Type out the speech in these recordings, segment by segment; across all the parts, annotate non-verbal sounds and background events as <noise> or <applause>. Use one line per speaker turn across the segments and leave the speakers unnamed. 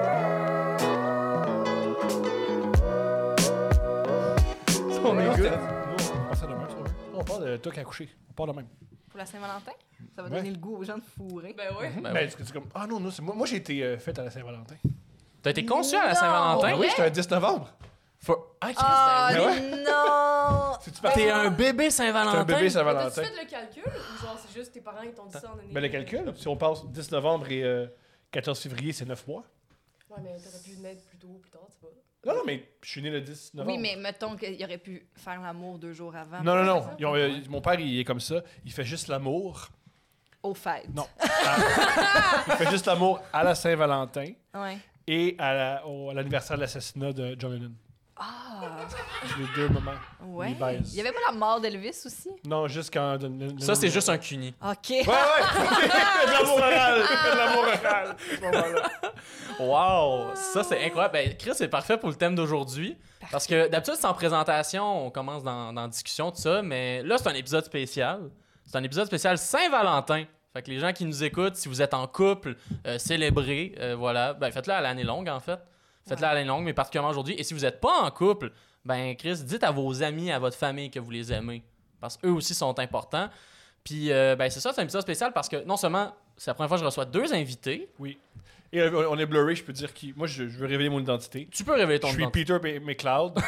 <laughs>
euh, toc à coucher. On part de même.
Pour la Saint-Valentin?
Ça va
Ouais.
donner le goût aux gens de fourrer.
Ben
<laughs>
oui.
Ben,
Ben oui.
est-ce que tu es comme, ah non, non, c'est moi, moi j'ai été euh, faite à la Saint-Valentin.
T'as été conçu à la
Non.
Saint-Valentin?
Ben oui, j'étais un 10 novembre.
Faut- Ah, Christ,
Ah
ben oui.
Ben ouais.
non!
C'est-tu
T'es
parti?
un bébé Saint-Valentin?
T'es un bébé
Mais
<laughs>
T'as-tu
Saint-Valentin.
fait le calcul ou genre c'est juste tes parents ils t'ont dit ça en année?
Mais ben, le calcul, si on passe 10 novembre et euh, 14 février, c'est 9 mois.
Ouais, mais t'aurais pu naître plus tôt ou plus tard, tu vois.
Non, non, mais je suis né le 10 novembre.
Oui, mais mettons qu'il aurait pu faire l'amour deux jours avant.
Non, non, non.
ça.
Ils ont, euh, mon père, il est comme ça. Il fait juste l'amour.
Au fait.
Non. à- il fait juste l'amour à la Saint-Valentin
Ouais.
et à la- au- à l'anniversaire de l'assassinat de John Lennon.
Ah!
Les deux moments.
Ouais.
Il baise.
Il y avait pas la mort d'Elvis aussi?
Non, juste quand. John Lennon-
Ça, c'est juste un cuni.
OK.
Ouais, ouais! de l'amour oral! de l'amour oral! à ce moment-là.
Wow! Ça, c'est incroyable. Ben, Chris, c'est parfait pour le thème d'aujourd'hui. Parce que d'habitude, c'est en présentation, on commence dans, dans discussion, tout ça. Mais là, c'est un épisode spécial. C'est un épisode spécial Saint-Valentin. Fait que les gens qui nous écoutent, si vous êtes en couple, euh, célébrez. euh, voilà. Ben, faites-le à l'année longue, en fait. Faites-le à l'année longue, mais particulièrement aujourd'hui. Et si vous n'êtes pas en couple, ben, Chris, dites à vos amis, à votre famille que vous les aimez. Parce qu'eux aussi sont importants. Puis, euh, ben, c'est ça, c'est un épisode spécial parce que non seulement c'est la première fois que je reçois deux invités,
Oui. Et euh, on est blurry, je peux dire qui. Moi, je, je veux révéler mon identité.
tu peux révéler ton
Je suis
identité.
Peter P- McLeod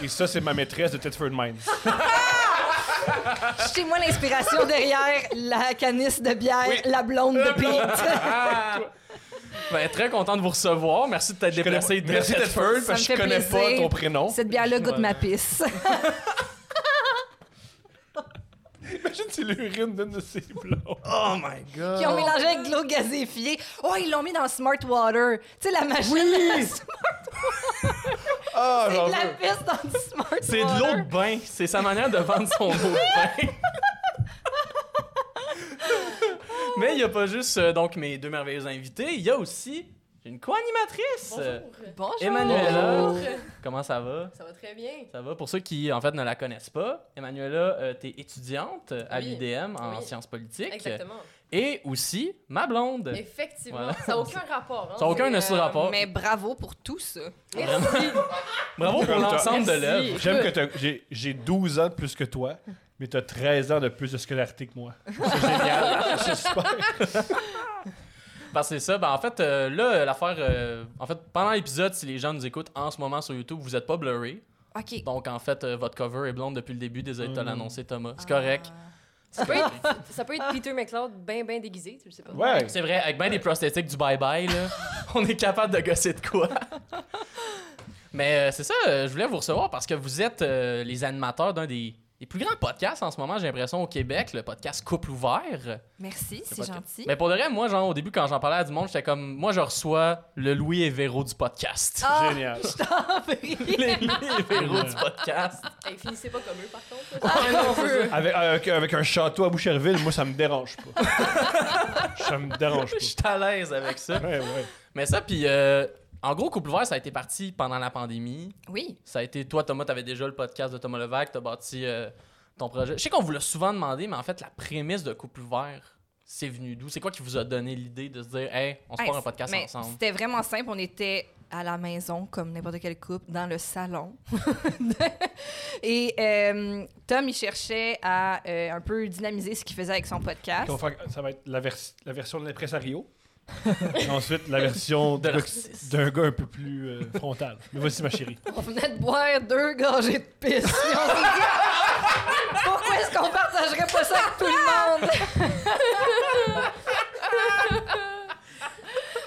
et ça, c'est ma maîtresse de Tedford Mines.
Jetez-moi l'inspiration derrière la canisse de bière, la blonde
Euh,
de Pete.
Ah! Ben, très content de vous recevoir. Merci de t'être
Je connais
déplacé.
pas- Merci
de-
Tedford,
Ça me
parce que
fait
je connais pas
plaisir.
ton prénom.
<laughs> Cette bière-là goûte ma pisse.
Euh. Imagine c'est l'urine d'une de ses blondes.
Oh my god.
Qui ont mélangé avec de l'eau gazéfiée. Oh, ils l'ont mis dans Smart Water. Tu sais, la machine.
Ah,
C'est
j'en
de <laughs> la
veux.
pisse dans du Smart Water.
C'est de l'eau de bain. C'est sa manière de vendre son eau de bain. Mais il n'y a pas juste euh, donc mes deux merveilleux invités. Il y a aussi une co-animatrice. euh,
Bonjour!
Bonjour.
Emmanuela.
Bonjour.
Comment ça va?
Ça va très bien.
Ça va. Pour ceux qui, en fait, ne la connaissent pas, Emmanuela, euh, t'es étudiante à
Oui.
l'UDM en
Oui.
sciences politiques.
Exactement.
Et aussi ma
Euh,
blonde.
Effectivement.
Voilà.
Ça n'a aucun rapport. Hein,
Ça n'a aucun
C'est,
ne se
euh,
rapport.
Mais bravo pour tout ça.
Merci.
Bravo pour
Merci.
l'ensemble de l'œuvre.
J'aime que t'as- j'ai- j'ai 12 ans de plus que toi, mais t'as 13 ans de plus de scolarité que moi. C'est génial. C'est super.
Parce que c'est ça. Ben, en fait, euh, là, euh, l'affaire. euh, en fait, pendant l'épisode, si les gens nous écoutent en ce moment sur YouTube, vous n'êtes pas blurry.
OK.
Donc, en fait, euh, votre cover est blonde depuis le début. Désolé de te
Mm.
l'annoncer, Thomas. C'est
Ah.
correct.
ça,
<laughs>
peut être, ça peut être Peter McLeod bien, bien déguisé, tu le sais pas.
Ouais.
<laughs> C'est vrai, avec bien des prosthétiques du bye-bye, là, <laughs> on est capable de gosser de quoi. <laughs> Mais euh, c'est ça, euh, je voulais vous recevoir parce que vous êtes euh, les animateurs d'un des, des plus grands podcasts en ce moment, j'ai l'impression, au Québec, le podcast Couple Ouvert.
Merci, c'est
podcast.
gentil.
Mais pour le vrai, moi, genre, au début, quand j'en parlais à du monde, j'étais comme, moi, je reçois le Louis et Véro du <laughs> podcast.
Ah,
Génial.
je t'en prie.
les Louis et Véro du podcast.
Hey, finissez pas comme eux, par contre.
Avec, avec, avec un château à Boucherville, moi, ça me dérange pas. <laughs> ça me dérange
Je suis à l'aise avec ça.
pas. Ouais, ouais.
Mais ça, puis euh, en gros, Couple Ouvert, ça a été parti pendant la pandémie.
<laughs> Oui.
Ça a été, toi, Thomas, t'avais déjà le podcast de Thomas Levac, t'as bâti euh, ton projet. Je sais qu'on vous l'a souvent demandé, mais en fait, la prémisse de Couple Ouvert, c'est venu d'où? C'est quoi qui vous a donné l'idée de se dire, hey, on se
Hey,
prend un podcast
mais
ensemble?
C'était vraiment simple. On était à la maison, comme n'importe quel couple, dans le salon. <laughs> Et euh, Tom, il cherchait à euh, un peu dynamiser ce qu'il faisait avec son
Ah,
podcast.
Qu'on va faire- ça va être la, vers- la version de
<laughs>
l'impresario. Et ensuite, la version
De
d'un
l'artiste.
d'un gars un peu plus euh, frontal. Mais voici ma chérie.
Ah, On venait de boire deux gorgées de pisse. Et on s'est dit, Pourquoi est-ce qu'on partagerait pas ça avec tout le monde?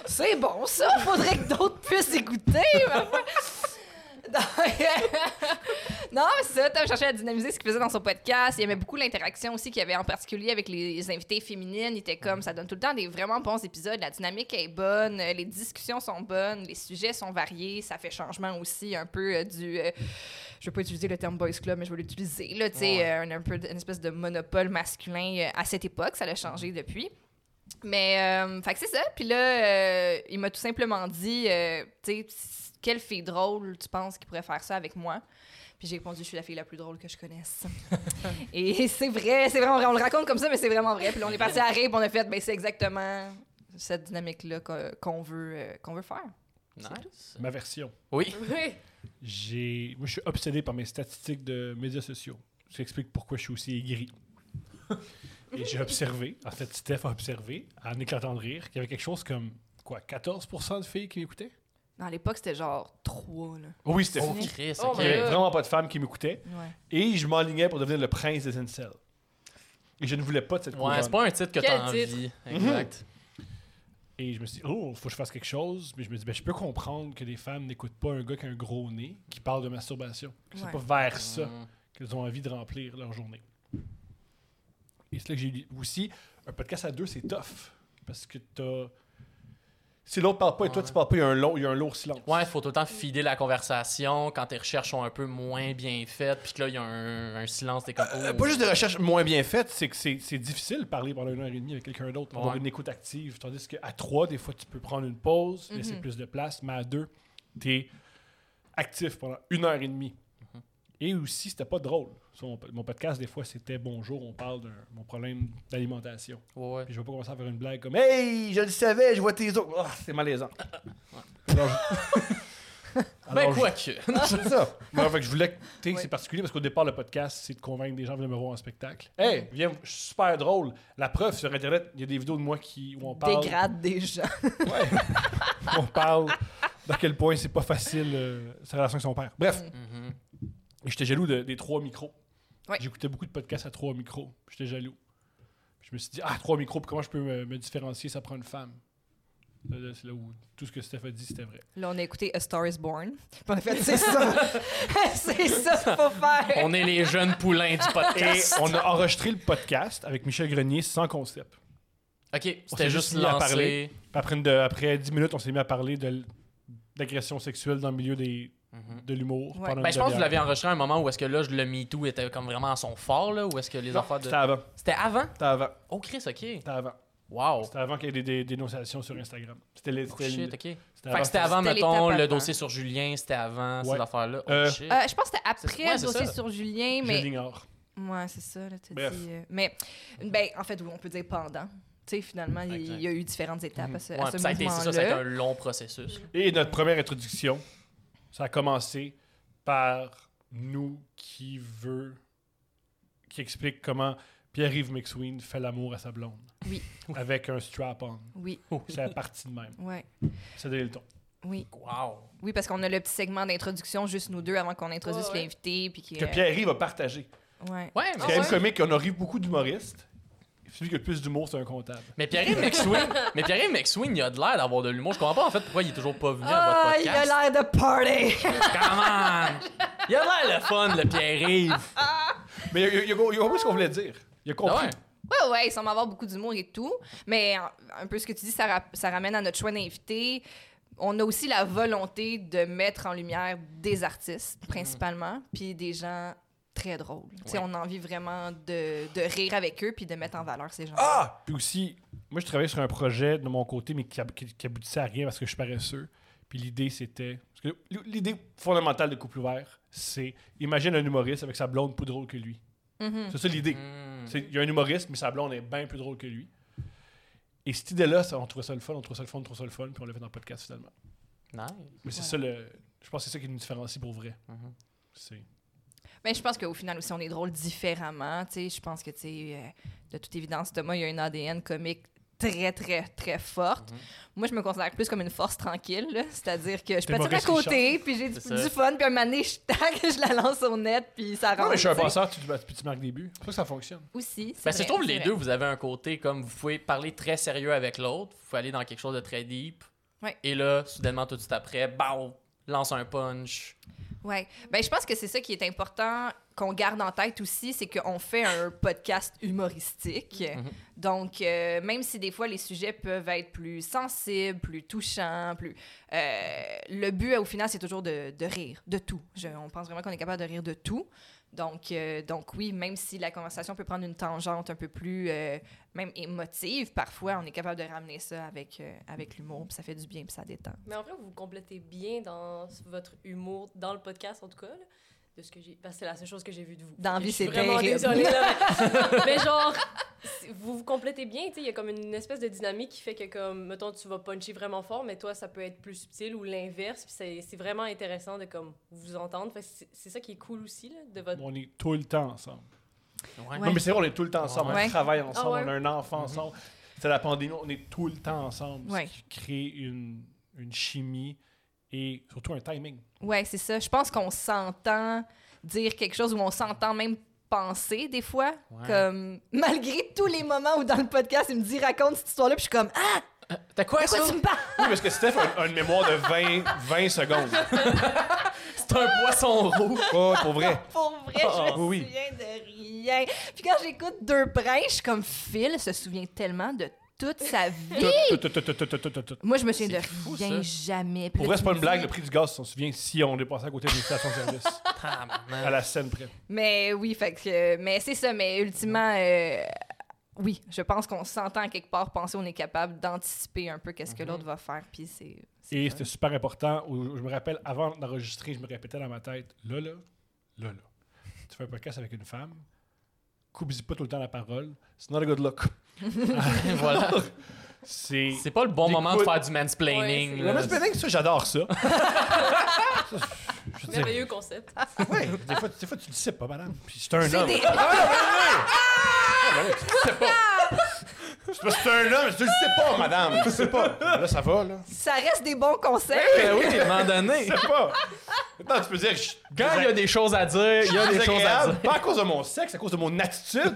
C'est bon, ça. Faudrait que d'autres puissent écouter. <laughs> ma foi. Donc, <laughs> non, mais c'est ça. Tom cherchait à dynamiser ce qu'il faisait dans son podcast. Il aimait beaucoup l'interaction aussi qu'il y avait en particulier avec les invités féminines. Il était comme, ça donne tout le temps des vraiment bons épisodes. La dynamique est bonne, euh, les discussions sont bonnes, les sujets sont variés. Ça fait changement aussi un peu euh, du. euh, je vais pas utiliser le terme boys club, mais je vais l'utiliser. Là, tu sais,
Ouais.
euh, un, un peu une espèce de monopole masculin euh, à cette époque. Ça l'a changé depuis. Mais, euh, fait que c'est ça. Puis là, euh, il m'a tout simplement dit, euh, tu sais, quelle fille drôle tu penses qui pourrait faire ça avec moi? Puis j'ai répondu, je suis la fille la plus drôle que je
<laughs>
connaisse. Et c'est vrai, c'est vraiment vrai. On le raconte comme ça, mais c'est vraiment vrai. Puis là, on est parti à rire, puis on a fait, ben c'est exactement cette dynamique-là qu'on- qu'on veut, euh, qu'on veut faire.
Nice.
Ma version.
Oui.
Oui.
J'ai, moi, je suis obsédé par mes statistiques de médias sociaux. Ça explique pourquoi je suis aussi aigri. Et j'ai observé, en fait, Steph a observé, en éclatant de rire, qu'il y avait quelque chose comme, quoi, 14% de filles qui m'écoutaient?
Dans l'époque, c'était genre 3, là.
Oui, c'était
Oh,
fou.
Chris,
Oh
ok.
Il y avait
God.
vraiment pas de femmes qui m'écoutaient.
Ouais.
Et je m'enlignais pour devenir le prince des incels. Et je ne voulais pas de cette
Ouais,
couronne.
c'est pas un titre que
Quel
t'as
titre?
envie. Exact.
Et je me suis dit, oh, faut que je fasse quelque chose. Mais je me dis, ben, je peux comprendre que des femmes n'écoutent pas un gars qui a un gros nez qui parle de masturbation. <laughs> C'est
Ouais.
pas vers ça
Mm.
qu'elles ont envie de remplir leur journée. Et c'est là que j'ai eu aussi un podcast à deux, c'est tough. Parce que t'as. Si l'autre parle pas et toi
Ouais.
tu parles pas, il y a un long, il y a un lourd silence.
Ouais, faut tout le temps filer la conversation quand tes recherches sont un peu moins bien faites, puis que là, il y a un, un silence, t'es comme.
Euh,
oh.
Pas juste des recherches moins bien faites, c'est que c'est c'est difficile de parler pendant une heure et demie avec quelqu'un d'autre, avoir
Ouais.
une écoute active. Tandis qu'à trois, des fois, tu peux prendre une pause, laisser
Mhm.
plus de place, mais à deux, t'es actif pendant une heure et demie.
Mhm.
Et aussi, c'était pas drôle. Ça, mon, mon podcast, des fois, c'était bonjour, on parle de mon problème d'alimentation.
Ouais, ouais.
Puis je vais pas commencer à faire une blague comme Hey, je le savais, je vois tes os. Ah, c'est malaisant. Alors, je-
Ben,
Alors, je-
quoi que.
c'est
<laughs>
ça. Alors, fait que je voulais que, tu sais,
Ouais.
c'est particulier parce qu'au départ, le podcast, c'est de convaincre des gens de venir me voir en spectacle. Hey, viens, je suis super drôle. La preuve, sur Internet, il y a des vidéos de moi qui, où on parle.
Dégrade des gens.
Ouais. <laughs> on parle d'à quel point c'est pas facile euh, sa relation avec son père. Bref,
Mhm.
et j'étais jaloux de- des trois micros.
Ouais.
J'écoutais beaucoup de podcasts à trois micros. J'étais jaloux. Puis Je me suis dit, ah, trois micros, puis comment je peux me, me différencier? Ça prend une femme. Là, là, c'est là où tout ce que Steph a dit, c'était vrai.
Là, on a écouté A Star is Born. Puis on a fait,
<laughs>
c'est ça. <laughs> c'est ça qu'il faut faire.
On est les jeunes poulains du
<laughs> Et
podcast.
on a enregistré le podcast avec Michel Grenier sans concept.
Ok,
On s'est
c'était juste
juste mis à
lancé.
parler. Puis Après, une de- après 10 minutes, on s'est mis à parler de l- d'agression sexuelle dans le milieu des,
Mhm.
de l'humour.
Ouais.
pendant
Ben,
une
je pense que vous
demi-heure.
l'avez enregistré à un moment où est-ce que là, je- le MeToo était comme vraiment à son fort, là, où est-ce que les
Non,
affaires de.
C'était avant.
C'était avant?
C'était avant.
Oh, Chris, ok.
C'était avant.
Wow.
C'était avant qu'il y ait des, des dénonciations sur Instagram. C'était les.
Oh,
C'était
shit, ok.
c'était
Fait que c'était
ça.
avant,
C'était
mettons,
l'étape
le
avant.
dossier sur Julien, c'était avant ces
Ouais.
affaires-là. Oh,
Euh,
shit.
Euh, je pense que c'était
C'est-
après
ouais,
le
c'est
dossier
ça.
sur Julien,
Je
mais.
l'ignore.
Ouais, c'est ça, là, t'as
Bref.
dit. euh, mais, ben, en fait, oui, on peut dire pendant. Tu sais, finalement, il il y a eu différentes étapes à ce, à
Mhm.
ce
Ouais, puis ça a été c'est ça, ça a été
mouvement-là.
un long processus.
Et notre première introduction, ça a commencé par nous qui veut, qui explique comment Pierre-Yves McSween fait l'amour à sa blonde.
Oui.
Avec un strap-on.
Oui,
C'est la partie de même.
ouais,
Ça donnait le
<laughs>
ton.
oui.
Wow.
Oui, parce qu'on a le petit segment d'introduction, juste nous deux, avant qu'on introduise
Ouais, ouais.
l'invité. Puis qu'il,
Que
euh,
Pierre-Yves a partagé.
Ouais.
Ah Ouais, mais
C'est quand même comique, on arrive beaucoup d'humoristes. Celui qui a le plus d'humour, c'est un comptable.
<laughs>
Mais Pierre-Yves McSween, mais Pierre-Yves McSween, il a de l'air d'avoir de l'humour. Je comprends pas en fait pourquoi il est toujours pas venu à
Ah,
votre
il a
podcast.
l'air de party!
Come on! Il a l'air le fun, le Pierre-Yves.
Mais il a, il a- il a compris ce qu'on voulait dire. Il a compris.
Ah Ouais.
Ah, Ouais, ouais, il semble avoir beaucoup d'humour et tout. Mais un- un peu ce que tu dis, ça, ra- ça ramène à notre choix d'invité. On a aussi la volonté de mettre en lumière des artistes, principalement, puis des gens très drôles. Tu sais,
Ouais.
On a envie vraiment de, de rire avec eux puis de mettre en valeur ces gens.
Ah! Puis aussi, moi, je travaillais sur un projet de mon côté, mais qui, ab- qui- qui aboutissait à rien parce que je suis paresseux. Puis l'idée, c'était. parce que l- L'idée fondamentale de Couple Ouvert, c'est imagine un humoriste avec sa blonde plus drôle que lui.
Mhm.
C'est ça l'idée.
Hmm.
C'est- Il y a un humoriste, mais sa blonde est bien plus drôle que lui. Et cette idée-là, ça, on trouvait ça le fun, on trouvait ça le fun, on trouvait ça le fun, puis on l'a fait dans le podcast finalement.
Nice.
Mais c'est
Ouais.
ça le. Je pense que c'est ça qui nous différencie pour vrai.
Mhm.
C'est.
Mais je pense qu'au final aussi, on est drôle différemment. Tu sais, je pense que, tu sais, euh, de toute évidence, Thomas, il y a une ADN comique très, très, très forte.
Mhm.
Moi, je me considère plus comme une force tranquille. là. C'est-à-dire que je
T'es
peux tirer à
Maurice
côté, puis j'ai du,
C'est ça.
du fun, puis un moment donné, je <laughs> tag, je la lance au net, puis ça rentre.
Non, mais je suis un
tu sais.
passeur, tu, tu- tu marques des buts. C'est pour ça que ça fonctionne.
Aussi, c'est
Ben, si
vrai,
je trouve
c'est
les
vrai.
deux, vous avez un côté comme vous pouvez parler très sérieux avec l'autre, vous pouvez aller dans quelque chose de très deep.
Ouais.
Et là, soudainement, tout de suite après, bam, lance un punch.
Ouais. Ben, je pense que c'est ça qui est important qu'on garde en tête aussi, c'est qu'on fait un podcast humoristique.
Mhm.
Donc, euh, même si des fois les sujets peuvent être plus sensibles, plus touchants, plus. euh, le but, euh, au final, c'est toujours de, de rire, de tout. Je- on pense vraiment qu'on est capable de rire de tout. Donc, euh, donc, oui, même si la conversation peut prendre une tangente un peu plus, euh, même émotive, parfois, on est capable de ramener ça avec, euh, avec l'humour, puis ça fait du bien, puis ça détend.
Mais en vrai, vous vous complétez bien dans votre humour, dans le podcast en tout cas. là, de ce que j'ai... Parce que c'est la seule chose que j'ai vue de vous.
Dans la vie,
Je suis
c'est
vraiment
terrible.
désolée, là,
<laughs>
mais- mais genre, c'est- vous vous complétez bien. tu sais, Il y a comme une espèce de dynamique qui fait que, comme, mettons, tu vas puncher vraiment fort, mais toi, ça peut être plus subtil ou l'inverse. Puis c'est, c'est vraiment intéressant de comme, vous entendre. Fait que c'est, c'est ça qui est cool aussi là, de votre.
On est tout le temps ensemble.
Ouais.
Ouais.
Non, mais c'est vrai, on est tout le temps ensemble.
Ouais.
On travaille ensemble,
Ah ouais.
on a un enfant ensemble. C'est la pandémie, on est tout le temps ensemble.
Ouais.
Ce qui crée une, une chimie et surtout un timing.
Ouais, c'est ça. Je pense qu'on s'entend dire quelque chose ou on s'entend même penser des fois.
Ouais.
Comme, <laughs> malgré tous les moments où dans le podcast, il me dit raconte cette histoire-là, puis je suis comme, ah,
T'as quoi,
de quoi tu me parles?
Oui, parce que Steph a une, a une mémoire de 20, 20 <laughs> secondes.
C'est un poisson roux.
Oh, pour vrai.
Pour vrai, je me
Ah, oui.
souviens de rien. Puis quand j'écoute Deux Princes, je suis comme, Phil se souvient tellement de toute sa vie.
Tout, tout, tout, tout, tout, tout, tout, tout.
Moi, je me souviens de
C'est fou,
rien,
ça.
jamais. Puis
Pour
là,
vrai, c'est
tu
pas
me
une blague,
dis-
le prix du gaz, si on se souvient, si on est passé à côté d'une station-service, à la scène près.
Mais oui, fait que. Mais c'est ça, mais ultimement, euh, oui, je pense qu'on s'entend à quelque part penser on est capable d'anticiper un peu qu'est-ce
Mhm.
que l'autre va faire, puis c'est. c'est
Et
fun.
c'était super important. Au- Je me rappelle, avant d'enregistrer, je me répétais dans ma tête, là, là, là, là, tu fais un podcast avec une femme, coupe-y pas tout le temps la parole, c'est not a good look. <laughs>
voilà.
C'est...
C'est pas le bon moment de
Écoute.
faire du mansplaining.
Ouais, c'est-
là.
Le mansplaining, ça, j'adore ça. Ça, <laughs> je- je veux dire,
Merveilleux concept.
Ah,
ouais, des, fois, des fois, tu le sais pas, madame. Puis c'est un
C'est
homme.
des-
Ah, ouais, ouais, ouais. Ah, ouais, tu le sais pas. C'est parce que c'est un homme, tu le sais pas, madame. Tu le sais pas. Là, ça va, là.
Ça reste des bons conseils.
Ben oui, à un
<laughs>
moment donné.
Tu le sais pas. Maintenant, tu peux dire... je-
Quand il y a des choses à dire, il y a des choses à dire.
Pas à cause de mon sexe, à cause de mon attitude.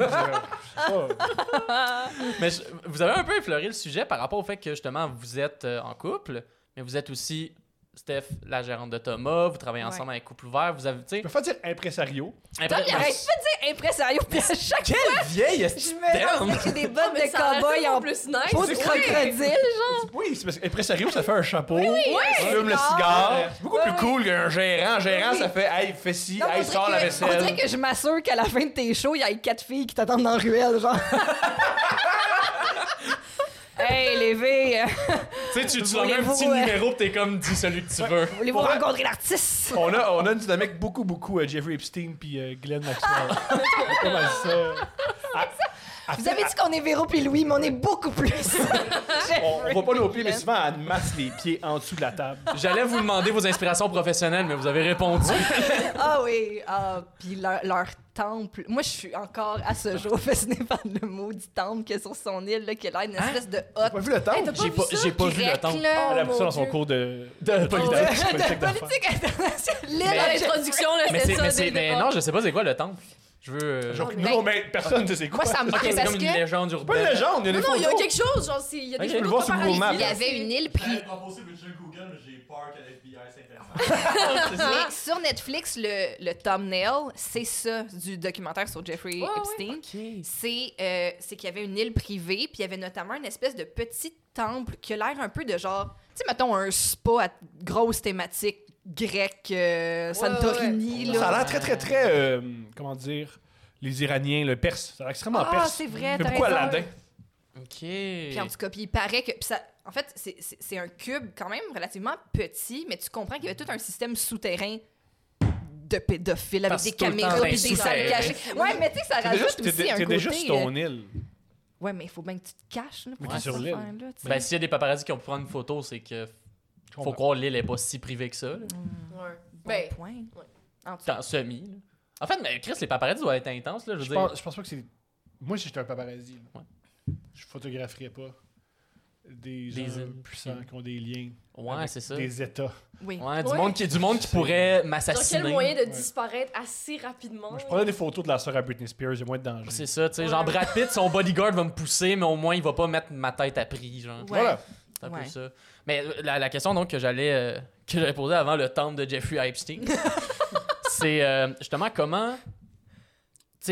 Mais je- vous avez un peu effleuré le sujet par rapport au fait que justement vous êtes euh, en couple, mais vous êtes aussi Steph, la gérante de Thomas, vous travaillez
Ouais.
ensemble avec Couple Ouvert, vous avez, tu
Je peux
sais,
pas dire impresario.
Tom, il arrête pas de dire impresario, puis à chaque fois,
quelle vieille
je me
estime!
lance j'ai des
Ah,
bottes
mais
de
ça a l'air
cowboy
tellement
en
plus nice.
peau de
Ouais.
crocodile, genre.
Oui, c'est parce que impresario, ça fait un chapeau, tu fumes le
Non.
cigare. C'est beaucoup
Ouais,
plus
ouais.
cool qu'un gérant. Gérant,
Oui.
ça fait hey, fais ci,
Non,
hey,
on
sors la
dirait que- on dirait
vaisselle.
que je m'assure qu'à la fin de tes shows, il y a quatre filles qui t'attendent dans la
<laughs>
ruelle, genre. hey, les filles, euh,
Tu sais, tu, tu leur mets un
Voulez-vous,
petit
ouais.
numéro pis t'es comme dis celui que tu veux.
voulez-vous
Ouais.
rencontrer l'artiste?
On a, on a une dynamique beaucoup, beaucoup euh, Jeffrey Epstein puis euh, Glenn
<laughs>
Maxwell. C'est pas mal ça. Ah, ah,
Vous avez dit qu'on est Véro puis Louis, mais on est beaucoup plus.
on, on voit pas nos pieds, mais souvent, elle masse les pieds en dessous de la table.
J'allais vous demander vos inspirations professionnelles, mais vous avez répondu.
<laughs> Ah oui, ah, puis leur, leur temple. Moi, je suis encore à ce jour fascinée par le maudit temple qui est sur son île, là, qui a l'air d'une
Hein?
espèce de
T'as
hotte.
pas vu le temps?
Hey, t'as
J'ai
vu
pas,
ça?
j'ai pas vu le
grecque,
temps.
là.
elle a
Oh,
appris ça
mon
dans son
Dieu.
cours de,
De politique.
Ouais. politique, politique
de
d'affaires.
politique internationale. L'île
Dans
à Jeff-
l'introduction, là,
Mais,
c'est
c'est,
ça.
mais,
dès
c'est-
le
mais
départ.
non, je sais pas c'est quoi le temple. Je veux. euh,
Genre,
Oh, mais-
non, mais personne ne sait quoi.
Moi, ça me Ben,
Ok, c'est
parce
comme
que
une légende urbaine.
Pas une légende, il y a des
Non, non, il y a
photos.
quelque chose. Genre, c'est- il y a des
Ok.
choses.
Tu peux
le voir sur Google Maps.
il y avait une île, puis <laughs>
Elle a proposé le jeu Google, mais j'ai peur que le FBI s'intéresse.
Mais sur Netflix, le, le thumbnail, c'est ça du documentaire sur Jeffrey
Ouais, ouais.
Epstein.
Ok.
C'est euh, c'est qu'il y avait une île privée, puis il y avait notamment une espèce de petit temple qui a l'air un peu de genre, tu sais, mettons un spa à grosse thématique grecque, euh, Santorini.
ouais.
là.
Ça a l'air très, très, très. euh, comment dire Les Iraniens, le Perse. Ça a l'air extrêmement
Ah,
perse.
c'est vrai,
Mais
t'as
pourquoi
raison.
Aladdin
Puis en tout cas, puis il paraît que. puis ça, en fait, c'est- c'est c'est un cube quand même relativement petit, mais tu comprends qu'il y avait tout un système souterrain de pédophiles avec
Parce
des
que tout le temps,
caméras
ben,
puis des salles
souterrain.
cachées. Ouais, mais tu sais, ça
T'es déjà,
rajoute
t'es-
aussi un
t'es
côté...
déjà sur ton île.
euh, Ouais, mais il faut bien que tu te caches là,
Mais
pour
t'es
faire
sur
cette
l'île.
affaire-là, tu sais.
Ben, s'il y a des paparazzi qui ont pu prendre une photo, c'est
Je
que faut
comprends.
croire l'île est pas si privée que ça. là.
Ouais.
Bon
Ben,
point. En tout cas,
T'en semi. là. En fait, mais Chris, les paparazzi doivent être intenses, là. Je veux
Je
dire.
pense, je pense pas que c'est. Moi, si j'étais un paparazzi, là,
Ouais.
je photographierarais pas des gens
Des îles.
puissants qui ont des liens.
Ouais,
avec
c'est ça.
Des États.
oui.
Ouais, du,
Ouais.
Monde qui, du monde qui pourrait
Dans quel
m'assassiner.
moyen de
Ouais.
disparaître assez rapidement?
Moi, je prenais des photos de la sœur à Britney Spears, il y a moins de danger.
C'est ça, tu sais.
Ouais.
Genre, Brad Pitt, son bodyguard va me pousser, mais au moins, il va pas mettre ma tête à prix, genre.
Voilà.
C'est un
Ouais.
peu ça. Mais euh, la, la question, donc, que j'allais euh, <laughs> que j'allais poser avant le temple de Jeffrey Epstein, c'est euh, justement comment. Tu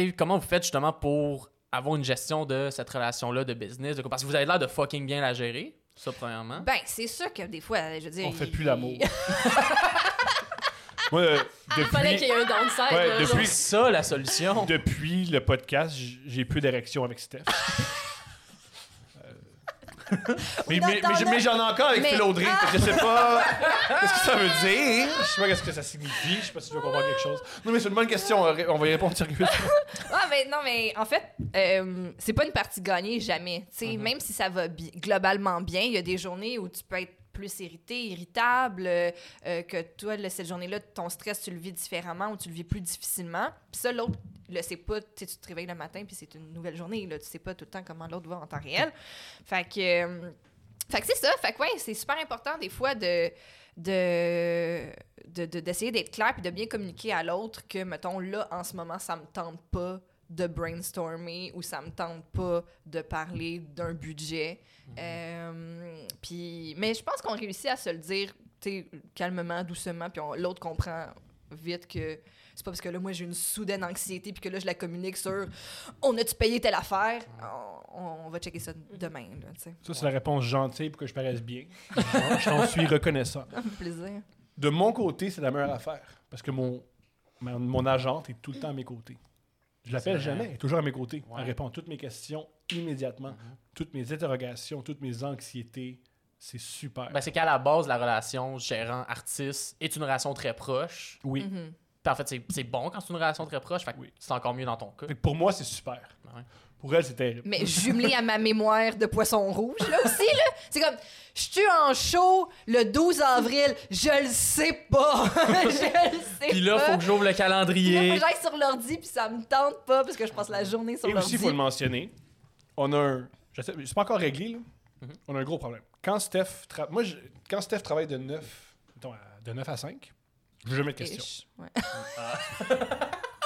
sais, comment vous faites justement pour avoir une gestion de cette relation-là de business? de- parce que vous avez l'air de fucking bien la gérer, ça, premièrement.
Ben, c'est sûr que des fois, je veux dire.
On fait
il-
plus l'amour. Moi, euh,
Il fallait
depuis,
qu'il y ait un downside.
Ouais,
là,
depuis-
genre.
C'est ça la solution.
depuis le podcast, j- j'ai plus d'érection avec
<laughs>
Steph. Euh, mais
dans-
mais-
dans
mais j'-
le-
mais j'en ai encore avec
Mais-
Phil Audrey.
Ah!
fait que Je sais
<laughs>
pas ce que ça veut dire. Je sais pas qu'est-ce que ça signifie. Je sais pas si tu veux comprendre quelque chose. Non, mais c'est une bonne question. On va y répondre sérieusement.
<laughs> Ah, mais non, mais en fait, euh, c'est pas une partie gagnée jamais. Tu sais, Même si ça va bi- globalement bien, il y a des journées où tu peux être plus irrité, irritable, euh, euh, que toi, là, cette journée-là, ton stress, tu le vis différemment ou tu le vis plus difficilement. Puis ça, l'autre le sait pas. Tu sais, tu te réveilles le matin, puis c'est une nouvelle journée. Là, tu sais pas tout le temps comment l'autre va en temps réel. Fait que, euh, fait que c'est ça. Fait que, ouais, c'est super important des fois de de de- de- d'essayer d'être clair puis de bien communiquer à l'autre que mettons là en ce moment ça me tente pas de brainstormer ou ça me tente pas de parler d'un budget Euh, puis mais je pense qu'on réussit à se le dire tu sais, calmement doucement puis on- l'autre comprend vite que c'est pas parce que là moi j'ai une soudaine anxiété puis que là je la communique sur on a-tu payé telle affaire on, on va checker ça demain là, tu sais.
Ça, c'est la réponse gentille pour que je paraisse bien. Je t'en suis reconnaissant.
Ça me fait plaisir
De mon côté, c'est la meilleure affaire. Parce que mon, ma- mon agente est tout le temps à mes côtés. Je l'appelle
C'est vrai.
jamais, elle est toujours à mes côtés.
Ouais. Mm-hmm.
Elle répond à toutes mes questions immédiatement. Toutes mes interrogations, toutes mes anxiétés. C'est super.
Ben, c'est qu'à la base, la relation gérant-artiste est une relation très proche.
oui.
Mhm.
Puis en fait, c'est- c'est bon quand c'est une relation très proche, fait que
Oui.
c'est encore mieux dans ton cas.
Mm-hmm.
Fait que pour moi, c'est super.
Ouais.
Pour elle, c'est terrible.
mais jumelé à ma mémoire de poisson rouge, là aussi, là. C'est comme, je suis en show le 12 avril, je le sais pas. <laughs> je le sais
Puis là,
pas.
faut que j'ouvre le
Puis là, faut
calendrier.
que j'aille sur l'ordi, puis ça me tente pas, parce que je passe la journée sur
Et aussi,
l'ordi.
il faut le mentionner, on a un. je sais- C'est pas encore réglé, là.
Mhm.
On a un gros problème. Quand Steph, tra- Moi, je- quand Steph travaille de 9, mettons, à- de 9 à 5, je veux jamais de questions.
Ish. Ouais.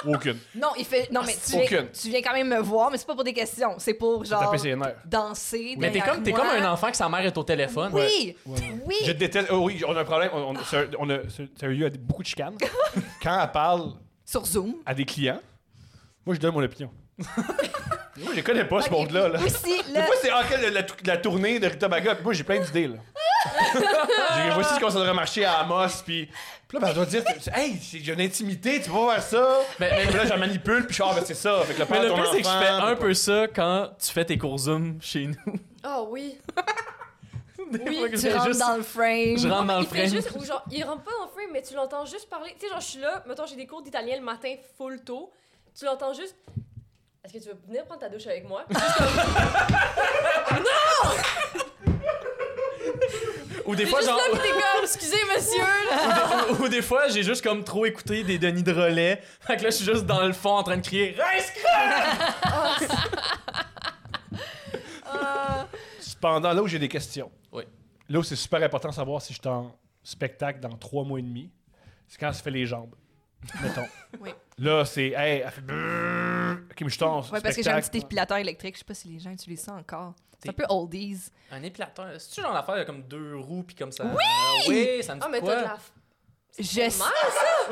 Aucune.
Non, il fait.
Ah,
Non, mais tu viens,
Aucune.
tu viens quand même me voir, mais c'est pas pour des questions. C'est pour
J'ai
genre
tapé ses
<laughs>
nerfs.
danser.
Mais t'es
derrière
comme, t'es
moi.
comme un enfant que sa mère est au téléphone.
Oui! Oui!
Je déteste. oh oui, on a un problème. On, on- c'est un- on a, c'est- ça a eu à des- beaucoup de
<laughs>
chicanes. Quand elle parle
Sur Zoom.
à des clients, moi, je donne mon
<laughs>
opinion. moi, je les connais pas, ce
Ok,
monde-là. Là.
puis Aussi,
Des
là.
fois, c'est ah, quelle- la, tou- la tournée de Rita Baga. Puis moi, j'ai plein d'idées. là. J'ai- Voici ce qu'on devrait marcher à Amos. Puis, puis là, ben, elle doit dire Hey, c'est- j'ai une intimité, tu vas faire ça.
Mais, mais-
Puis là, je la manipule. Puis je dis, Ah, ben, c'est ça. Fait que le
mais
père de
le
ton
pire, c'est que je
enfant,
fais un
t'es
peu ça quand tu fais tes cours Zoom chez nous.
Oh oui.
Des
Oui,
fois que <laughs> je
Tu
fais
rentres
juste-
dans le frame.
Je rentre dans
<laughs>
le
il fait
frame.
juste, ou genre, il rentre pas dans le frame, mais tu l'entends juste parler. Tu sais, genre, je suis là, mettons, j'ai des cours d'italien le matin full tôt. Tu l'entends juste. Est-ce que tu veux venir prendre ta douche
<laughs>
avec moi?
Ou des
T'es
fois,
juste
genre.
là, pis t'es comme, excusez,
<laughs>
monsieur, là.
<laughs> ou, ou des fois, j'ai juste comme trop écouté des Denis de relais. Fait que là, je suis juste dans le fond en train de crier Reste
Ah,
Cependant, là où j'ai des questions,
Oui.
là où c'est super important de savoir si je suis en spectacle dans trois mois et demi, c'est quand elle se fait les jambes. Mettons.
<laughs> Oui.
Là, c'est. Hey, elle fait. brrr. Ok, mais je suis en
Ouais, parce que j'ai un
spectacle.
petit épilateur électrique. Je sais pas si les gens utilisent ça encore. C'est un
T'es-
peu oldies.
Un épilateur. C'est-tu genre l'affaire, il y a comme deux roues pis comme ça. Oui! Oui, ça me dit
Ah, mais
quoi?
t'as de la.
Je sais
mal,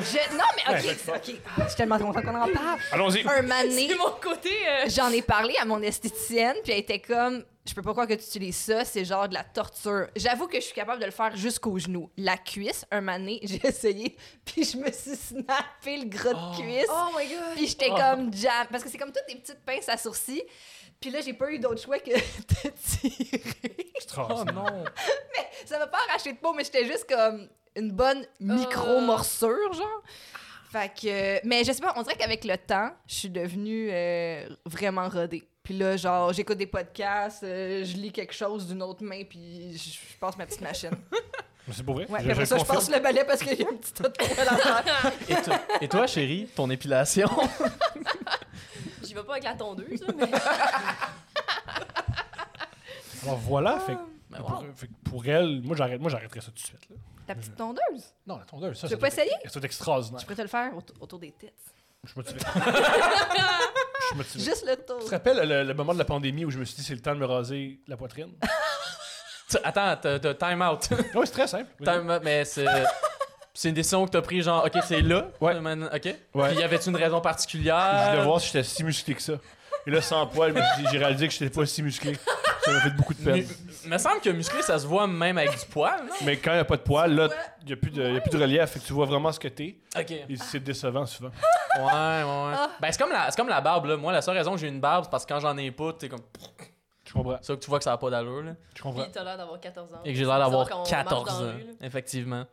Je- Non, mais ok. ok. Ah, je suis tellement contente qu'on
<laughs>
en parle.
Allons-y.
Un mané,
C'est mon côté. euh,
j'en ai parlé à mon esthéticienne, puis elle était comme Je peux pas croire que tu utilises ça, c'est genre de la torture. J'avoue que je suis capable de le faire jusqu'aux genoux. La cuisse, un mané, <laughs> j'ai essayé, puis je me suis snappé le gros de
Oh.
cuisse.
Oh my
<laughs>
god.
Puis j'étais
Oh.
comme jam. Parce que c'est comme toutes des petites pinces à sourcils. Puis là, j'ai pas eu d'autre choix que <laughs> de tirer.
Oh non!
Ça m'a pas arraché de peau, mais j'étais juste comme une bonne micro-morsure, genre. Fait que. Mais je sais pas, on dirait qu'avec le temps, je suis devenue euh, vraiment rodée. Puis là, genre, j'écoute des podcasts, euh, je lis quelque chose d'une autre main, puis je je passe ma
<laughs>
petite machine.
C'est pour vrai?
Oh, Ouais,
Je-
puis après
je
ça, je
confirme.
passe le balai parce qu'il y a un petit tas de poils à faire.
Et, toi- et toi, chérie, ton épilation?
J'y vais pas avec la tondeuse, là, mais.
Alors voilà, fait, que
Ah,
<laughs> Ben,
pour,
Oh.
wow.
fait que pour elle, moi, j'arrête, moi j'arrêterais ça tout de suite. là.
La petite tondeuse.
Non, la tondeuse, ça.
Tu
ça
veux pas
doit être-
essayer?
Ça doit être extraordinaire.
Je pourrais te le faire autour, autour des têtes.
Je suis
<laughs>
motivé. Je suis motivé.
Juste le
Tu
tour.
te rappelles le, le moment de la pandémie où je me suis dit c'est le temps de me raser la
<laughs>
poitrine?
Tu- Attends, t'as t'as time out.
Ah oui, c'est très simple.
<laughs> Time out, mais c'est. C'est une décision que t'as pris genre, ok, c'est là.
Ouais.
Maintenant, Ok.
Ouais.
Puis y avait-tu une raison
Je
particulière?
Euh,
voulais voir si j'étais si musclé que ça. Et là, sans poil, mais j'ai- j'ai réalisé que j'étais pas si musclé. Ça m'a fait beaucoup de peine.
Mais- Il me semble que musclé, ça se voit même avec du poil. non?
Mais quand il n'y a pas de poil, là, il n'y a, plus de- y a plus de relief. Fait que tu vois vraiment ce que t'es.
Ok. Ouais,
Et c'est décevant souvent.
ouais, ouais.
Ah.
Ben, c'est comme, la- c'est comme la barbe, là. Moi, la seule raison que j'ai une barbe, c'est parce que quand j'en ai pas, t'es comme.
Je comprends.
C'est ça que tu vois que ça a pas d'allure, là.
Je comprends.
Puis t'as l'air d'avoir 14 ans.
Et que j'ai l'air
C'est bizarre
d'avoir
quand on marche
14
dans la
ans.
rue, là.
Effectivement.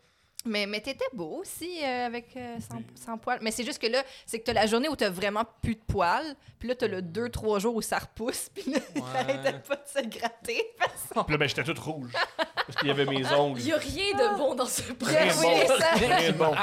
Mais, mais t'étais beau aussi euh, avec euh,
Ben,
sans,
Oui.
sans poils. Mais c'est juste que là, c'est que t'as la journée où t'as vraiment plus de poils, puis là, t'as le 2-3 jours où ça repousse, puis là,
Ben.
<laughs>
Ouais.
t'arrêtais pas de se gratter. <laughs>
Puis là, ben, j'étais toute rouge. Parce qu'il y avait mes ongles.
Il n'y a rien
Ah.
de bon dans ce
Très
projet.
bon.
oui, ça.
Très bon.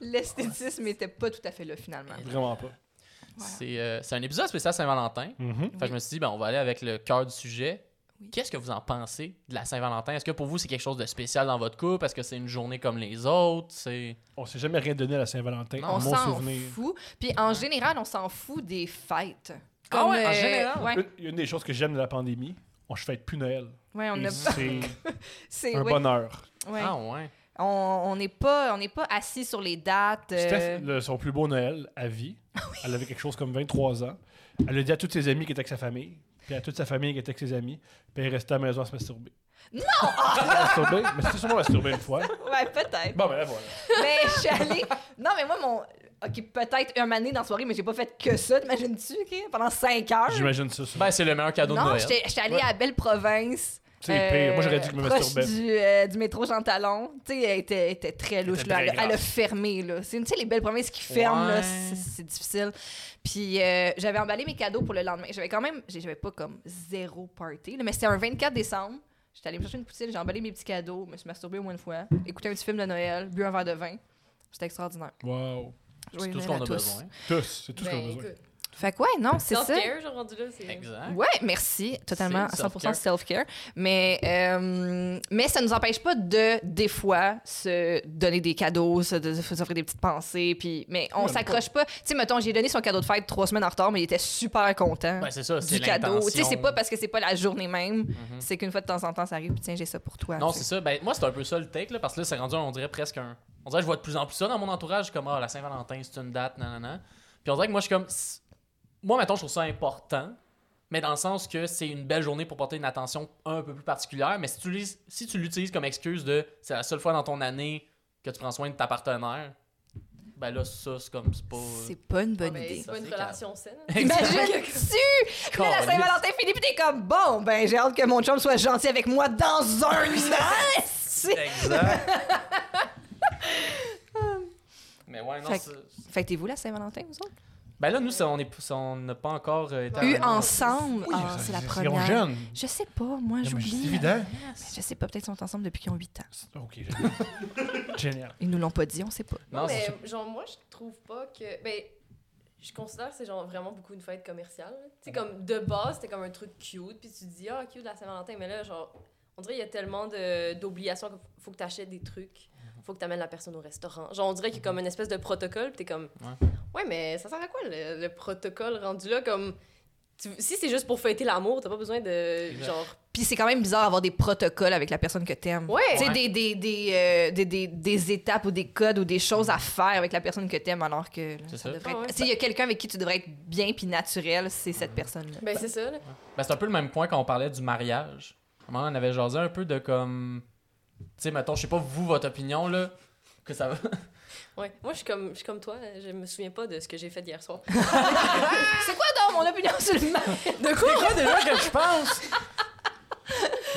L'esthétisme était pas tout à fait là, finalement.
Vraiment pas.
Ben, C'est euh, c'est un épisode spécial Saint-Valentin.
Mm-hmm.
Fait que je me suis dit, ben, on va aller avec le cœur du sujet.
Oui.
Qu'est-ce que vous en pensez de la Saint-Valentin? Est-ce que pour vous, c'est quelque chose de spécial dans votre couple? Est-ce que c'est une journée comme les autres? C'est...
On s'est jamais rien donné à la Saint-Valentin, à mon
On s'en
souvenir.
fout. Puis en général, on s'en fout des fêtes.
Ah ouais, en
euh,
général?
Ouais,
Une, une des choses que j'aime de la pandémie, on se fête plus Noël.
ouais, on
Et
a
C'est
<laughs> c'est-
un
ouais,
bonheur.
ouais.
Mm-hmm. Ah ouais.
On on n'est pas, on n'est pas assis sur les dates. euh, Ah
Steph, le- son plus beau Noël à
<laughs>
vie, elle avait quelque chose comme 23 ans. Elle a dit à tous ses amis qui étaient avec sa famille, puis à toute sa famille qui était avec ses amis, puis elle restait à la maison à se masturber.
Non!
<laughs> Elle s'est masturbée, mais c'était sûrement masturbée une
<laughs>
fois.
Ouais, peut-être.
Bon, ben là, voilà.
<laughs> Mais je suis allée. Non, mais moi, mon. OK, peut-être une année dans la soirée, mais j'ai pas fait que ça, t'imagines-tu, OK? Pendant 5 heures.
J'imagine ça. souvent.
Ben, c'est le meilleur cadeau de
Non,
Noël.
j'étais j'étais allée
Ouais.
à Belle-Province.
C'est
euh,
pire. Moi, j'aurais dit que je me
proche
masturbais.
Du, euh, du métro Jean-Talon. Tu sais, elle était, elle était très louche,
était
là.
très
Elle, a- elle a
grasse.
fermé, là. C'est- Tu sais, les Belles-Provinces qui ferment, là,
Ouais.
c'est c'est difficile. Puis euh, j'avais emballé mes cadeaux pour le lendemain. J'avais quand même. J'avais pas comme zéro party, là, mais c'était un 24 décembre. J'étais allée me chercher une poutine, j'ai emballé mes petits cadeaux, me suis masturbée au moins une fois, écouté un petit film de Noël, bu un verre de vin. C'était extraordinaire.
Wow.
C'est
Joyeux
tout ce
Noël
qu'on
à
a
tous.
besoin.
Tous, c'est tout
Ben,
ce qu'on a
Ben,
besoin.
Fait que ouais, non, c'est ça.
Self-care, genre rendu là. c'est-
Exact.
Ouais, merci. Totalement, à
Hein? C'est
100% self-care. Mais, euh, mais ça nous empêche pas de, des fois, se donner des cadeaux, se, de, se- s'offrir des petites pensées. Puis, mais on
Ouais,
s'accroche pas. Tu sais, mettons, j'ai donné son cadeau de fête trois semaines en retard, mais il était super content
Ben, c'est ça, c'est
du cadeau. Tu sais, c'est
l'intention.
pas parce que c'est pas la journée même.
Mhm.
C'est qu'une fois de temps en temps, ça arrive. puis Tiens, j'ai ça pour toi.
Non,
tu
c'est
sais.
ça. Ben, moi, c'est un peu ça le take, là, parce que là, c'est rendu, on dirait presque un. On dirait que je vois de plus en plus ça dans mon entourage, comme ah, la Saint-Valentin, c'est une date, nanana. Puis on dirait que moi, je suis comme. c'est- Moi, maintenant, je trouve ça important, mais dans le sens que c'est une belle journée pour porter une attention un peu plus particulière. Mais si tu l'utilises, si tu l'utilises comme excuse de c'est la seule fois dans ton année que tu prends soin de ta partenaire, ben là, ça, c'est comme. C'est pas.
C'est pas une
Ah,
bonne
ben,
idée.
C'est pas une
Ça, c'est
relation saine.
Imagine-tu!
<laughs>
Puis Là, la Saint-Valentin finit, puis t'es comme, bon, ben, j'ai hâte que mon chum soit gentil avec moi dans un
<laughs>
an! C'est-
Exact.
<laughs>
mais ouais, non,
Fait que-
c'est.
Fêtez-vous la Saint-Valentin, vous autres?
Ben là, nous, ça, on est- ça, on n'a pas encore euh, été à
Eu
la-
ensemble? Ah, c'est la
Ils sont
première.
jeunes.
Je sais pas, moi,
Non, Ah, mais C'est
j'oublie.
évident.
Mais Je sais pas, peut-être qu'ils sont ensemble depuis qu'ils ont 8 ans.
C'est- Ok, génial. génial. <laughs>
Ils nous l'ont pas dit, on sait pas.
Non,
mais
c'est-
genre moi je trouve pas que ben je considère que c'est genre vraiment beaucoup une fête commerciale. là. Tu sais comme de base c'était comme un truc cute puis tu te dis ah cute la Saint-Valentin mais là genre on dirait qu'il y a tellement de- d'obligations qu'il faut que tu achètes des trucs, faut que tu amènes la personne au restaurant. Genre on dirait qu'il y a comme une espèce de protocole puis t'es comme
Ouais.
Mhm. ouais. mais ça sert à quoi le, le protocole rendu là comme tu- si c'est juste pour fêter l'amour, t'as pas besoin de
Exact.
genre
Puis c'est quand même bizarre d'avoir des protocoles avec la personne que t'aimes.
Ouais.
Tu sais,
Ouais.
des, des, des, euh, des, des- des étapes ou des codes ou des choses à faire avec la personne que t'aimes, alors que. là,
C'est
ça
ça.
Ah
devrait être-
ouais.
S'il y a quelqu'un avec qui tu devrais être bien puis naturel, c'est cette personne-là.
ben c'est ça là.
Ben, c'est un peu le même point quand on parlait du mariage. À un moment, on avait jasé un peu de comme. Tu sais, mettons, je sais pas, vous, votre opinion, là. Que ça va. <laughs>
Ouais. Moi je suis comme je suis comme toi, hein. je me souviens pas de ce que j'ai fait hier soir. <laughs>
C'est quoi donc mon opinion sur le mariage?
De quoi
Quoi déjà que je pense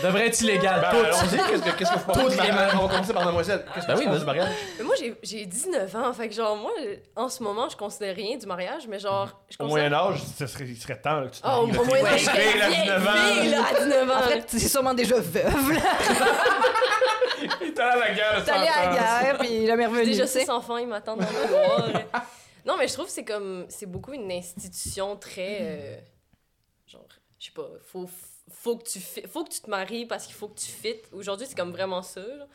Devrait être illégal.
Ben,
tout.
allons-y. Qu'est-ce que- qu'est-ce que vous
Tout
pensez?
est
Mademoiselle? On va commencer par mademoiselle. Qu'est-ce que
Ben
vous
oui,
pensez
vas-y.
du mariage?
Mais moi, j'ai- j'ai 19 ans. Fait que, genre, moi, en ce moment, je considère rien du mariage, mais genre, je
Au
considère.
Moyen Âge, ce serait- il serait temps là, que tu te
Ah,
Oh,
maries, là,
au
t'es
moyen
une
âge,
fille, là, 19 ans.
là, à 19 ans.
En fait, c'est sûrement déjà veuve, là.
T'es allé à la guerre,
T'es allé à la guerre, puis jamais
j'ai
revenu.
déjà
tu sais.
six enfants, ils m'attendent dans le couloir. Non, mais je trouve que c'est comme. C'est beaucoup une institution très. euh, genre, je sais pas, faut, faut, que tu fi- faut que tu te maries parce qu'il faut que tu fites. Aujourd'hui, c'est comme vraiment ça. là.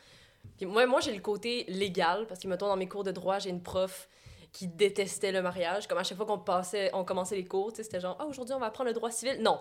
Puis moi, moi j'ai le côté légal parce que, mettons, dans mes cours de droit, j'ai une prof qui détestait le mariage. Comme à chaque fois qu'on passait, on commençait les cours, tu sais, c'était genre, ah, aujourd'hui, on va apprendre le droit civil. Non!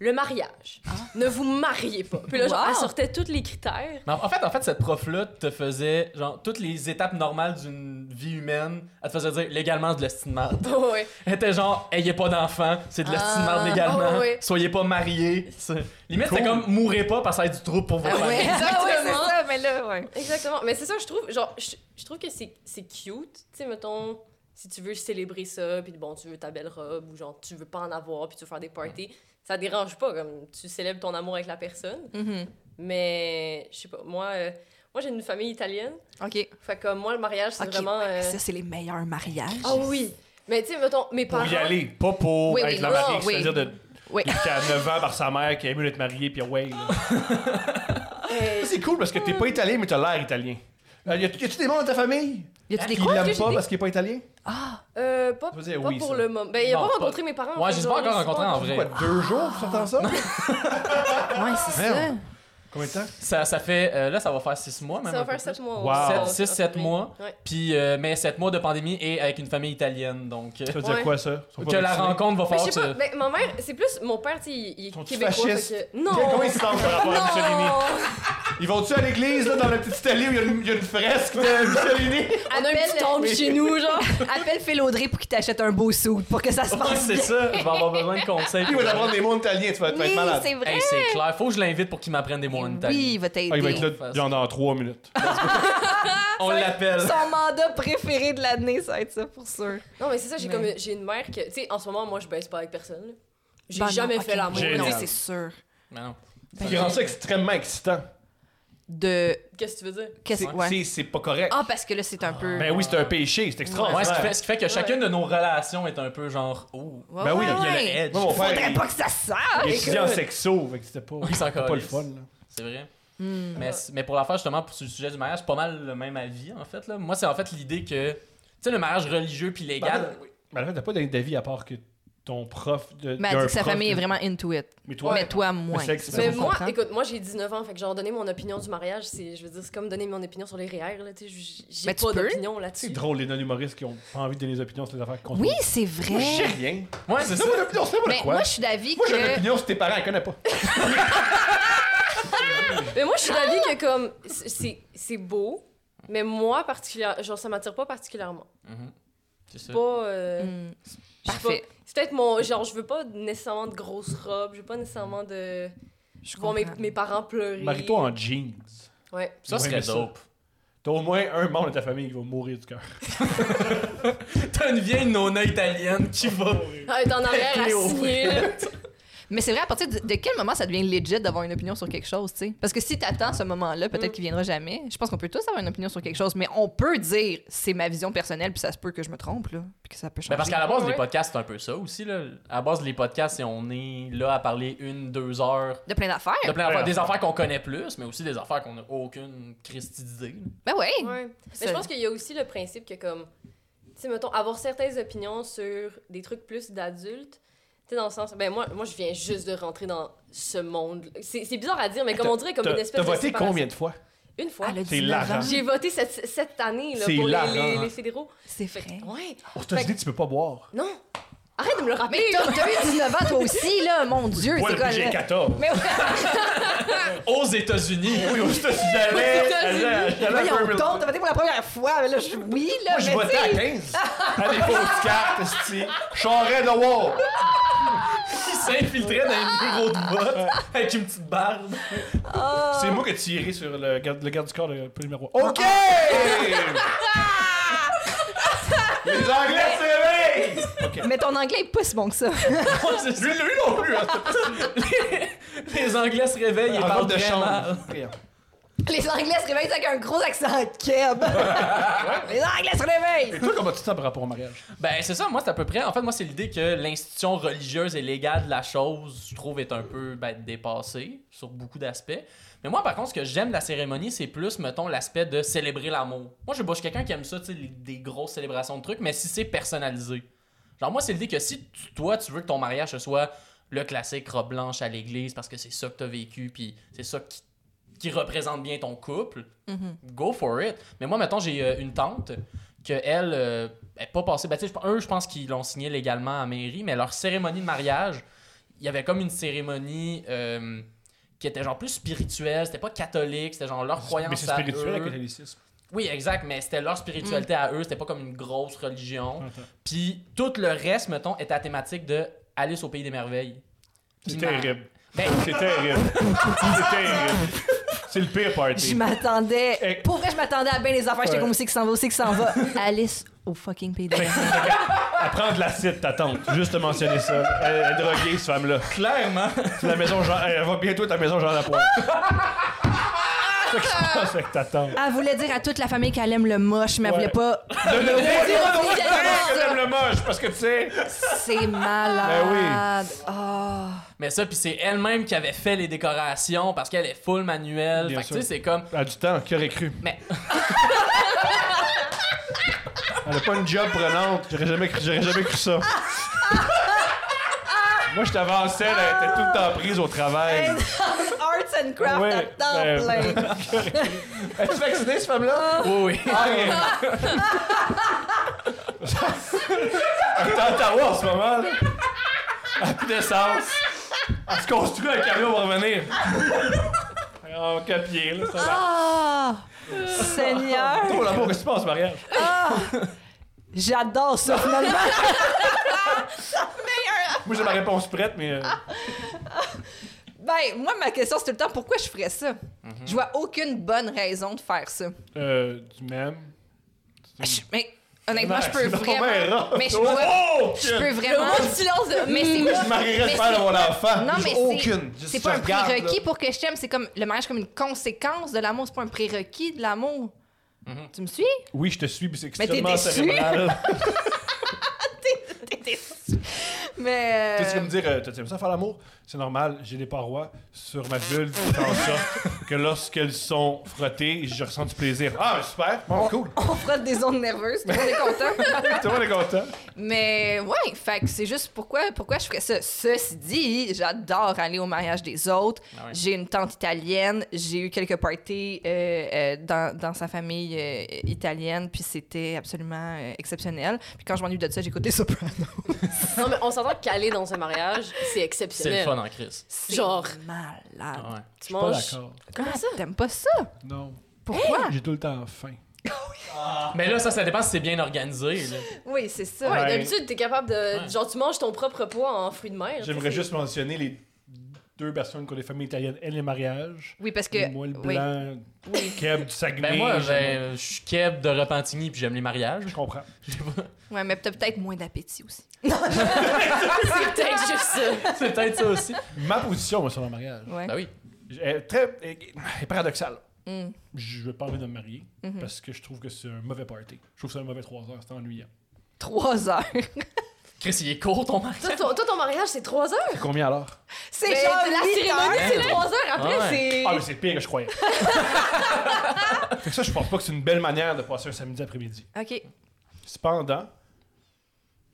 Le mariage. Ne vous mariez pas. Puis là, genre,
Wow.
elle sortait tous les
<laughs>
critères.
Mais en en fait, en fait, cette prof-là te faisait genre toutes les étapes normales d'une vie humaine. Elle te faisait dire légalement c'est de l'estimat.
Ouais.
Elle était genre, ayez pas d'enfants, c'est de l'estimat
Ah,
légalement.
oh, ouais.
Soyez pas mariés. C'est- Limite, c'était
Cool.
comme mourrez pas parce que ça va être du trouble pour vous.
Ah ouais,
Exactement.
ouais, c'est ça, mais là, ouais.
Exactement. Mais c'est ça, je trouve. Genre, je, je trouve que c'est c'est cute. Tu sais, mettons, si tu veux célébrer ça, puis bon, tu veux ta belle robe, ou genre, tu veux pas en avoir, puis tu veux faire des parties, ça dérange pas. Comme, tu célèbres ton amour avec la personne.
Mhm.
Mais, je sais pas, moi, euh, Moi, j'ai une famille italienne.
OK.
Fait que moi, le mariage, c'est
Ok,
vraiment. euh,
Ça, c'est les meilleurs mariages.
Ah oui. Mais tu sais, mettons, mes
Pour
parents.
y aller, pas pour
Oui,
être
oui,
la
non,
mariée qui
oui.
se fait dire de, <laughs>
Oui.
de- qu'à 9 ans par sa mère qui a mieux d'être mariée, puis ouais. là.
euh,
Ça, c'est cool parce que t'es pas italien, mais t'as l'air italien. Euh, y a- y a-tu des membres de ta famille
Y a-tu des
qui
quoi?
l'aiment
J'ai
pas
des-
parce qu'il est pas italien
euh, pas
Ça veut dire
pas
oui,
pour
ça.
le moment. Ben, il a
Non,
pas
pas-
rencontré mes parents.
Ouais,
fait
je
que
pas
genre,
encore
ils sont
rencontré en
pas-
C'est
vrai.
quoi, deux
Ah.
jours que tu entends
<laughs>
ça
Ouais, c'est ça.
Merde. Combien de temps
Ça, ça fait. euh, là, ça va faire 6 mois,
Ça
même.
va
un peu
faire 7
plus.
mois.
Wow.
ouais,
Sept-
en
six, sept
février.
mois.
Ouais.
Puis, euh, mais 7 mois de pandémie et avec une famille italienne. Donc, euh,
Ça veut dire
Ouais.
quoi ça Ils sont pas
que la
vaccinés?
rencontre va
Mais
falloir
je sais
que.
pas, ben, ma mère, c'est plus. Mon père, tu sais, il il est
Sont-ils
québécois.
fascistes?
Fait que... Non!
Quelle coïncidence par rapport à Mussolini
<laughs> Non!
Ils vont-tu à l'église, là, dans la petite allée où il y a une- il y, a une fresque
<laughs>
de Mussolini
On a une petite tombe chez nous, genre.
euh, Appelle Phil Audrey pour qu'il t'achète un beau sou pour que ça se
Ouais,
passe
c'est
bien.
ça. Je vais avoir besoin de conseils.
Il va apprendre des mots italiens, tu vas tu vas être
Oui,
malade.
c'est vrai.
Hey, c'est clair. Faut que je l'invite pour qu'il m'apprenne des mots en italien.
Oui, il va t'aider.
Ah, il va être là, genre dans 3 minutes.
Ah,
On l'appelle.
Son mandat préféré de l'année, ça va être ça pour sûr.
Non, mais c'est ça, j'ai
Mais-
comme j'ai une mère que. Tu sais, en ce moment, moi, je baisse pas avec personne. là. J'ai
Ben non,
jamais
ok.
fait l'amour.
J'ai-
Non,
Génial.
c'est sûr.
Mais non.
Ce qui rend ça extrêmement excitant.
De.
Qu'est-ce que tu veux dire?
Qu'est-ce
C'est
ouais.
c'est- c'est pas correct.
Ah, parce que là, c'est un peu.
Ben oui, c'est un péché, c'est extraordinaire.
Ouais, ce, qui fait, ce qui fait que chacune de nos relations est un peu genre. Oh.
Ouais,
ben oui,
ouais,
il y a le
ouais.
Moi, mon frère,
Faudrait
il-
pas que ça sache.
il est étudiant en
Écoute.
sexo, fait que c'était pas,
Il s'en
c'était pas le
calisse.
fun. Là.
C'est vrai.
Hmm.
Mais, mais pour l'affaire, justement, pour sur le sujet du mariage, c'est pas mal le même avis, en fait. Là. Moi, c'est en fait l'idée que. Tu sais, le mariage religieux puis légal.
Mais en fait, t'as pas d'avis à part que ton prof. De,
Mais
d'un
elle dit que sa
prof
famille
de-
est vraiment into it.
Mais toi,
Mais toi, moins.
Mais c'est-
C'est ça
Mais
qu'on
moi,
comprend.
écoute, moi j'ai 19 ans, fait que genre donner mon opinion du mariage, c'est, je veux dire, c'est comme donner mon opinion sur les REER, là, tu sais, j- j'ai
Ben, tu
pas
peux.
d'opinion
c'est
là-dessus.
drôle, les non-humoristes qui ont pas envie de donner des opinions sur les affaires qu'on
Oui, c'est
Moi, je sais
vrai.
rien.
Ouais,
<laughs>
c'est ça.
C'est mon opinion, c'est
Mais
n'importe quoi.
moi, je suis d'avis
Moi, j'ai une
que.
opinion sur tes parents, elle connaît pas.
Mais moi, je suis d'avis que comme, c'est- c'est, c'est beau, mais moi, particulièrement, genre, ça m'attire pas particulièrement.
Mhm. C'est ça.
Pas, euh,
Hmm.
je sais
Parfait.
pas. C'est peut-être mon, genre, je veux pas nécessairement de grosses robes, je veux pas nécessairement de
Je
voir mes,
comprends.
mes parents pleurer.
Marie-toi en jeans. hein?
Ouais.
Ça
Ouais, mais
serait
ça-
dope.
T'as au moins un membre de ta famille qui va mourir du cœur.
T'as une vieille nonna italienne qui va.
Ah, elle est en arrière à
<laughs>
Cléo.
signer, là.
Mais c'est vrai, à partir de, de quel moment ça devient legit d'avoir une opinion sur quelque chose, tu sais? Parce que si t'attends ce moment-là, peut-être
Mm.
qu'il viendra jamais. Je pense qu'on peut tous avoir une opinion sur quelque chose, mais on peut dire c'est ma vision personnelle, puis ça se peut que je me trompe, là, puis que ça peut changer.
Ben, parce qu'à la base, les
Ouais.
podcasts, c'est un peu ça aussi. Là. À la base, les podcasts, c'est on est là à parler une, deux heures.
De plein d'affaires.
De plein
Ouais.
d'affaires- des affaires qu'on connaît plus, mais aussi des affaires qu'on n'a aucune Christie d'idée. <laughs>
Ben
là.
ouais.
Ouais.
Ça-
Mais je pense qu'il y a aussi le principe que, comme, tu sais, mettons, avoir certaines opinions sur des trucs plus d'adultes, tu sais, dans le sens, ben moi, moi, je viens juste de rentrer dans ce monde. C'est c'est bizarre à dire, mais comme on dirait, comme une
T'as
espèce
t'as
de.
voté
séparation.
combien de fois
Une fois.
Elle a
C'est
19 ans.
l'argent.
J'ai voté cette, cette année, là,
C'est
pour les,
hilarant,
les-
hein.
les fédéraux.
C'est
Fait
vrai.
que, ouais.
Aux États-Unis, tu peux pas boire.
Non. Arrête de me le
Mais
rappeler.
t'as t'as eu 19 ans, toi aussi, là, mon Dieu,
Ouais,
c'est
depuis
quoi,
que j'ai
là?
14. <laughs>
Mais ouais,
Aux États-Unis!
Oui, aux États-Unis,
Aux
j'allais.
États-Unis.
j'allais- j'allais un
voyons
peu-
donc, t'as voté pour la première fois, mais là, je... oui, là,
Moi, je
mais
votais à
tu sais,
15. À des fausses cartes, sti. Charret de war.
qui s'infiltrait dans les bureaux de vote avec une petite barbe.
C'est moi qui ai tiré sur le garde, le garde du corps de Paul numéro 1. OK! Les Anglais se réveillent! OK.
Mais ton anglais est pas si bon que ça.
Lui, lui non plus. Hein.
hein. <laughs> les Anglais se réveillent et
En
parlent
robe
de
de chambre.
chambre.
Les Anglais se réveillent avec un gros accent de keb. Les Anglais se réveillent.
Et toi, comment tu te sens par rapport au mariage?
Ben c'est ça, moi c'est à peu près. En fait, moi c'est l'idée que l'institution religieuse et légale de la chose, je trouve, est un peu ben, dépassée sur beaucoup d'aspects. Mais moi par contre, ce que j'aime de la cérémonie, c'est plus, mettons, l'aspect de célébrer l'amour. Moi je sais pas, je suis quelqu'un qui aime ça, tu sais, les- des grosses célébrations de trucs, mais si c'est personnalisé. Genre moi c'est l'idée que si tu- toi tu veux que ton mariage ce soit le classique robe blanche à l'église parce que c'est ça que t'as vécu, puis c'est ça qui, qui représente bien ton couple,
Mhm.
go for it. Mais moi, mettons, j'ai euh, une tante que elle euh, est pas passée. Ben, tu sais, je- eux, je pense qu'ils l'ont signé légalement à mairie, mais leur cérémonie de mariage, il y avait comme une cérémonie euh, qui était genre plus spirituelle, c'était pas catholique, c'était genre leur croyance
Mais c'est
à
spirituel
eux.
avec le catholicisme.
Oui, exact, mais c'était leur spiritualité à eux, c'était pas comme une grosse religion.
Attends.
Puis tout le reste, mettons, était à thématique de Alice au pays des merveilles.
C'est
Puis
terrible.
Ben-
C'est terrible. C'est terrible. C'est le pire
Je
party.
m'attendais.
Eh.
Pour vrai, je m'attendais à bien les affaires. J'étais
Ouais.
comme, c'est qui s'en va, c'est qui s'en va. <laughs> Alice au fucking pays. des-
Apprends de l'acide, ta tante. Juste te mentionner ça. Elle elle est droguée, cette femme-là.
Clairement.
C'est la maison Jean... Elle va bientôt être à la maison Jean Lapointe. ça qui se passe avec ta tante.
Elle voulait dire à toute la famille qu'elle aime le moche, mais elle
Ouais.
voulait pas.
Ne le
dire
pas
officiellement,
que
ça.
t'aimes le moche, Ben parce que tu sais.
C'est malade. Ah.
<laughs> Mais ça, puis c'est elle-même qui avait fait les décorations parce qu'elle est full manuelle.
Bien
Fait que tu sais,
sûr.
c'est comme.
Elle a du temps, qui aurait cru?
Mais-
<laughs> Elle a pas une job prenante, j'aurais jamais, cru- j'aurais jamais cru ça. Moi, je t'avançais, elle était tout le temps prise au travail.
Ben, <laughs> Arts and craft
Ouais,
à temps
ben-
plein.
Es-tu vaccinée, cette femme-là?
Oui, oui.
Ah, rien. Elle est en Ottawa en ce moment, là. Elle a plus d'essence. Elle se construit un camion pour revenir. En capier, là, ça va.
Ah! Seigneur! Ah.
Oh, là-bas, qu'est-ce qui se passe, mariage?
J'adore ça, finalement! <laughs>
Moi, j'ai ma réponse prête, mais. euh,
ben, moi, ma question, c'est tout le temps pourquoi je ferais ça? Je vois aucune bonne raison de faire ça.
Euh, du même.
Je- mais honnêtement,
Ouais,
je peux
Ben, c'est donc bien
vraiment.
rare.
Mais je
Oh,
peux,
oh,
je peux
Le
vraiment. Mhm.
mot de silence de.
Mais c'est
Je marierais
mais
le père de
c'est-
mon enfant.
Non,
J'ai
mais
aucune.
c'est-
Juste,
c'est
je
pas un
regarde,
prérequis
là.
pour que je t'aime. C'est comme le mariage comme une conséquence de l'amour. C'est pas un prérequis de l'amour. Tu me suis?
Oui, je te suis, mais c'est
Mais t'es
extrêmement
déçu.
cérébral.
<laughs> Mais.
Tu sais, tu
euh,
vas me dire, euh, t'aimes ça faire l'amour? C'est normal, j'ai des parois sur ma vulve qui font
<laughs>
ça, que lorsqu'elles sont frottées, je ressens du plaisir. Ah, mais super! Bon, cool!
on frotte des ondes nerveuses. Tout le monde est
<laughs>
content.
Tout le monde est content.
Mais ouais, fait que c'est juste pourquoi, pourquoi je ferais ça. Ceci dit, j'adore aller au mariage des autres.
Ah ouais.
J'ai une tante italienne. J'ai eu quelques parties euh, euh, dans, dans sa famille euh, italienne, puis c'était absolument euh, exceptionnel. Puis quand je m'ennuie de ça, j'écoute les Sopranos. <laughs>
Non, mais on s'entend qu'aller dans un mariage, c'est
C'est le
exceptionnel.
fun en crise.
C'est
Genre.
malade.
Ah ouais.
Tu manges.
Comment ça? Eh! T'aimes pas ça?
Non.
Pourquoi?
J'ai tout le temps faim.
Mais là, ça, ça dépend si c'est bien organisé. là.
Oui, c'est ça.
Ouais,
Ouais.
d'habitude, t'es capable de.
Ouais.
Genre, tu manges ton propre poids en fruits de mer.
J'aimerais juste mentionner les deux personnes qui ont des familles italiennes et les mariages.
Oui, parce
Et
que.
Moi, le
oui.
blanc, Keb du Saguenay.
Ben moi,
j'aime-
j'ai- je suis keb de Repentigny puis j'aime les mariages.
<laughs> Je comprends.
Ouais, mais t'as peut-être moins d'appétit aussi.
<laughs> C'est peut-être juste ça.
c'est peut-être ça aussi.
Ma position, moi, sur le mariage,
Ouais.
Ben oui.
est très est- est paradoxale.
Mm.
Je veux pas envie de me marier
Mhm.
parce que je trouve que c'est un mauvais party. Je trouve que c'est un mauvais 3 heures, c'est ennuyant.
Trois heures.
Chris, il est court ton mariage.
Toi, ton, toi, ton mariage, c'est 3 heures?
Combien alors?
C'est
Mais
genre
la
huit
cérémonie,
heures.
c'est 3 heures. Après,
Ouais.
c'est.
Ah, mais c'est pire que je
<laughs>
croyais. Fait que ça, je pense pas que c'est une belle manière de passer un samedi après-midi.
Ok.
Cependant,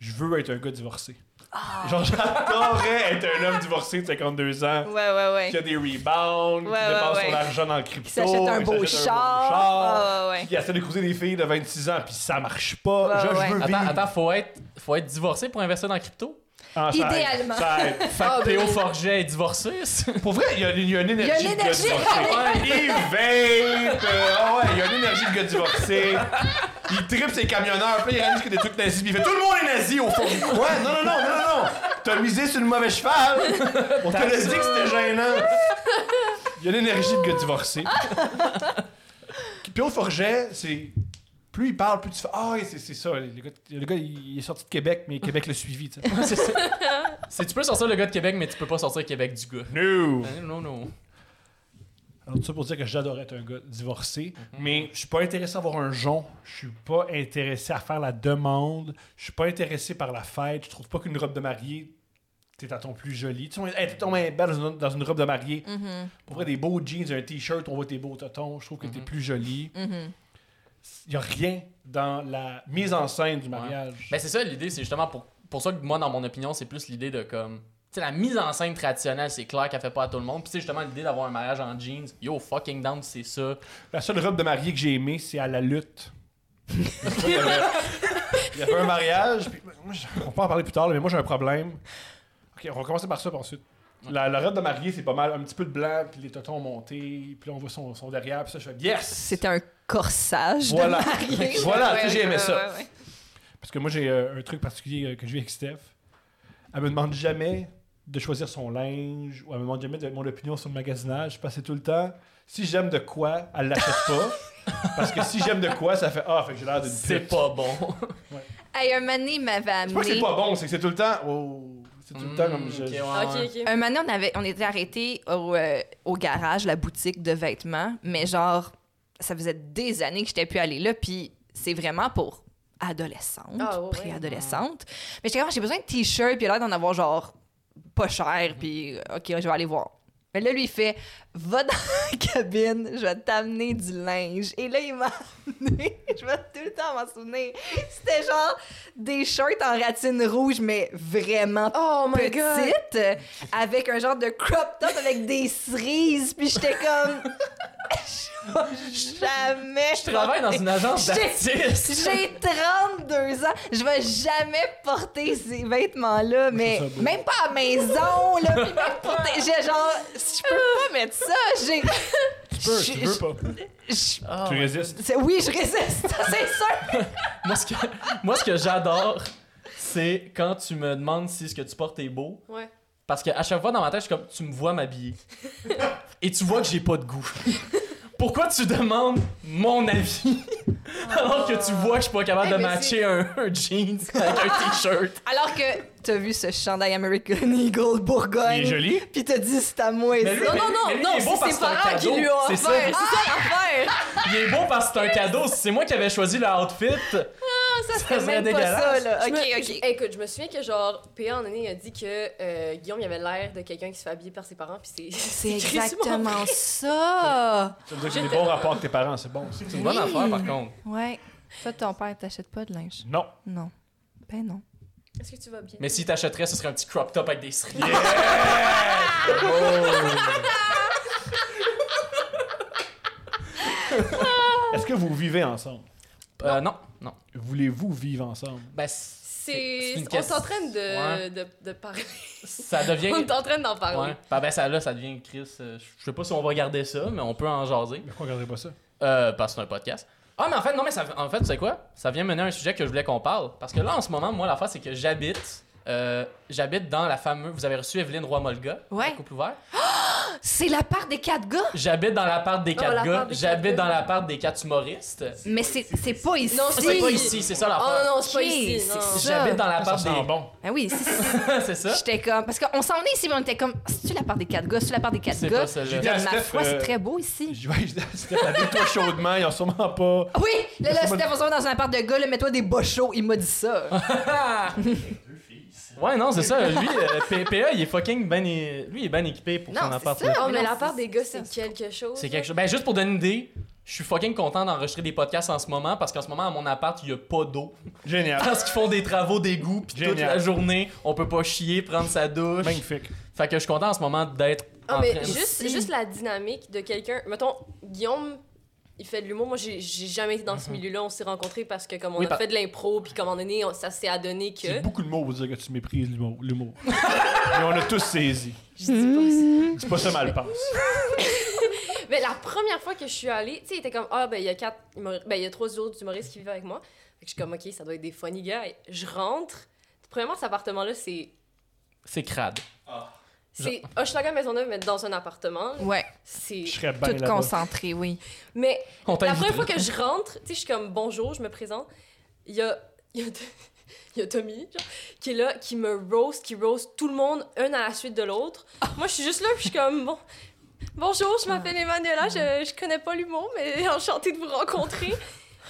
je veux être un gars divorcé.
Ah.
Genre, j'adorerais être un homme divorcé de 52 ans
Ouais, ouais, ouais.
qui a des rebounds,
Ouais,
qui
ouais,
dépense
ouais.
son argent dans le crypto,
qui s'achète un
qui
beau
Oh, s'achète un
char.
beau char,
Ah, ouais, ouais.
qui essaie de croiser des filles de 26 ans, puis ça marche pas.
Ouais,
Genre,
ouais.
je veux
Attends,
vivre.
attends, faut être, faut être divorcé pour investir dans la crypto.
Ah, ça aide,
Idéalement.
ça aide.
Fait que
Ah, ben
Théo
oui.
Forget est divorcé. <laughs> c'est-
Pour vrai, il y a, il y a une énergie.
Il y a une
de gars
énergie.
divorcé. Il vape. euh, ah ouais, il y a une énergie de gars divorcé. Il tripe ses camionneurs. Puis là, il réalise que des trucs nazis. Puis il fait Tout le monde est nazi au fond. Quoi Non, non, non, non, non. T'as misé sur le mauvais cheval. On te l'a dit que c'était gênant. Il y a une énergie de gars divorcé. Puis au Forget, c'est. Plus il parle, plus tu fais Ah, ouais, c'est c'est ça. Le gars, le gars, il est sorti de Québec, mais Québec l'a suivi. tu sais.
c'est ça. C'est- tu peux sortir le gars de Québec, mais tu peux pas sortir Québec du gars.
No.
Non, non, non.
Alors, tout ça pour dire que j'adorais être un gars divorcé, mais je suis pas intéressé à avoir un jonc. Je suis pas intéressé à faire la demande. Je suis pas intéressé par la fête. Je trouve pas qu'une robe de mariée, t'es à ton plus joli. Tu sais, hey, t'es tombé belle dans une, dans une robe de mariée.
Mhm,
Pour vrai, des beaux jeans, un t-shirt, on voit tes beaux totons. Je trouve que t'es
Mhm.
plus jolie.
mhm.
Il y a rien dans la mise en scène du mariage.
Ben c'est ça l'idée, c'est justement pour, pour ça que moi, dans mon opinion, c'est plus l'idée de comme. Tu sais, la mise en scène traditionnelle, c'est clair qu'elle fait pas à tout le monde. Puis, tu sais, justement, l'idée d'avoir un mariage en jeans, yo, fucking down, c'est ça.
La seule robe de mariée que j'ai aimée, c'est à la lutte. il, y avait, il y avait un mariage, puis moi, je- on peut en parler plus tard, là, mais moi j'ai un problème. Ok, on va commencer par ça, puis ensuite. La, la robe de mariée, c'est pas mal, un petit peu de blanc, puis les totons montés, puis là on voit son, son derrière, puis ça, je fais yes!
C'était un corsage.
Voilà.
De mariée.
Voilà, tu sais, j'ai aimé
Ouais,
ça.
ouais, ouais.
Parce que moi j'ai euh, un truc particulier euh, que je vis avec Steph. Elle me demande jamais de choisir son linge, ou elle me demande jamais de mon opinion sur le magasinage. Je passais tout le temps, si j'aime de quoi, elle l'achète pas. Parce que si j'aime de quoi, ça fait Ah, fait que j'ai l'air d'une pute.
C'est pas bon.
Hey, un mané m'avait
C'est pas que c'est
amené.
pas bon, c'est que c'est <laughs> tout le temps. Oh, C'est tout le temps comme.
Mm,
je-
ok, ouais.
Ah, ok, ok.
Un moment donné, on, avait, on était arrêté au, euh, au garage, la boutique de vêtements, mais genre, ça faisait des années que j'étais plus allée là, puis c'est vraiment pour adolescentes,
Ah, ouais, ouais.
préadolescentes. Mais j'étais comme, j'ai besoin de t-shirts, puis il a l'air d'en avoir genre pas cher, puis euh, ok, je vais aller voir. Mais là, lui, il fait Va dans la cabine, je vais t'amener du linge. Et là, il m'a amené, <laughs> je vais tout le temps m'en souvenir. C'était genre des shirts en ratine rouge, mais vraiment
Oh my god!
petite euh, avec un genre de crop top avec des cerises puis j'étais comme Je vais jamais
Je travaille dans une agence
J'ai-
d'artistes.
<laughs> j'ai 32 ans, je vais jamais porter ces vêtements-là, mais
ça beau.
même pas à la maison, là, puis même porter, j'ai genre, je peux pas mettre ça, j'ai,
Tu peux, tu
Je-
veux pas.
je-
Ah,
Tu résistes.
c'est- oui, je résiste, c'est sûr.
Moi, ce que, moi, ce que j'adore, c'est quand tu me demandes si ce que tu portes est beau.
Ouais.
Parce qu'à chaque fois dans ma tête, je suis comme, tu me
<laughs>
vois m'habiller. Et tu vois que j'ai pas de goût. Pourquoi tu demandes
<laughs>
mon avis alors que tu vois que je suis pas capable
Eh,
de
mais
matcher un, un jeans avec un t-shirt?
Alors que t'as vu ce chandail American Eagle
Il est
Bourgogne,
joli.
puis t'as dit c'est à moi, ça.
lui-
Non, non, non,
mais lui,
non,
il est beau
c'est
parce
ses
que c'est un
parents qui
cadeau.
lui ont
C'est ça.
offert.
Ah, l'affaire!
Il est beau parce que c'est un cadeau. Si c'est moi qui avais choisi le outfit,
Ça,
Ça serait même pas dégueulasse. ça,
là.
Je
Ok,
me-
ok.
je- eh, écoute, je me souviens que, genre, P.A. en année, il a dit que euh, Guillaume, il avait l'air de quelqu'un qui se fait habiller par ses parents, puis c'est. <laughs>
C'est
crissement
<laughs> exactement ça!
Ça veut dire que j'ai des bons rapports avec tes parents, c'est bon.
c'est une bonne
Oui.
affaire par contre.
Ouais. Toi, ton père t'achète pas de linge?
Non.
Non. Ben non.
<laughs> Est-ce que tu vas bien?
Mais s'il t'achèterait, ce serait un petit crop top avec des cerises.
Est-ce que vous vivez ensemble?
Euh, non, non.
Voulez-vous vivre ensemble?
Ben, c-
C'est.
C'est une
On est
question-
en train de,
Ouais.
de, de parler.
ça devient.
On est en train d'en parler.
Ouais. Ben, ben, ça, là, ça devient Chris. euh, je sais pas si on va garder ça, mais on peut en jaser.
Pourquoi regardez pas ça?
Euh, parce que c'est un podcast. Ah, mais en fait, non, mais ça, en fait, tu sais quoi? Ça vient mener à un sujet que je voulais qu'on parle. Parce que là, en ce moment, moi, l'affaire, c'est que j'habite. euh, j'habite dans la fameuse. Vous avez reçu Evelyne Roy-Molga,
Ouais.
la couple ouvert.
C'est la part des quatre gars!
J'habite dans l'appart des quatre
l'appart
gars.
des quatre
J'habite
gars.
dans l'appart des quatre humoristes.
Mais c'est c'est pas ici!
Non,
C'est
Si.
pas ici, c'est ça
Oh
l'affaire.
non, non, c'est pas
Ok,
ici.
c'est-
non.
c'est-
J'habite dans
Ça
l'appart
sent
des.
bon.
Ben oui, si, <laughs> si,
<laughs> c'est ça?
j'étais comme. Parce qu'on s'en est ici, mais on était comme. C'est-tu la part des quatre gars? C'est-tu la part des quatre
C'est
gars?
pas ça, là.
J'ai dit à
Comme, ma
Steph,
foi,
euh,
c'est très beau ici.
Je ouais, je dis, Steph, habille-toi chaudement, ils ont sûrement pas.
Ah Oui! Là, là,
C'est pas-
Steph, on se voit dans un appart de gars, là, mets-toi des bas chauds. Il m'a dit ça. <laughs>
Deux filles ici.
Ouais, non, c'est ça. Lui, euh, PPA, il est fucking ben, é- lui, il est bien équipé pour
Non,
son
c'est
appart.
ça.
là.
Oh, mais
Non,
la part
c'est-
des gars,
c'est-
c'est quelque chose.
C'est quelque chose. Ben, juste pour donner une idée, je suis fucking content d'enregistrer des podcasts en ce moment parce qu'en ce moment, à mon appart, il n'y a pas d'eau. <laughs>
Génial.
Parce qu'ils font des travaux d'égout, puis toute
Génial.
la journée, on peut pas chier, prendre sa douche.
Magnifique.
Fait que je suis content en ce moment d'être.
Ah,
en
mais
train de-
juste, juste la dynamique de quelqu'un. Mettons, Guillaume, il fait de l'humour. Moi, j'ai j'ai jamais été dans ce milieu-là. On s'est rencontrés parce que, comme on
Oui,
a
par-
fait de l'impro, puis comme on est on- ça s'est adonné que.
C'est beaucoup de mots pour dire que tu méprises l'humour. l'humour. Mais on a tous saisi.
Je
Mm.
dis
C'est pas ça mal pense.
pas ça. Mais la première fois que je suis allée, tu sais, il était comme Ah, ben, il y a quatre. humor- Ben, il y a trois autres humoristes qui vivent avec moi. Fait que je suis comme Ok, ça doit être des funny guys. Je rentre. Premièrement, cet appartement-là, c'est.
C'est crade.
C'est Hochelaga Maisonneuve, mais dans un appartement.
Ouais,
C'est.
Je serais bien Ben,
toute
là-bas.
concentrée, oui.
Mais
On
La
t'inviterait.
première fois que je rentre, tu sais, je suis comme bonjour, je me présente. Il y a, il y a- <laughs> il y a Tommy genre, qui est là, qui me roast, qui roast tout le monde, un à la suite de l'autre. Moi, je suis juste là, puis je suis comme bon. Bonjour, je m'appelle Emmanuela, je, je connais pas l'humour, mais <laughs> enchantée de vous rencontrer.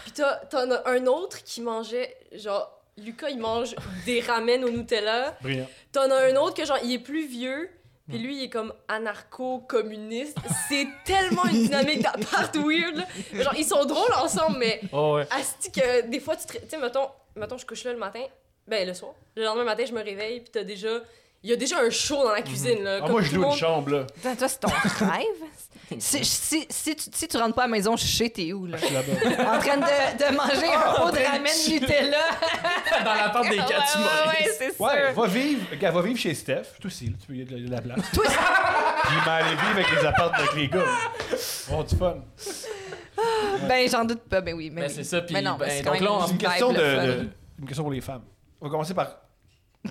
Puis t'as, t'en as un autre qui mangeait, genre, Lucas, il mange des ramen au Nutella.
Brillant.
T'en as un autre que genre, il est plus vieux. Puis lui, il est comme anarcho-communiste. C'est tellement une dynamique d'appart weird. là. Genre, ils sont drôles ensemble, mais
Oh, ouais.
asti que des fois, tu te... Tu sais, mettons, mettons, je couche là le matin, ben le soir. Le lendemain matin, je me réveille, puis t'as déjà... Il y a déjà un show dans la cuisine,
Ah,
là. Euh, comme
moi,
tout
je
le
loue une
monde.
chambre, là.
Toi, toi, c'est ton rêve? Si, si, si tu, si tu rentres pas à la maison, je sais t'es où, là?
Je suis là-bas.
En train de, de manger
Ah,
un pot de ramen Nutella.
<laughs> dans l'appart Ah, des
Ouais,
quatre
ouais,
humoristes.
ouais, c'est
Ouais,
sûr.
va vivre, gars, va vivre chez Steph. Toi aussi, là, tu peux y aller de la place. Toi Puis il m'a allé vivre avec les apparts avec les gars. Bon, du fun.
Ben, j'en doute pas, ben oui. Ben,
Ben,
oui.
c'est ça, puis
Mais non,
ben,
mais c'est
donc
quand
là, on-
même
C'est une
vibe,
question
le
de,
fun.
de- une question pour les femmes. On va commencer par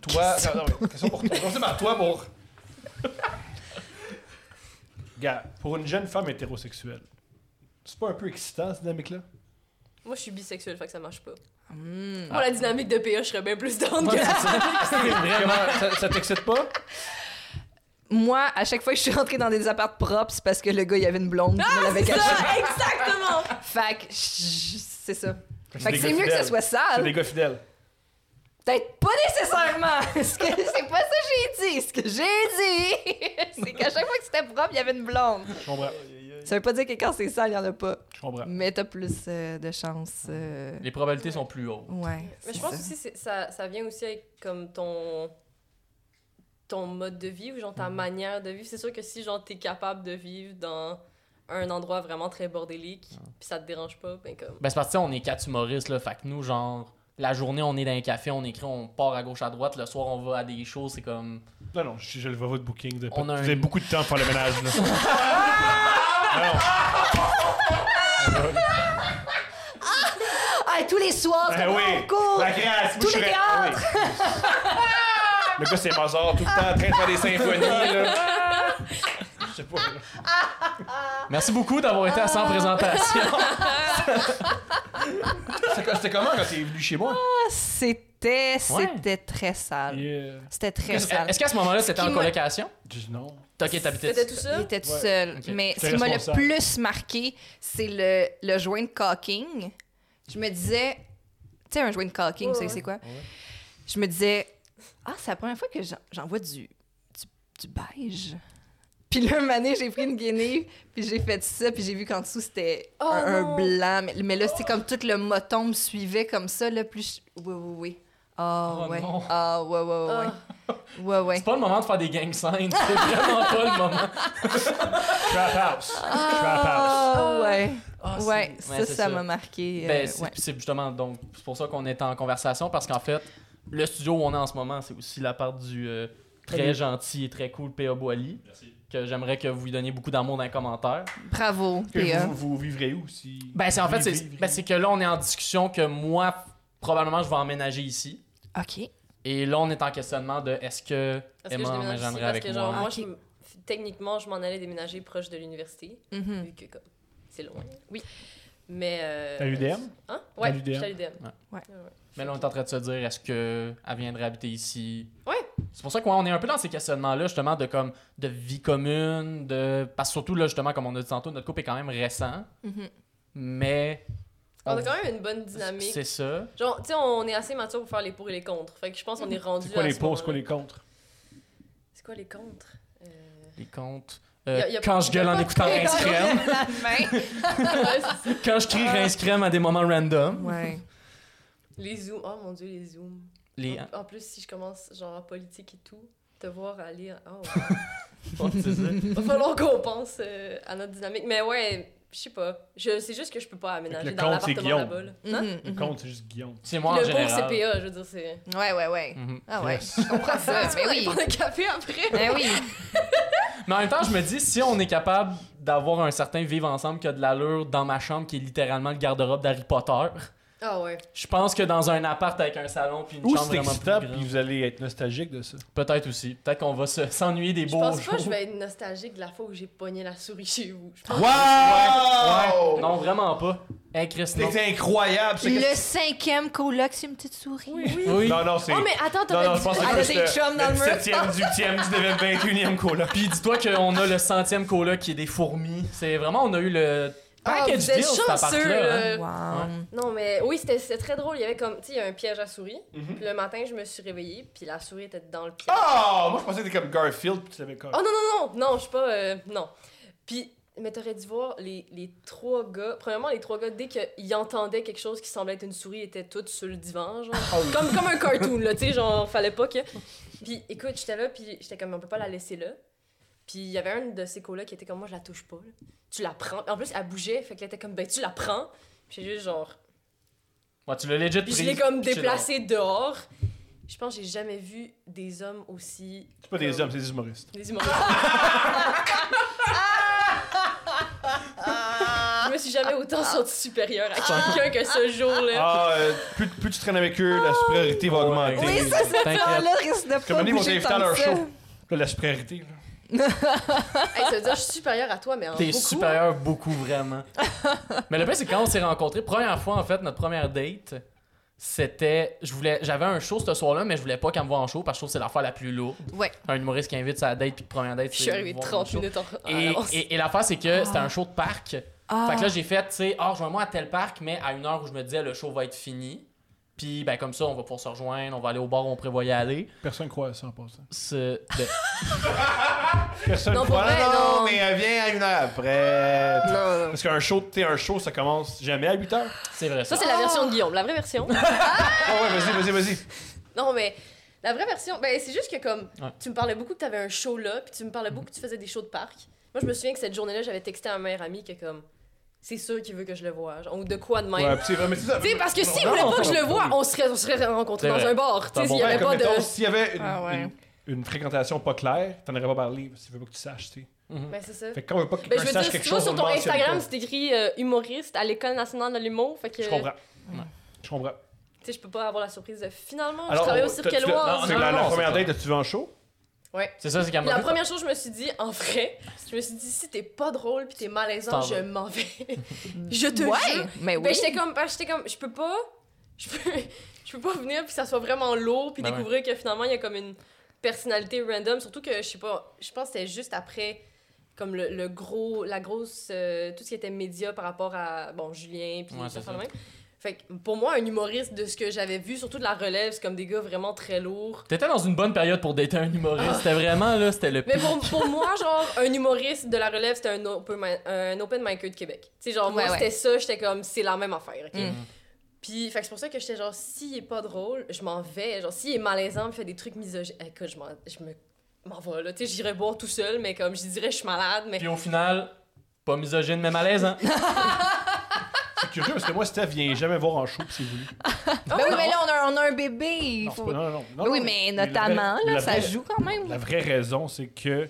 toi. Non, non, mais question pour toi. On va commencer par toi pour. Gars, pour une jeune femme hétérosexuelle, c'est pas un peu excitant cette dynamique-là
Moi, je suis bisexuelle, fait que ça marche pas.
Hmm.
Pour la dynamique de PA, je serais bien plus down que
Vraiment, ça, ça t'excite pas?
Moi, à chaque fois que je suis rentrée dans des apparts propres, c'est parce que le gars, il avait une blonde
Ah,
qui
<laughs>
me l'avait
ça.
cachée.
Exactement.
Fait que, je- c'est ça.
Fait
Fait que
des
c'est
gars
mieux que
fidèles.
ce soit
C'est des
sale.
gars fidèles.
Peut-être pas nécessairement. <laughs> Ce que- c'est pas ça que j'ai dit. Ce que j'ai dit, <laughs> c'est qu'à chaque fois que c'était propre, il y avait une blonde.
Je comprends.
Ça veut pas dire que quand c'est sale, il y en a pas.
Je comprends.
Mais t'as plus euh, de chance. euh,
Les probabilités sont plus hautes.
Ouais.
Mais
c'est
je pense
ça.
aussi c'est- ça, ça vient aussi avec comme ton ton mode de vie ou genre
Mhm.
ta manière de vivre. C'est sûr que si genre t'es capable de vivre dans un endroit vraiment très bordélique,
Ah.
puis ça te dérange pas, ben comme
Ben, c'est parce que tu sais, on est quatre humoristes, là. Fait que nous, genre, la journée, on est dans un café, on écrit, on part à gauche, à droite. Le soir, on va à des shows. C'est comme.
Non, non, je, je le vois votre booking. De,
On
vous
a un-
avez beaucoup de temps pour faire le ménage.
<laughs>
Là. Alors,
Ah, tous les soirs,
Ben
on
oui.
court.
la Grèce, moi,
Tous
je
les
serais-
théâtres.
oui. Le gars, c'est Mozart tout le temps en train de faire des symphonies. Là. Je sais pas. là.
Merci beaucoup d'avoir été à 100
Ah. <laughs>
présentations.
C'était- C'était comment quand t'es venu chez moi?
Ah, C'était,
Ouais.
c'était très sale.
Yeah.
C'était très
Est-ce
sale.
est-ce qu'à ce moment-là, c'était en
Qui m'a-
colocation?
Je dis euh, non.
T'inquiète, t'habitais.
C'était tout
Il
ça.
était tout
Ouais.
seul.
Ok.
Mais
J'étais
ce qui m'a le
responsable.
plus marqué, c'est le, le joint de caulking. Je me disais, tu sais, un joint de caulking,
Ouais,
vous savez
ouais.
c'est quoi? Je me disais, ah, c'est la première fois que j'en- j'en vois du, du, du beige. Puis là, une année, j'ai pris une guinée, puis j'ai fait ça, puis j'ai vu qu'en dessous, c'était
Oh
un, un
non!
blanc. Mais, mais là, c'était comme tout le moton me suivait comme ça, là, plus... je- Oui, oui, oui. Ah,
Oh
ouais.
non.
Ah, ouais, ouais, ouais,
Ah.
ouais. Ouais, ouais.
C'est pas le moment de faire des gang signs. C'est vraiment pas
<laughs>
le moment.
Trap house. Trap house.
Ah, ouais.
Ah, c'est-
Ouais, ça,
c'est
ça m'a marqué. euh,
Ben, c'est
ouais.
c'est justement donc c'est pour ça qu'on est en conversation parce qu'en fait le studio où on est en ce moment c'est aussi la part du euh, très gentil et très cool P.A. Boily
Merci.
que j'aimerais que vous lui donniez beaucoup d'amour dans les commentaires.
Bravo,
Que
Théa.
vous, vous vivrez où si.
Ben c'est en fait
Vivez,
c'est
vivez.
ben, c'est que là on est en discussion que moi probablement je vais emménager ici
OK.
et là on est en questionnement de est-ce que
Est-ce que je
Emma
déménage ici?
emménagerait
Parce
avec
que genre
moi.
moi,
Ok.
je me- techniquement, je m'en allais déménager proche de l'université,
Mhm.
vu que comme c'est loin.
Oui.
Mais euh,
À l'UDM?
Hein? Ouais,
À l'UDM.
j'étais à l'UDM.
Ouais.
Ouais.
Mais là on est en train de se dire est-ce que elle viendrait habiter ici.
Ouais.
C'est pour ça qu'on est un peu dans ces questionnements là justement de comme de vie commune de parce que surtout là justement comme on a dit tantôt notre couple est quand même récent.
Mhm.
mais
Ah
On a quand même une bonne dynamique.
c'est ça.
Genre, tu sais, on est assez mature pour faire les pour et les contre. Fait que je pense qu'on est rendu
C'est quoi
à
les
ce
pour, c'est quoi
moment-là.
les
<laughs>
contre?
C'est quoi les contre?
<laughs>
Euh,
Les comptes. Euh,
Y a- y a-
quand je gueule
<laughs>
en écoutant Rince Crème.
<laughs> La main.
quand je crie Rince Crème à des moments random.
Ouais.
les zooms. Oh mon dieu, les zooms.
Les...
En, en plus, si je commence genre en politique et tout, te voir aller. Oh, <laughs> va falloir qu'on pense euh, à notre dynamique. Mais ouais, je sais pas. Je- C'est juste que je peux pas aménager
le
dans
contre,
l'appartement
c'est
là-bas. là. Hein?
Mhm,
Le
mhm.
contre, c'est juste Guillaume.
C'est moi en
le beau E.
général.
CPA, je veux dire, c'est.
Ouais, ouais, ouais.
Mhm.
Ah ouais.
Yes.
Je comprends ça.
Ben <laughs>
Mais oui.
Pour le café après.
Ben oui.
Mais en même temps, je me dis, si on est capable d'avoir un certain vivre ensemble qui a de l'allure dans ma chambre, qui est littéralement le garde-robe d'Harry Potter,
Ah ouais.
je pense que dans un appart avec un salon puis une
Ou
chambre
c'est
vraiment
excitant,
plus grande-
puis vous allez être nostalgique de ça.
Peut-être aussi. Peut-être qu'on va se- s'ennuyer des
Je
beaux
pense pas
jours.
que je vais être nostalgique de la fois où j'ai pogné la souris chez vous. Je pense
Wow!
Non, vraiment pas. Hey, Chris, non.
C'était incroyable. ce que-
Le cinquième coloc, c'est une petite souris.
Oui.
Oui.
Non, non, c'est.
Oh, mais attends,
Non, non,
t'aurais
je pense
dû.
que
Ah,
c'est
c'est
plus le,
chum dans le mur.
7e, 18e, 19e, 21e cola.
Puis dis-toi qu'on a le centième coloc qui est des fourmis. C'est vraiment, on a eu le
Ah,
package
vous êtes
deal, cet
chanceux,
appart-là,
là.
hein.
Euh,
Wow.
ouais.
Non, mais oui, c'était c'était très drôle. Il y avait comme, tu sais, il y a un piège à souris.
Mhm.
Puis le matin, je me suis réveillée, puis la souris était dans le piège.
Oh! Moi, je pensais que t'étais comme Garfield, puis tu l'avais
Oh
comme.
non, non, non, non, je suis pas. euh, non. Puis, mais t'aurais dû voir les, les trois gars. Premièrement, les trois gars, dès qu'ils entendaient quelque chose qui semblait être une souris, étaient tous sur le divan,
<laughs>
genre.
Oh.
comme, comme un cartoon, là, tu sais, genre, fallait pas que. Puis, écoute, j'étais là, puis j'étais comme, on peut pas la laisser là. Puis, il y avait un de ces colas qui était comme, moi, je la touche pas, là. Tu la prends. En plus, elle bougeait, fait qu'elle était comme, ben, tu la prends. Puis, j'ai juste genre.
Ouais, tu l'as legit
Puis
prise.
je l'ai comme
puis tu l'as-
déplacé dehors. Je pense que j'ai jamais vu des hommes aussi.
C'est pas des hommes, c'est des humoristes.
Des humains. Ah! je me suis jamais autant sentie supérieure à quelqu'un que ce jour-là.
Ah, euh, plus, plus tu traînes avec eux,
Ah.
la supériorité va augmenter.
Oui, ça, cette
T'inquiète.
là risque de
Comme
pas
ils vont
bouger
t'inviter
tant
à leur
que ça.
show. Là, la supériorité, là.
Hey, ça veut dire que je suis supérieure à toi, mais en
T'es
beaucoup.
supérieur
<laughs>
beaucoup, vraiment. Mais le pire, c'est que quand on s'est rencontrés, première fois, en fait, notre première date, c'était. je voulais J'avais un show ce soir-là, mais je voulais pas qu'elle me voie en show parce que je trouve que c'est l'affaire la plus lourde.
Ouais.
Un humoriste qui invite sa date puis de première date.
Je suis
c'est
arrivée
voir
30
un show.
minutes Ah, en, en
Et,
avance.
et, et l'affaire, c'est que c'était un show de parc.
Ah.
Fait que là, j'ai fait, tu sais, ah, rejoins-moi à tel parc, mais à une heure où je me disais le show va être fini. Puis, ben, comme ça, on va pouvoir se rejoindre, on va aller au bar où on prévoyait aller.
Personne croit à ça en passant.
Ce- ben,
Personne
Non, pour
croit.
vrai,
Ah,
non.
mais euh, viens à une heure après.
Non.
Parce qu'un show, tu sais, un show, ça commence jamais à 8 heures.
<laughs> c'est vrai,
Ça,
ça.
c'est la version de Guillaume, la vraie
<laughs>
version.
Ah ouais, vas-y, vas-y, vas-y.
non, mais la vraie version, ben, c'est juste que comme
Ouais.
tu me parlais beaucoup que tu avais un show là, puis tu me parlais beaucoup que tu faisais des shows de parc. Moi, je me souviens que cette journée-là, j'avais texté à ma meilleure amie que comme, c'est sûr qu'il veut que je le voie, genre, ou de quoi de même.
Ouais, pis c'est- mais c'est ça.
Tu sais, parce que s'il voulait pas que je le voie, on serait, on serait rencontrés
C'est
dans
vrai.
un bar. Tu sais,
C'est un bon
s'il y
Ouais,
avait
comme
pas de.
mettons, s'il y avait une,
Ah ouais.
une- une fréquentation pas claire, t'en aurais pas parlé, parce qu'il veut pas que tu saches, tu sais.
Ben, c'est ça.
Fait que quand on veut pas que
Ben,
quelqu'un
je veux dire,
sache
si
quelque
tu vas
chose,
sur
on
ton
le mentionne
Instagram,
pas.
c'est écrit euh, humoriste à l'École nationale de l'humour. Fait que,
Je
tu
comprends. Je comprends.
sais, je peux pas avoir la surprise de finalement,
Alors,
je travaille
on-
au
t'as-
Cirque
tu l'as-
Éloise.
C'est
non,
la,
non,
la
c'est
première
pas-
date, tu veux en show?
Ouais.
C'est ça, c'est qu'elle
Puis la
m'a
première chose, je me suis dit, en vrai, je me suis dit, si t'es pas drôle puis t'es malaisant,
T'en
je
vas.
m'en vais. je te jure.
Ouais, mais oui.
Ben, j'étais comme, ben, j'étais comme, je peux pas, je peux, <laughs> je peux pas venir puis que ça soit vraiment lourd puis
Ben ouais.
découvrir que finalement il y a comme une personnalité random. Surtout que je sais pas, je pense que c'était juste après comme le, le gros, la grosse, euh, tout ce qui était média par rapport à bon Julien puis
Ouais,
tout
c'est
ça.
ça.
le même. Fait que pour moi, un humoriste de ce que j'avais vu, surtout de la relève, c'est comme des gars vraiment très lourds.
T'étais dans une bonne période pour dater un humoriste. C'était vraiment, là, c'était le
Ah. Mais
pire.
pour, pour moi, genre, un humoriste de la relève, c'était un open, mi- un open micer de Québec. Tu sais, genre, moi,
Ouais, ouais.
c'était ça, j'étais comme, c'est la même affaire. ok?
Mm.
Puis, fait que c'est pour ça que j'étais genre, s'il est pas drôle, je m'en vais. Genre, s'il est malaisant, puis fait des trucs misogynes, écoute, je m'en- je me- m'en vais là. Tu sais, j'irai boire tout seul, mais comme, je dirais, je suis malade, mais.
Puis au final, pas misogyne, mais
<laughs>
hein. malaisant.
C'est curieux parce que moi, Steph vient jamais voir en show, pis c'est voulu.
Ah
Ben oui, mais là, on a, on a un bébé. il
Non, c'est
faut-
pas- non, non, non, non,
oui,
non,
mais
la vraie-
notamment,
mais
là,
la
ça
vraie-
joue quand même.
La vraie raison, c'est que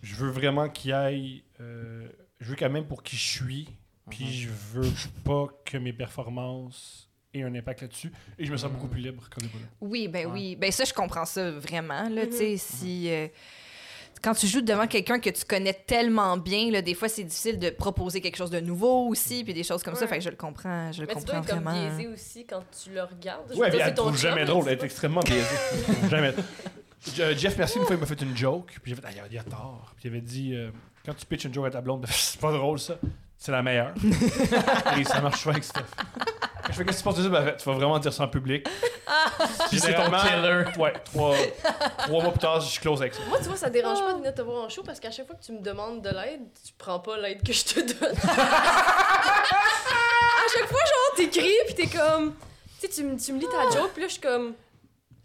je veux vraiment qu'il aille. euh, je veux quand même pour qui je suis, puis je veux pas que mes performances aient un impact là-dessus, et je me sens beaucoup plus libre quand il est pas là.
Oui, ben
Ouais.
oui. Ben ça, je comprends ça vraiment. Là,
Mhm.
tu sais, si. euh, quand tu joues devant quelqu'un que tu connais tellement bien, là, des fois, c'est difficile de proposer quelque chose de nouveau aussi, puis des choses comme ça.
Ouais.
Fait que je le comprends, je le
Mais tu dois
comprends
être comme
vraiment.
biaisé aussi quand tu le regardes. Je
hein. Ouais,
veux
mais
dire,
elle
c'est ton
trouve
chum,
jamais
là,
drôle,
tu
elle est
sais
extrêmement biaisée.
<laughs>
jamais. Je- Jeff, merci, une fois, il m'a fait une joke, puis j'ai fait, ah, il a- il a tort. Puis il avait dit, euh, quand tu pitches une joke à ta blonde, <laughs> c'est pas drôle ça, c'est la
<laughs>
meilleure. et ça marche pas avec Steph. Je fais, qu'est-ce que tu penses de ça? Ben, tu vas vraiment dire ça en public.
Ah.
Puis c'est ton killer.
Généralement, Ouais, trois, trois mois plus tard, je close avec ça.
Moi, tu vois, ça dérange
Oh.
pas de venir te voir en show parce qu'à chaque fois que tu me demandes de l'aide, tu prends pas l'aide que je te
<laughs>
donne. à chaque fois, genre, t'écris puis t'es comme. Tu sais, tu me tu me lis ta
Ah.
joke, puis là, je suis comme.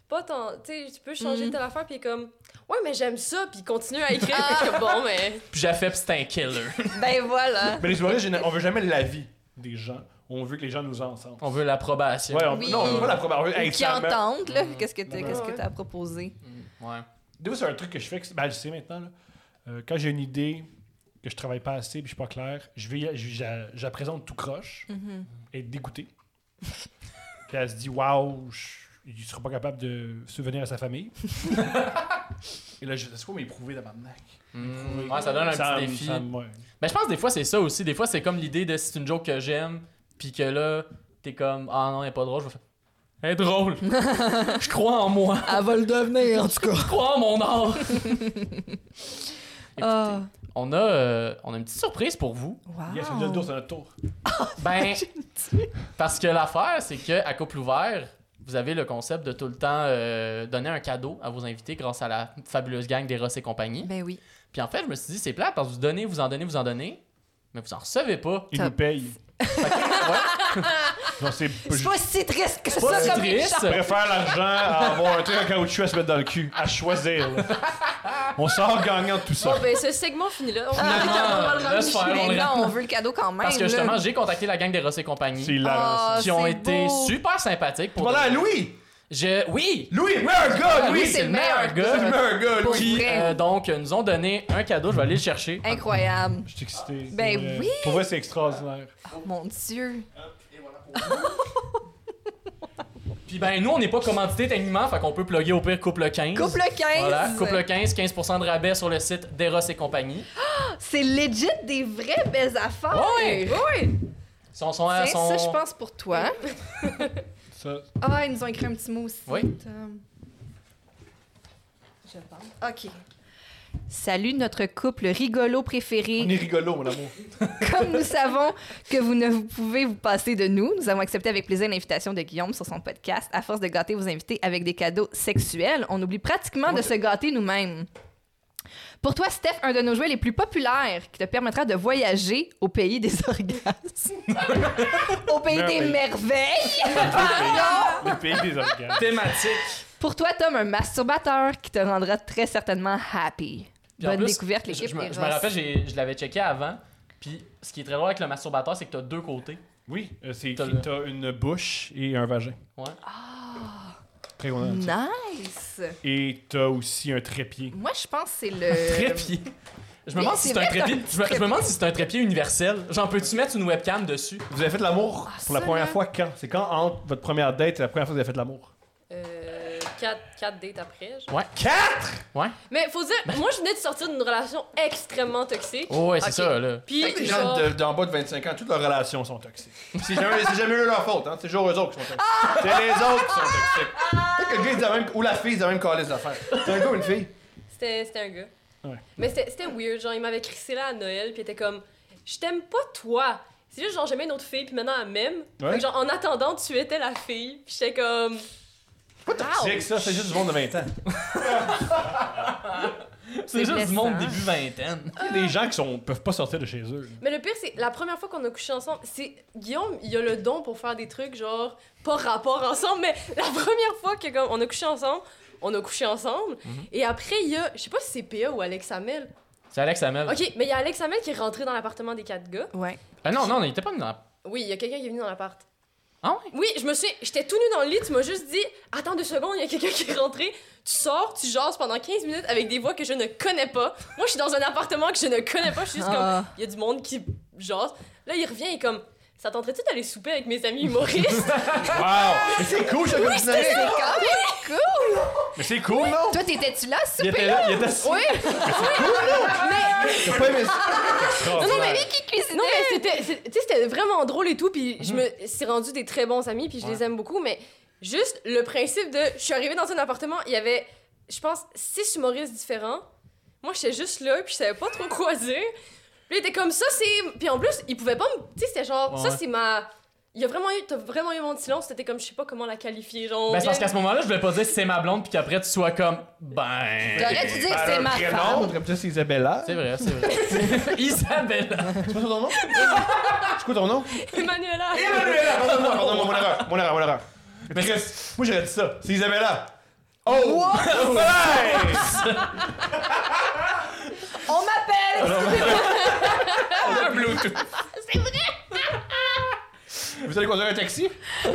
Pas tant. Tu sais, tu peux changer
Mm.
telle affaire, puis il est comme. Ouais, mais j'aime ça, puis il continue à écrire.
Ah.
puis <laughs> je suis comme, bon, mais.
Puis j'ai fait, puis c'était un killer.
Ben
<laughs>
voilà.
Mais les soirées, géné- on veut jamais l'avis des gens. On veut que les gens nous ensemble.
On veut l'approbation.
Ouais, on,
Oui.
Non, on veut pas la première. on veut-
Ou
Hey,
qui
ça me-
entendent, là,
Mm.
qu'est-ce que
Ben
Ouais,
t'as qu'est-ce que
ouais.
t'as à proposer.
Ouais.
Des fois, c'est un truc que je fais, que- ben, je le sais maintenant. là. Euh, quand j'ai une idée que je travaille pas assez puis je suis pas clair, je vais, je, je- je la présente tout croche, et dégoûtée. puis elle se dit, waouh, je- il sera pas capable de souvenir à sa
<laughs>
famille. et là, je c'est quoi m'éprouver de ma
Mm. Ouais, ça donne un petit défi. Ben, je pense que des fois, c'est ça aussi. Des fois, c'est comme l'idée de si c'est une joke que j'aime, puis que là, t'es comme, ah non, elle est pas drôle. Je vais faire, elle est drôle. <laughs> je crois en moi.
Elle va le devenir, en tout cas. <laughs>
Je crois en mon art.
Ah,
Écoutez, on, a, euh, on a une petite surprise pour vous.
wow.
Yes, on a le tour, c'est notre tour.
<laughs>
Ben, parce que l'affaire, c'est que à couple ouvert, vous avez le concept de tout le temps euh, donner un cadeau à vos invités grâce à la fabuleuse gang des Ross et compagnie.
Ben oui.
Puis en fait, je me suis dit, c'est plate parce que vous donnez, vous en donnez, vous en donnez, mais vous en recevez pas.
Il
Top.
nous paye.
Fait que, ouais.
Non, c'est.
C'est pas si triste que
pas si
ça, comme les
triste.
gens.
Je préfère l'argent à avoir un truc en caoutchouc à se mettre dans le cul, à choisir. là. On sort gagnant de tout ça.
Bon, ben, ce segment finit là. On va
Finalement,
le rendre.
Ah, laisse faire, on
Mais
le
non,
rend.
on veut le cadeau quand même.
Parce que
là.
justement, j'ai contacté la gang des Ross et compagnie
C'est hilarant.
Ah,
qui ont
c'est
été
beau.
super sympathiques pour.
Voilà,
de-
Louis!
Je... Oui!
Louis, we are
Ah,
God,
Louis,
Louis!
c'est le meilleur
C'est le
gars.
meilleur gars,
Pour
Louis!
vrai.
Euh, donc, euh, nous ont donné un cadeau, je vais aller le chercher.
Incroyable.
Je suis excité. c'est
Ben
vrai.
oui.
Pour vrai, c'est extraordinaire.
Mon Dieu.
Puis ben, nous, on n'est pas commandité techniquement, fait qu'on peut plugger au pire couple 15.
Couple 15.
Voilà, couple 15, 15% de rabais sur le site d'Eros et compagnie.
C'est legit des vraies belles affaires.
Ouais.
Oui.
Son, son,
Tiens, Ça,
son-
je pense pour toi.
Ça,
Ah, ils nous ont écrit un petit mot aussi.
Oui.
Tom. Je pense. OK. Salut notre couple rigolo préféré.
on est rigolo, mon <laughs> amour.
Comme nous savons que vous ne vous pouvez vous passer de nous, nous avons accepté avec plaisir l'invitation de Guillaume sur son podcast. À force de gâter vos invités avec des cadeaux sexuels, on oublie pratiquement de se gâter nous-mêmes. Pour toi, Steph, un de nos jouets les plus populaires qui te permettra de voyager au pays des <laughs> orgasmes. au pays
Ben
des
Merveille.
merveilles.
Le pays des organes.
Thématique.
Pour toi, Tom, un masturbateur qui te rendra très certainement happy.
Puis en
Bonne
plus,
découverte,
je-
l'équipe.
Je, me-
des
je me
Ross.
rappelle, j'ai- je l'avais checké avant. Puis ce qui est très drôle avec le masturbateur, c'est que t'as deux côtés.
Oui, euh, c'est
T'as
écrit
le-
t'as une bouche et un vagin.
Ouais.
Ah.
Très content. de ça.
Nice!
Et t'as aussi un trépied.
Moi, je pense que c'est
Un
le.
Trépied. Je me
Mais
demande si
Euh, c'est
c'est un
vrai, t'as un
trépied.
petit
Je me, je me
trépied.
demande si c'est un trépied universel. Genre, peux-tu mettre une webcam dessus?
Vous avez fait l'amour
Ah,
pour la
ça,
première
là.
fois quand C'est quand entre votre première date et la première fois que vous avez fait l'amour
Euh, quatre, quatre dates après. genre.
Ouais. Quatre!
Mais faut dire, moi, je venais de sortir d'une relation extrêmement toxique.
ouais, c'est
Ok.
Oh. ça, là.
Fait que
Puis,
les
genre,
gens de- d'en bas de 25 ans, toutes leurs relations sont toxiques. C'est jamais, c'est jamais eux leur faute, hein. C'est toujours eux autres qui sont toxiques. C'est les autres qui sont toxiques. Peut-être que le gars, il dit la même, ou la fille, ils la même calice d'affaires. C'est un gars ou une fille?
c'était c'était un gars.
Ouais.
Mais c'était c'était weird. Genre, il m'avait crissé là à Noël, puis il était comme, je t'aime pas toi. C'est juste, genre, j'aimais une autre fille, puis maintenant, elle m'aime. Fait
Ouais.
que, genre, en attendant, tu étais la fille. Puis j'étais comme,
Pas toxique, ça. C'est juste du monde de 20 ans.
C'est juste du
blessant.
monde début vingtaine.
Il y a des gens qui sont, peuvent pas sortir de chez eux.
Mais le pire, c'est la première fois qu'on a couché ensemble, c'est Guillaume, il a le don pour faire des trucs genre pas rapport ensemble, mais la première fois que comme, on a couché ensemble, on a couché ensemble.
Mhm.
Et après, il y a, je sais pas si c'est PA ou Alex Hamel.
C'est Alex Amel.
Ok, mais il y a Alex Hamel qui est rentré dans l'appartement des quatre gars.
Ouais.
Ah non, non, il était pas dans.
Oui, il y a quelqu'un qui est venu dans l'appart.
Ah ouais?
Oui, je me suis. J'étais tout nu dans le lit, tu m'as juste dit Attends deux secondes, il y a quelqu'un qui est rentré. Tu sors, tu jases pendant 15 minutes avec des voix que je ne connais pas. Moi, je suis dans un appartement que je ne connais pas. Je suis juste
Ah.
comme Il y a du monde qui jase. Là, il revient et est comme Ça tenterait-tu d'aller souper avec mes amis humoristes
Wow!
Mais c'est cool, ça, comme
Ah,
dynamique.
Mais c'est cool, non?
Toi, t'étais-tu là, ce
Il était là, il était assis.
Oui!
T'as pas aimé ça?
Extraordinaire.
Non, non, mais
Et qui cuisinait?
Non, mais c'était- c'est- tu sais, c'était vraiment drôle et tout. Puis je
Mhm.
me suis rendu des très bons amis, puis je les aime beaucoup. Mais juste le principe de. Je suis arrivée dans un appartement, il y avait, je pense, six humoristes différents. Moi, j'étais juste là, puis je savais pas trop quoi dire. Puis il était comme ça, c'est. Puis en plus, il pouvait pas me. Tu sais, c'était genre,
Ouais.
ça, c'est ma. Il y a vraiment eu. T'as vraiment eu mon petit silence. C'était comme, je sais pas comment la qualifier. Genre.
Ben, c'est parce
bien-
qu'à ce moment-là, je voulais pas dire c'est ma blonde, puis qu'après, tu sois comme. Ben.
T'aurais dû dire
Elle
que
a
c'est
un
ma
prénom,
femme.
Comme ça, c'est Isabella.
C'est vrai, c'est vrai. Isabelle.
C'est pas ton nom? C'est quoi ton nom?
Emmanuela.
Eh,
Ah
Isabella! Pardonne-moi, pardonne-moi, mon erreur. Mon erreur, mon erreur.
Mais
Chris, moi, j'aurais dit ça. C'est Isabella. Oh!
On m'appelle!
Le Bluetooth. C'est vrai! Vous allez conduire un taxi?
Ah,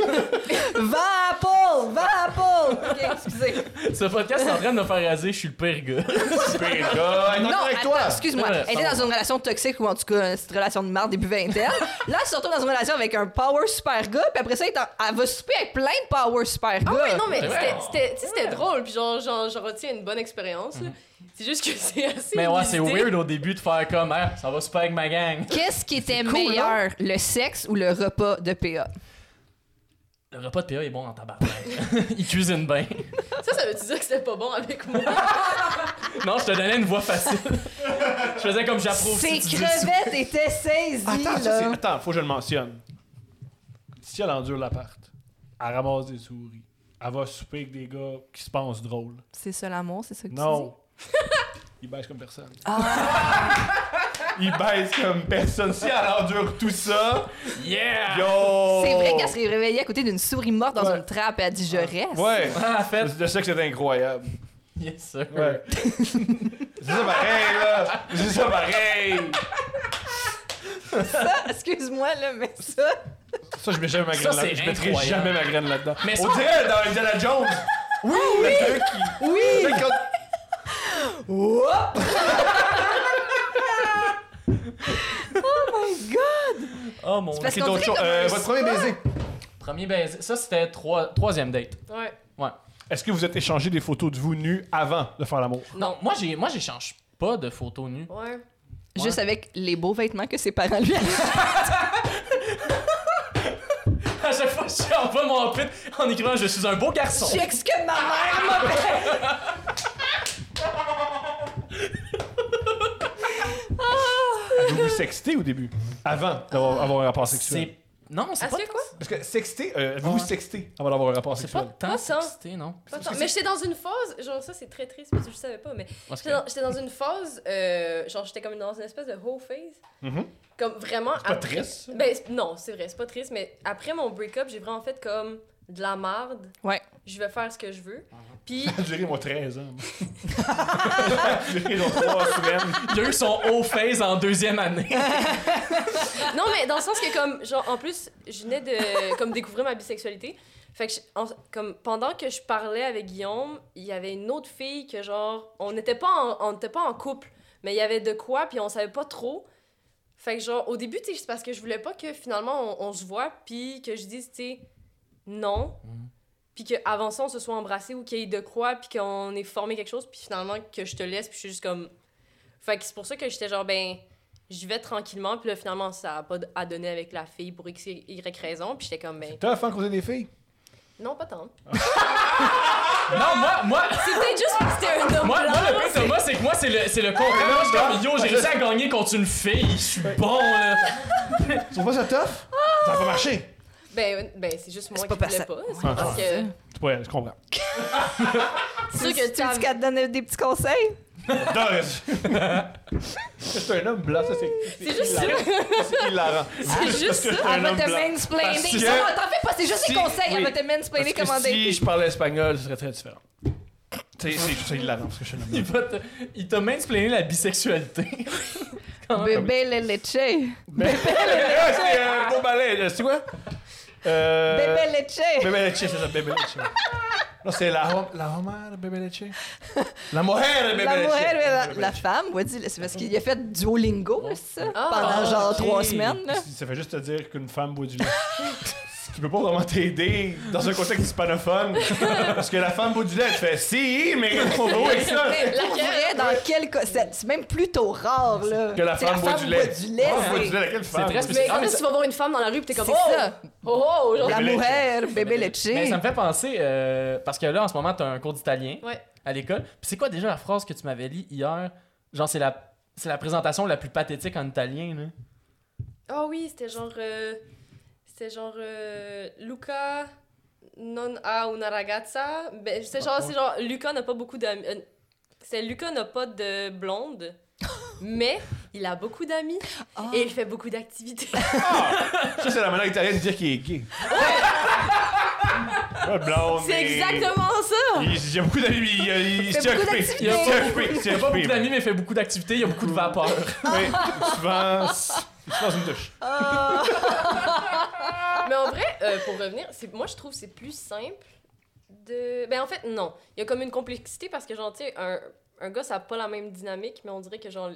Va à Paul! Va à Paul! Ok, excusez.
Ce podcast est en train de me faire raser, je suis le <laughs> pire gars.
Super
Euh,
gars! Non,
Non,
avec
attends,
toi!
excuse-moi.
Ouais,
Elle
ça
était
va.
dans une relation toxique ou en tout cas une relation de marde début vingtaine. Là, elle se retrouve dans une relation avec un power super gars, puis après ça, elle, est en- elle va souper avec plein de power super gars.
Ah ouais, non, mais
C'est
c'était-
vrai.
c'était tu sais, c'était drôle, puis genre, genre, je retiens une bonne expérience. là. C'est juste que c'est assez.
Mhm. Mais ouais, c'est
inusité.
weird au début de faire comme, hein, ça va super avec ma gang.
Qu'est-ce qui était
cool,
meilleur, le sexe ou le repas de PA?
Le repas de PA est bon dans ta <laughs> Il cuisine bien.
Ça, ça veut dire que c'était pas bon avec moi?
Non, je te donnais une voix facile. Je faisais comme j'approuve.
Ses
si tu dis ça.
crevettes étaient saisies,
Attends, ça, c'est-
là.
attends, faut que je le mentionne. Si elle endure l'appart, elle ramasse des souris, elle va souper avec des gars qui se pensent drôles.
C'est ça l'amour, c'est ça que tu dis? <laughs>
Non. Il baisse comme personne.
Ah.
<laughs> Il baisse comme personne. Si elle endure tout ça,
Yeah!
yo!
Ah. C'est vrai qu'elle s'est réveillée à côté d'une souris morte dans
Oh. Ouais.
une trappe et elle dit Je reste.
Ouais.
Ah, en fait.
C'est de ça que c'est incroyable.
Yes, sir.
Ouais. <laughs> c'est ça pareil, là. C'est ça pareil.
<laughs> Ça, excuse-moi, là, mais ça.
Ça, je mets jamais ma
Ça,
graine
c'est
là-dedans. Je mettrai
incroyable.
jamais ma graine là-dedans.
Mais
On
ça-
dirait dans Indiana Jones. Oui, oui. Le gars qui...
Oui!
le gars qui-
Oh mon
parce
dieu.
C'est ton
dirait
show.
comme
Euh,
un
votre premier baiser.
Premier baiser. Ça, c'était trois... troisième date.
Ouais.
Est-ce que vous êtes échangé des photos de vous nus avant de faire l'amour?
Non, moi, j'ai, moi, j'échange pas de photos <laughs> nues.
Ouais.
Juste avec les beaux vêtements que ses parents lui achètent.
chaque fois que je suis en bas mon pit en écrivant Je suis un beau garçon.
Je suis que ma mère m'a fait.
Vous vous sextez au début, avant d'avoir avoir un rapport sexuel.
C'est. Non, c'est
Ah,
pas.
c'est quoi?
Parce que sexter, euh, vous
Ouais.
sexter.
Avant d'avoir un rapport
C'est pas
sexuel.
tant
Pas tant.
sexté, non?
Pas tant- Mais j'étais dans une phase, genre ça c'est très triste parce que je savais pas, mais
Parce que-
j'étais dans, j'étais dans une phase, euh, genre j'étais comme dans une espèce de whole phase.
Mhm.
Comme vraiment.
Mm-hmm. Pas
après-
triste.
Ben, c'est- non, c'est vrai, c'est pas triste, mais après mon break-up, j'ai vraiment fait comme de la marde.
Ouais.
Je vais faire ce que je veux.
Mm-hmm.
<laughs>
Puis.
Ça a duré, moi, 13 ans. Ça a duré, genre, 3 semaines. <laughs>
Il y a eu son haut phase en deuxième <laughs> année.
non, mais dans le sens que, comme, genre, en plus, je venais de comme, découvrir ma bisexualité. Fait que, je- en- comme, pendant que je parlais avec Guillaume, il y avait une autre fille que, genre, on n'était pas, en- on n'était pas en couple, mais il y avait de quoi, puis on savait pas trop. Fait que, genre, au début, tu sais, c'est parce que je voulais pas que finalement on, on se voit, puis que je dise, tu sais, non. Puis qu'avant ça, on se soit embrassé ou qu'il y ait de quoi, puis qu'on ait formé quelque chose, puis finalement que je te laisse, puis je suis juste comme. Fait que c'est pour ça que j'étais genre, ben, j'y vais tranquillement, puis là, finalement, ça a pas d- à donner avec la fille pour X, Y raison, puis j'étais comme, ben,
hein,
T'as fait causer des filles?
non, pas tant.
Non, moi, moi,
C'est peut-être juste que c'était un homme
moi, moi,
blanc.
le pire de moi, c'est que moi, c'est le, c'est le contraire. Moi, je suis comme, yo, j'ai réussi à gagner contre une fille. Je suis bon, là.
Ils sont pas ça tough? Ça a pas marché.
Ben, ben, c'est juste moi
C'est
qui
pas
voulais
perso-
pas. C'est
Ouais.
Ah!
parce que.
Ouais, je comprends.
C'est sûr que
tu veux
t'as-
qu'elle te donne des petits conseils?
C'est un homme blanc, ça, c'est.
C'est juste ça.
C'est hilarant.
<laughs> C'est juste ça.
Elle va
homme
te
blanc.
mansplainer.
Parce que-
Ça, on t'en fais pas, c'est juste
Si-
des conseils. Elle
oui.
va te
Parce
mansplainer
que
comment
si
dater.
je parlais espagnol, ce serait très différent. Tu sais, c'est- c'est hilarant parce que je suis un homme
<laughs>
blanc.
Il, va te- il t'a mansplainé la bisexualité.
Bébé le leche.
Mais- Ah, c'est un beau balai, là, c'est quoi? Euh,
Bébé leche.
Bébé leche, c'est ça, bébé leche. Non, c'est la, hom- la homère, bébé
<laughs>
leche. La mujer, bébé
La,
leche.
mujer, la,
Bébé
la
leche. Oh.
femme, ouais, dis- c'est parce qu'il a fait Duolingo, là, c'est ça?
Ah,
pendant genre
ok.
trois semaines. Là.
Ça fait juste te dire qu'une femme boit du lait. Ce qui peut pas vraiment t'aider dans un contexte hispanophone. Parce que la femme boit du lait, elle fait si, mais qu'est-ce qu'on veut avec ça?
Mais pour vrai, dans quel cas- C'est c'est même plutôt rare, là.
Que la
C'est
femme boit du lait. La
du lait,
femme boit
c'est-
du lait, laquelle femme?
très
boit du lait?
Mais
Ah,
quand
mais
tu vas voir une femme dans la rue, pis t'es comme, oh,
C'est ça.
oh, oh, genre.
La
Bébé Ben,
mujer, bébé leche.
Mais ben, ça me fait penser, euh, parce que là, en ce moment, t'as un cours d'italien
Ouais.
à l'école. Puis c'est quoi déjà la phrase que tu m'avais lue hier? Genre, c'est la. C'est la présentation la plus pathétique en italien,
<laughs>
là.
Oh oui, c'était genre. euh, C'était genre. euh, Luca non ha una ragazza. Ben, c'est genre, c'est genre. Luca n'a pas beaucoup d'amis. euh, c'est Luca n'a pas de blonde, mais il a beaucoup d'amis
Ah.
et il fait beaucoup d'activités.
Ça, c'est la manière italienne de dire qu'il est
<laughs>
gay. Pas de
Oh,
blonde.
<laughs> c'est
mais-
exactement ça!
Il, il y a beaucoup d'amis, mais il, il, il
Fait
s'y
beaucoup
occupé.
d'activités.
Il s'y occupé. Il s'y
Il y a pas beaucoup
occupé.
d'amis, mais il fait beaucoup d'activités, il y a beaucoup de vapeur.
Mais souvent, c'est- il se passe une douche.
Mais en vrai, euh, pour revenir, c'est- moi je trouve que c'est plus simple de. Ben en fait, non. Il y a comme une complexité parce que, genre, tu sais, un, un gars, ça n'a pas la même dynamique, mais on dirait que, genre,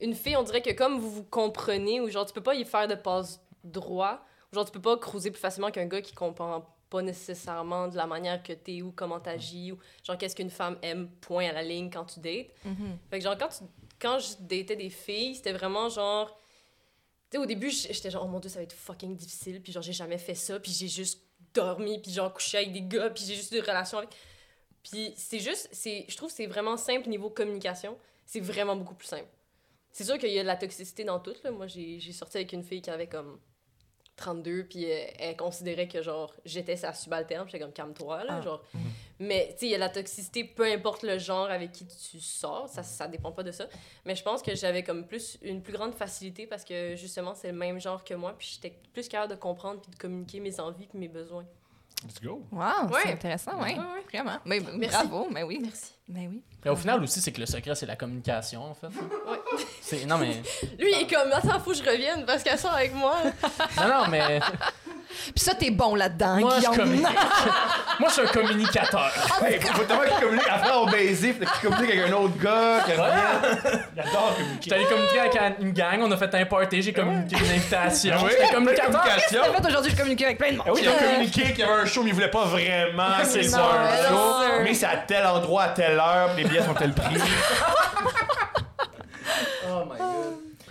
une fille, on dirait que comme vous vous comprenez, ou genre, tu peux pas y faire de passe droit, ou genre, tu peux pas cruiser plus facilement qu'un gars qui comprend pas nécessairement de la manière que t'es ou comment t'agis, ou genre, qu'est-ce qu'une femme aime, point à la ligne quand tu dates.
Mhm.
Fait que genre, quand, tu- quand je datais des filles, c'était vraiment genre. Tu sais, au début, j- j'étais genre, oh mon dieu, ça va être fucking difficile, puis genre, j'ai jamais fait ça, puis j'ai juste dormi, puis genre, couché avec des gars, puis j'ai juste des relations avec. Puis c'est juste, c'est, je trouve que c'est vraiment simple niveau communication. C'est vraiment beaucoup plus simple. C'est sûr qu'il y a de la toxicité dans tout, là. Moi, j'ai, j'ai sorti avec une fille qui avait comme 32, puis euh, elle considérait que genre, j'étais sa subalterne, puis j'étais comme, calme-toi, là.
Ah.
Genre, mais tu sais, il y a la toxicité, peu importe le genre avec qui tu sors, ça, ça dépend pas de ça. Mais je pense que j'avais comme plus une plus grande facilité parce que justement, c'est le même genre que moi, puis j'étais plus capable de comprendre puis de communiquer mes envies puis mes besoins.
Let's go.
Wow, c'est
Ouais.
intéressant, oui.
Ouais, ouais.
Vraiment. Mais,
Merci.
Bravo, mais oui.
Merci.
Mais oui.
Mais au final aussi, c'est que le secret, c'est la communication, en fait. C'est- Non, mais.
Lui, il est comme, attends, faut que je revienne parce qu'elle sort avec moi.
Non, non,
<laughs>
mais.
Puis ça, t'es bon là-dedans,
Moi, je
Guillaume.
communique. <laughs> Moi, je suis un communicateur.
Hey, faut faut tellement qu'il communique. Après, on baiser, puis qu'il communique avec un autre gars. qu'il revienne. Il adore
J'étais
communiquer.
allé communiquer avec un- une gang, on a fait un party, j'ai communiqué une invitation.
Ah oui?
J'étais communicateur.
Qu'est-ce que t'as fait aujourd'hui? Je communiquais avec plein de monde.
Ah oui, il a
Euh,
communiqué qu'il y avait un show, mais il voulait pas vraiment
Ah,
C'est
qu'il y ait
sûr.
un
Non,
show.
sûr.
Mais c'est à tel endroit, à telle heure, puis les billets sont à tel prix.
<laughs> Oh my god.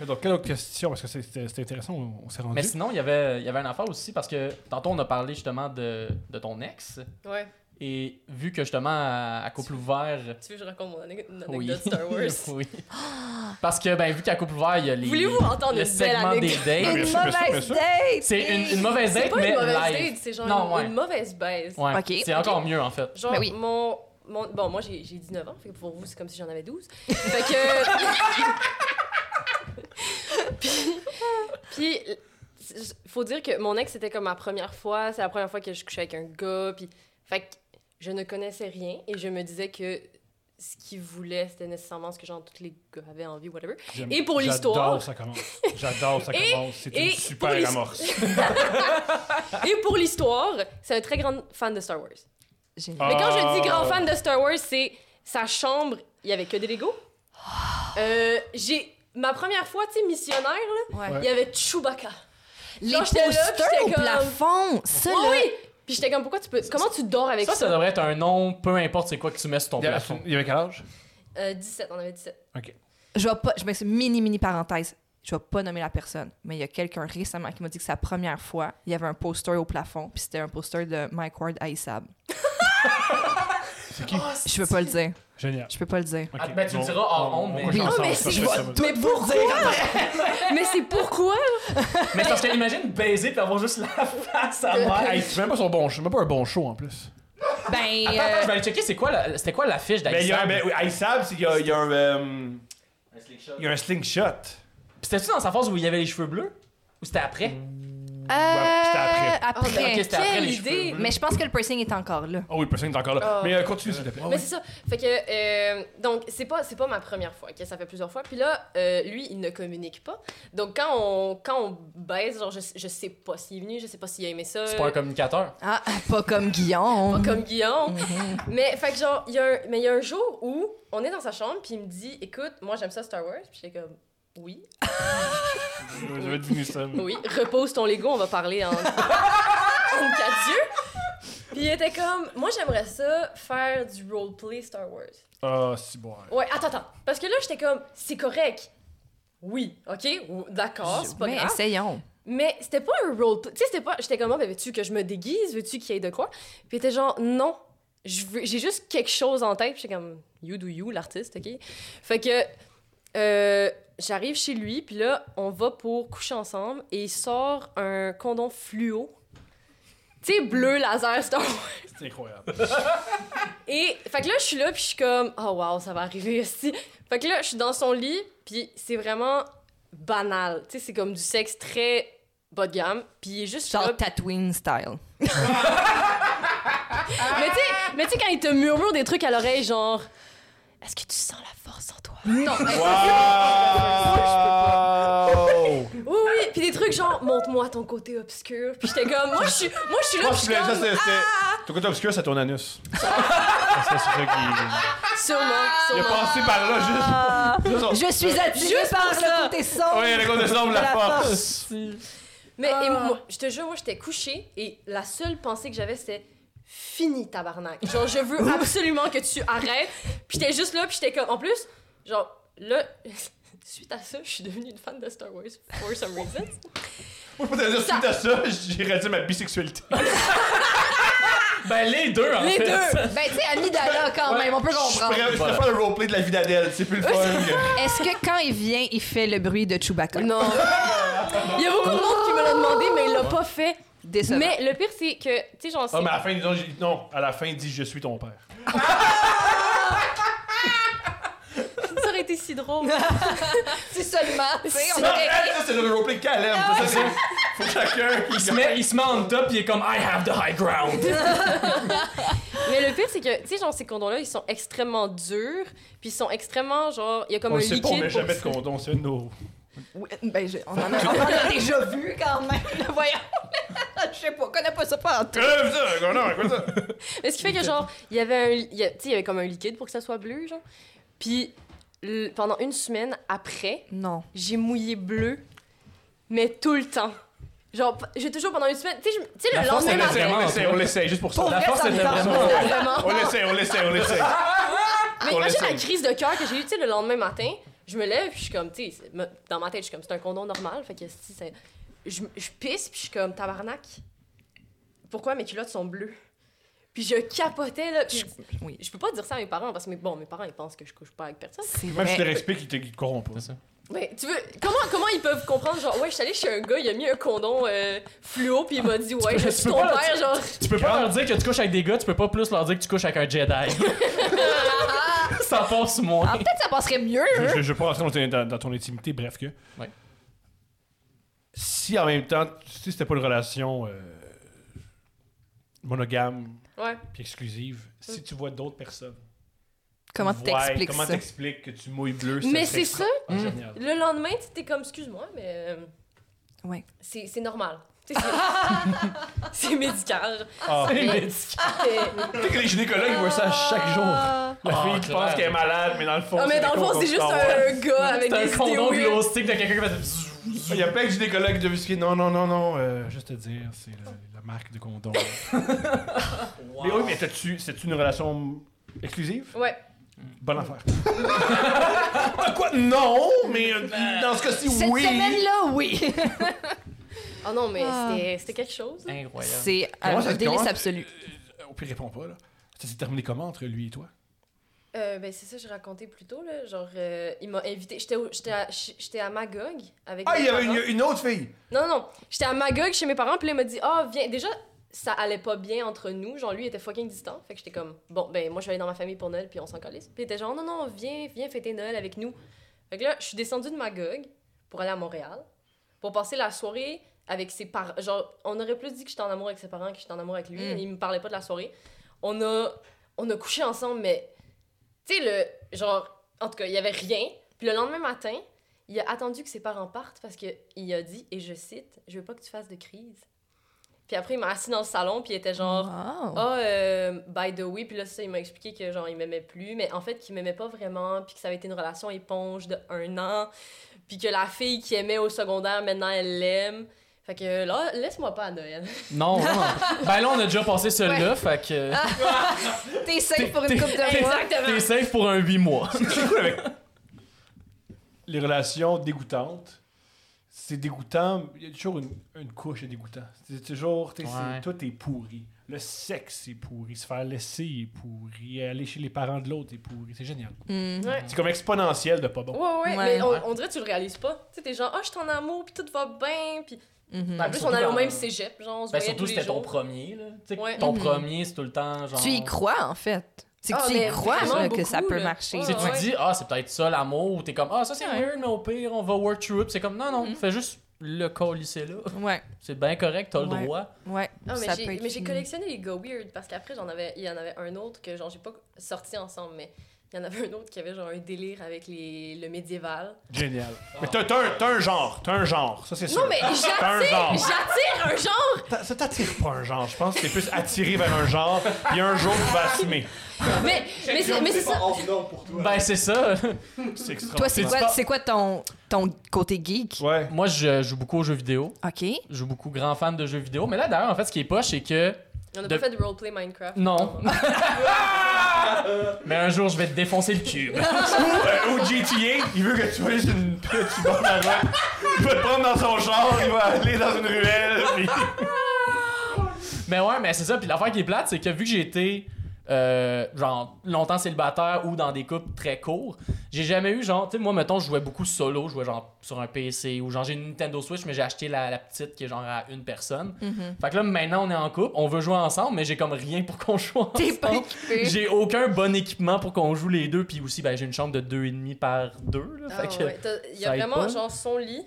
Ok, Donc, quelle autre question Parce que c'est- c'était c'était intéressant, on, on s'est rendu.
Mais sinon, il y avait, il y avait un affaire aussi parce que tantôt, on a parlé justement de, de ton ex.
<laughs> Ouais.
Et vu que justement, à, à couple ouvert.
Tu veux que je raconte mon ané- une anecdote
Oui. <laughs>
Star Wars?
oui. Parce que, ben, vu qu'à couple ouvert, il y a les.
Voulez-vous entendre
le
une belle
segment des
anecdote?
Ah,
Eh
dates.
bien
Une
sûr, bien sûr, bien
mauvaise
sûr.
date!
C'est une, une mauvaise
C'est
date,
pas
mais
une mauvaise
live.
date, c'est genre
Non,
une-
ouais.
une, mauvaise baisse.
Ouais.
Ok,
C'est
ok.
encore mieux, en fait.
Genre,
Ben oui.
mon, mon- Bon, moi, j'ai j'ai 19 ans, fait que pour vous, c'est comme si j'en avais
<laughs>
12. fait que. <laughs> puis, puis, c'est- faut dire que mon ex, c'était comme ma première fois. C'est la première fois que je couchais avec un gars. Puis, fait que je ne connaissais rien et je me disais que ce qu'il voulait, c'était nécessairement ce que genre tous les gars avaient envie,
<laughs>
whatever.
J'aime-
Et pour l'histoire-
J'adore ça
<laughs>
commence. J'adore ça
Et-
commence. C'est
et
une
pour
super
l'his-
amorce.
Et pour l'histoire, c'est un très grand fan de Star Wars.
Génial.
Mais quand je dis grand
Ah.
fan de Star Wars, c'est sa chambre, il y avait que des Legos. Euh, j'ai ma première fois, tu sais, missionnaire, là,
Ouais.
il y avait Chewbacca.
Les
Genre, j'étais là, puis
posters
j'étais
au
comme-
plafond, ça
Oh
là.
oui! Puis j'étais comme, pourquoi tu peux. Comment tu dors avec
Ça,
ça?
ça devrait être un nom, peu importe c'est quoi que tu mets sur ton
Il y avait-
plafond.
il y avait quel âge
Euh, 17, on avait 17.
Je vais pas, je mets une mini mini parenthèse. Je vais pas nommer la personne, mais il y a quelqu'un récemment qui m'a dit que sa première fois, il y avait un poster au plafond, puis c'était un poster de Mike Ward Aïssab.
C'est
Oh,
qui
Je peux pas le dire.
Génial.
Je peux pas le dire.
Ok.
Ah, ben, tu me
Bon,
diras hors
on-
onde,
on
mais-
couche
Oui.
ensemble,
Ah, mais
ça,
c'est-
je vais- ça va-
Mais pourquoi? <laughs> Mais c'est pourquoi?
Mais c'est parce que imagine baiser puis avoir juste la <laughs> face
<laughs>
à
Hey,
mère.
c'est même pas son bon show. C'est même pas un bon show en plus.
euh,
Ben,
Attends, attends, je vais aller checker c'est quoi la- c'était quoi l'affiche
Ben, il y a un.
d'Aïssam.
Ben, oui, Aïssab, c'est- il y a, il y a un. euh,
Un slingshot.
il y a un slingshot.
C'était-tu dans sa phase où il y avait les cheveux bleus? Ou c'était après?
c'était après.
après.
ben,
ok, c'était après
quelle
les cheveux.
idée!
Ah, Mais je pense que le piercing est encore là.
Oh oui, le personne est encore là.
Ah.
Mais euh, continue, s'il te plaît.
Mais c'est ça. Fait que, euh, donc, c'est pas, c'est pas ma première fois, ok? ça fait plusieurs fois. Puis là, euh, lui, il ne communique pas. Donc, quand on, quand on baise, genre, je, je sais pas s'il est venu, je sais pas s'il a aimé
Euh,
ça.
C'est pas un communicateur.
Ah, pas comme Guillaume.
Pas comme Guillaume. Mais fait que genre, il y, a un- mais il y a un jour où on est dans sa chambre, puis il me dit Écoute, moi j'aime ça Star Wars. Puis j'étais comme Oui,
Je vais deviner ça. mais-
oui, repose ton Lego, on va parler en. en quatre yeux. Puis il était comme Moi j'aimerais ça faire du roleplay Star Wars.
Ah, c'est bon.
Ouais, attends, attends. Parce que là j'étais comme C'est correct. Oui, ok, ou- d'accord, c'est pas
mais
grave.
essayons.
Mais c'était pas un roleplay. Tu sais, c'était pas. J'étais comme, Ah, ben, veux-tu que je me déguise? Veux-tu qu'il y ait de quoi? Puis il était genre, non. Je veux- J'ai juste quelque chose en tête. Puis j'étais comme, you do you, l'artiste, OK? Fait que. euh, J'arrive chez lui, puis là, on va pour coucher ensemble et il sort un condom fluo. Tu sais, bleu, laser, Star Wars.
C'est incroyable.
<laughs> Et fait que là, je suis là, puis je suis comme, oh wow, ça va arriver aussi. Fait que là, je suis dans son lit, puis c'est vraiment banal. Tu sais, c'est comme du sexe très bas de gamme, puis il est juste là,
Genre Tatooine style.
Mais tu sais- mais tu sais, quand il te murmure des trucs à l'oreille, genre. Est-ce que tu sens la force en toi?
Non.
<laughs> Wow!
Oui, oui! Puis des trucs genre, montre-moi ton côté obscur. Puis j'étais comme, moi je suis moi, je suis là,
Moi, Ah, je
puis je suis
voulais- ça,
comme,
c'est- c'est- Ton côté obscur, Ah! <laughs> c'est ton anus. Parce que c'est ça qui.
sûrement,
Il a
sûrement.
passé par là, juste. juste son-
Je suis attirée
Juste
par
pour ça.
le côté sombre.
Oui, le côté sombre de Ah! la force.
Mais et moi, je te jure, moi j'étais couchée et la seule pensée que j'avais c'était fini tabarnak. Genre, je veux absolument que tu arrêtes. Puis j'étais juste là, puis j'étais comme, en plus, genre, là, <laughs> suite à ça, je suis devenue une fan de Star Wars for some reason.
Moi, je peux te dire, suite à ça, j'ai réalisé ma bisexualité.
Ben, les deux, en
Les
fait.
deux. Ben, tu sais, Amidala quand même, on peut
Je
comprendre.
pourrais, je pourrais faire le roleplay de la vie d'Adèle, c'est <laughs> plus le fun. que-
Est-ce que quand il vient, il fait le bruit de Chewbacca?
Non. Il y a beaucoup de monde qui me l'a demandé, mais il l'a pas fait.
Décevant.
Mais le pire, c'est que, tu sais, j'en sais.
Ah, mais à la fin, disons, j'ai- non, à la fin, il dit Je suis ton père.
Ça aurait été si drôle.
si seulement, tu sais, on
Non,
aurait-
ça, c'est le roleplay qu'elle aime. Ça, c'est- Faut que chacun.
Il se, met, il se met en top et il est comme I have the high ground.
mais le pire, c'est que, tu sais, genre, ces condoms-là, ils sont extrêmement durs, puis ils sont extrêmement, genre, il y a comme
On
un
le sait
liquide.
pas, on met
pour-
jamais de condom, c'est un de nos.
Oui, ben, je- on, en a, on en a déjà vu quand même. <laughs> là, voyons. Je sais pas, on connaît pas ça pas en tout.
Euh, ça, un condom, quoi ça?
<laughs> Mais ce qui fait que, genre, il y avait un. il y a- Tu sais, il y avait comme un liquide pour que ça soit bleu, genre. Puis, le- pendant une semaine après,
Non.
j'ai mouillé bleu, mais tout le temps. Genre, j'ai toujours pendant une semaine. Tu sais, je- tu sais,
La
le
force,
lendemain
c'est
On l'essaie,
matin.
on l'essaie, on l'essaie, juste pour ça.
La force
ça
était
me parle.
vraiment.
Vraiment.
On l'essaie, on l'essaie, on l'essaie.
Mais
On
Ah, imagine la
l'essaye.
crise de cœur que j'ai eue, tu sais, le lendemain matin. Je me lève, puis je suis comme, tu sais, c'est- me- dans ma tête, je suis comme, c'est un condom normal. Fait que si c'est. Je, je pisse, puis je suis comme, tabarnak. Pourquoi mes culottes sont bleues? Puis je capotais, là. Puis
Oui,
je peux pas dire ça à mes parents, parce que, mes- bon, mes parents, ils pensent que je couche pas avec personne.
c'est
Même si tu
vrai.
leur expliques, ils te, ils te croiront
<laughs>
pas.
ça.
Mais tu veux. Comment, comment ils peuvent comprendre? Genre, ouais, je suis allée chez un gars, il a mis un condom euh, fluo, puis il m'a dit, ouais,
peux-
je
tu
suis
peux
ton
pas,
père, genre.
Tu peux pas leur dire que tu couches avec des gars, tu peux pas plus leur dire que tu couches avec
<laughs>
un Jedi. ça passe
Ah,
moins.
peut-être ça passerait mieux.
Je-
hein?
Je ne vais pas rentrer dans, ton- dans- dans ton intimité, bref que.
Ouais.
Si en même temps, si c'était pas une relation euh, monogame
Ouais.
puis exclusive, si tu vois d'autres personnes,
Comment tu
ouais,
t'expliques
comment
ça?
t'expliques que tu mouilles bleu
Mais
sexe
c'est ça.
Ah, génial.
Le lendemain, tu t'es comme, excuse-moi, mais. euh,
Ouais.
C'est c'est normal. Tu sais,
<laughs>
c'est- C'est médical.
Ah.
C'est médical.
<laughs>
Mais-
Tu sais que les gynécologues voient ça chaque jour. La
Ah,
fille qui
clair.
pense qu'elle est malade, mais dans le fond.
Ah, mais dans le fond, c'est juste un
Ah,
gars avec
C'est
des
un
idées
condom glow
weird.
stick de quelqu'un qui fait.
Il y a plein de gynécologues de visquer. Non, non, non, non. euh, juste te dire, c'est la, la marque de condom. Mais oui, mais t'as-tu, c'est-tu une relation exclusive?
Ouais.
Bonne affaire. Ah, Quoi? Non, mais euh, dans ce cas-ci,
Cette
oui.
semaine-là, oui.
Ah non, mais
Ah.
c'était- c'était quelque chose.
Hein?
Incroyable.
c'est
Comment
un
ça se
délice
commence?
absolu.
Euh, Au pire, réponds pas, là. Ça s'est terminé comment entre lui et toi?
Euh, ben, c'est ça que je racontais plus tôt, là. Genre, euh, il m'a invité. J'étais au- j'étais à, j'étais à Magog avec.
Ah,
mes
il y avait
parents.
une, une autre fille.
Non, non. J'étais à Magog chez mes parents, puis là, il m'a dit Ah, viens. Déjà, ça allait pas bien entre nous. Genre, lui, il était fucking distant. Fait que j'étais comme Bon, ben, moi, je vais aller dans ma famille pour Noël, puis on s'en calisse. Puis il était genre Non, non, viens, viens fêter Noël avec nous. Fait que là, je suis descendue de Magog pour aller à Montréal, pour passer la soirée avec ses parents. Genre, on aurait plus dit que j'étais en amour avec ses parents que j'étais en amour avec lui.
Mm.
Il me parlait pas de la soirée. On a, on a couché ensemble, mais. Tu sais, le. Genre, en tout cas, il y avait rien. Puis le lendemain matin, il a attendu que ses parents partent parce qu'il a dit, et je cite, Je veux pas que tu fasses de crise. Puis après, il m'a assis dans le salon, puis il était genre
Wow.
Ah, euh, by the way, puis là, ça, il m'a expliqué que genre, il m'aimait plus, mais en fait, qu'il m'aimait pas vraiment, puis que ça avait été une relation éponge de un an, puis que la fille qu'il aimait au secondaire, maintenant, elle l'aime. Fait que là, laisse-moi pas à Noël.
<laughs>
Non, non. Ben là, on a déjà passé celui-là, fait que.
T'es safe pour Ah, une coupe de mois.
T'es safe pour un 8 mois.
C'est cool avec les relations dégoûtantes. C'est dégoûtant. Il y a toujours une, une couche de dégoûtant. C'est toujours, t'sais, c'est-
Ouais.
tout est pourri. Le sexe est pourri. Se faire laisser est pourri. Aller chez les parents de l'autre est pourri. C'est génial.
Hmm.
Ouais.
C'est comme exponentiel de pas
Ouais,
bon.
ouais,
Ouais.
mais on, on dirait que tu le réalises pas. Tu sais, t'es genre, ah, je suis en amour, puis tout va bien, puis.
Mhm.
En plus, on allait au même cégep, genre, on se
Ben
voyait
surtout,
tous les
c'était ton
jours.
premier, là. Tu sais,
Ouais.
Ton
Mhm.
premier, c'est tout le temps, genre.
Tu y crois, en fait. C'est que
Ah,
tu y
mais
crois
vraiment
là, que ça
beaucoup,
peut
là. Oh.
marcher.
Ouais,
Si tu
ouais.
dis, ah, c'est peut-être ça l'amour, ou t'es comme, ah, ça c'est
Ouais.
weird, mais au pire, on va work through it. Puis C'est comme, non, non,
Mhm.
fais juste le colisser là. <laughs>
Ouais,
C'est bien correct, t'as
Ouais.
le droit.
ouais.
Ah, mais
ça
j'ai-
peut être
mais j'ai
une-
collectionné les Go Weird parce qu'après, j'en avais, il y en avait un autre que, genre, j'ai pas sorti ensemble, mais il y en avait un autre qui avait, genre, un délire avec les, le médiéval.
Génial. Mais t'as, t'as un, t'as un genre. T'as un genre. Ça, c'est sûr.
Non, mais
T'as un
j'attire,
genre.
j'attire un genre!
T'as- Ça t'attire pas un genre. Je pense que t'es plus attiré vers un genre. Puis un jour, tu vas assumer.
Mais, mais c'est mais c'est ça.
non pour toi.
Ben c'est ça.
C'est
Toi, c'est
<laughs>
extraordinaire.
quoi,
pas-
c'est quoi ton, ton côté geek?
Ouais.
Moi, je joue beaucoup aux jeux vidéo.
OK.
Je joue beaucoup grand fan de jeux vidéo. Mais là, d'ailleurs, en fait, ce qui est poche, c'est que.
On a
De-
pas fait de roleplay Minecraft. <laughs>
Non. <laughs> mais un jour, je vais te défoncer le cube.
Euh, au GTA, il veut que tu fasses une petite bonne avant. Il va te prendre dans son char, il va aller dans une ruelle. puis-
Mais ouais, mais c'est ça. Puis l'affaire qui est plate, c'est que vu que j'ai été euh, genre longtemps célibataire ou dans des couples très courts, j'ai jamais eu genre, tu sais, moi mettons, je jouais beaucoup solo, je jouais genre sur un PC ou genre j'ai une Nintendo Switch, mais j'ai acheté la, la petite qui est genre à une personne.
Mhm.
Fait que là maintenant on est en couple, on veut jouer ensemble, mais j'ai comme rien pour qu'on joue
T'es
Oh,
ensemble.
pas équipé.
J'ai aucun bon équipement pour qu'on joue les deux, puis aussi ben j'ai une chambre de deux et demi par deux. là.
Ah,
fait que <laughs>
ouais. T'as- Il y a
ça aide
vraiment,
pas.
genre, son lit,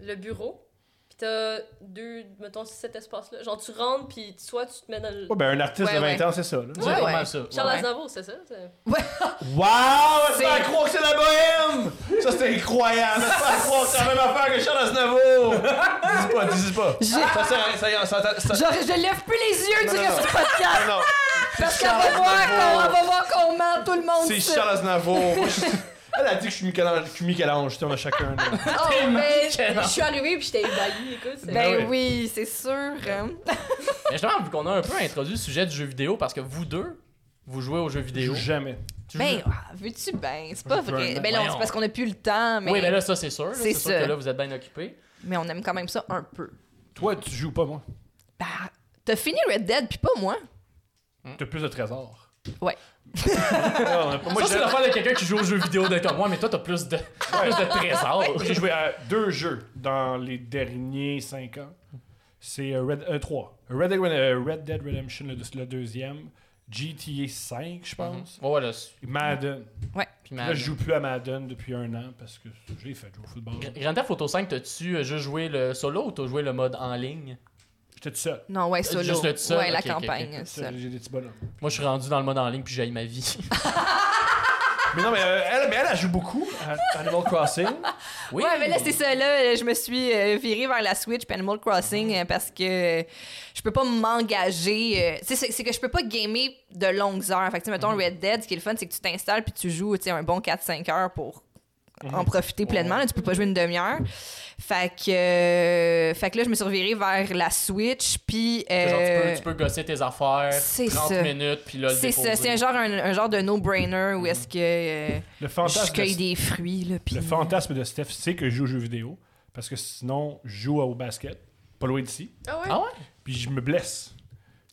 le bureau, pis t'as deux, mettons, cet espace-là. Genre, tu rentres, pis soit tu te mets dans le.
Ouais, ben un artiste de 20
Ouais, ouais.
ans, c'est ça. Là.
c'est
Ouais,
pas
ouais.
mal ça.
Charles
Ouais.
Aznavour, c'est ça? c'est-
Waouh,
C'est-
c'est à croire que c'est la bohème! Ça, c'est incroyable! C'est
<laughs>
pas à croire que c'est la même affaire que Charles Aznavour! dis pas, dis pas!
J'ai-
Ça sert à rien, ça y est, ça- ça- ça-
Genre, je lève plus les yeux
Non,
du
non,
reste
non.
du
Ah,
podcast
non, non.
parce
<laughs> C'est
qu'on va
Charles
voir
Aznavour.
qu'on on va voir qu'on ment tout le monde.
C'est
ça.
Charles Aznavour. Moi, je- Elle a dit que je suis Michel-Ange. Je suis Michel-Ange, tu sais, on a chacun. là.
Oh,
Ah
mais
Michel.
je suis arrivée, pis j'étais ébahie, écoute. c'est-
Ben
Ben
oui, c'est sûr. hein.
Mais justement, vu qu'on a un peu introduit le sujet du jeu vidéo, parce que vous deux, vous jouez aux jeux
Je
vidéo.
joue jamais.
Tu
Ben,
veux-
ah, veux-tu ben? C'est pas
veux
vrai.
un-
Ben là,
Voyons.
c'est parce qu'on a plus le temps, mais,
Oui,
ben
mais là, ça, c'est sûr. là.
C'est
C'est sûr
ça.
que là, vous êtes bien occupé.
mais on aime quand même ça un peu.
Toi, tu joues pas, moi.
Bah, t'as fini Red Dead, puis pas moi.
T'as plus de trésors.
Ouais.
Non, Ah, on a pas- moi,
ça, c'est
j'ai-
l'affaire de quelqu'un qui joue aux jeux vidéo de comme moi, mais toi, t'as plus de, plus de trésors.
j'ai joué à deux jeux dans les derniers cinq ans. C'est euh, Red, euh, trois. Red Dead, euh, Red Dead Redemption, le, le deuxième. GTA 5, je pense.
Ouais, ouais, là, c'est-
Et Madden.
puis
Mhm. Là, je joue plus à Madden depuis un an parce que j'ai fait jouer au football.
Gr- Grand Theft Auto 5, t'as-tu euh, juste joué le solo ou t'as joué le mode en ligne?
J'étais tout seul.
Non, ouais, solo.
Euh, Juste le tout seul,
Ouais, la
ok, ok, ok.
campagne,
Tout
seul.
seul, J'ai des petits bonhommes.
Moi, je suis rendu dans le mode en ligne puis j'ai ma vie.
<laughs>
Mais non, mais euh, elle, mais elle, elle joue beaucoup à Animal Crossing.
Oui,
Ouais, mais là, c'est ça. Là, je me suis euh, virée vers la Switch puis Animal Crossing
Ah.
euh, parce que je peux pas m'engager. euh, tu sais, c'est c'est que je peux pas gamer de longues heures. Fait que, tu sais, mettons,
Mm-hmm.
Red Dead, ce qui est le fun, c'est que tu t'installes puis tu joues tu sais, un bon 4-5 heures pour
Mm-hmm.
en profiter pleinement. là. tu peux pas jouer une demi-heure. Fait que, euh, fait que là, je me suis revirée vers la Switch puis.
C'est genre, tu,
euh,
peux, tu peux gosser tes affaires
c'est
30
ça.
minutes, puis là, le
c'est ça,
déposer.
c'est un genre, un, un genre de no-brainer où est-ce que euh,
Le
je
fantasme,
cueille
de,
des fruits. Là, puis-
le fantasme de Steph, c'est que je joue aux jeux vidéo. Parce que sinon, je joue au basket, pas loin d'ici.
Ah ouais?
Ah ouais?
Puis je me blesse.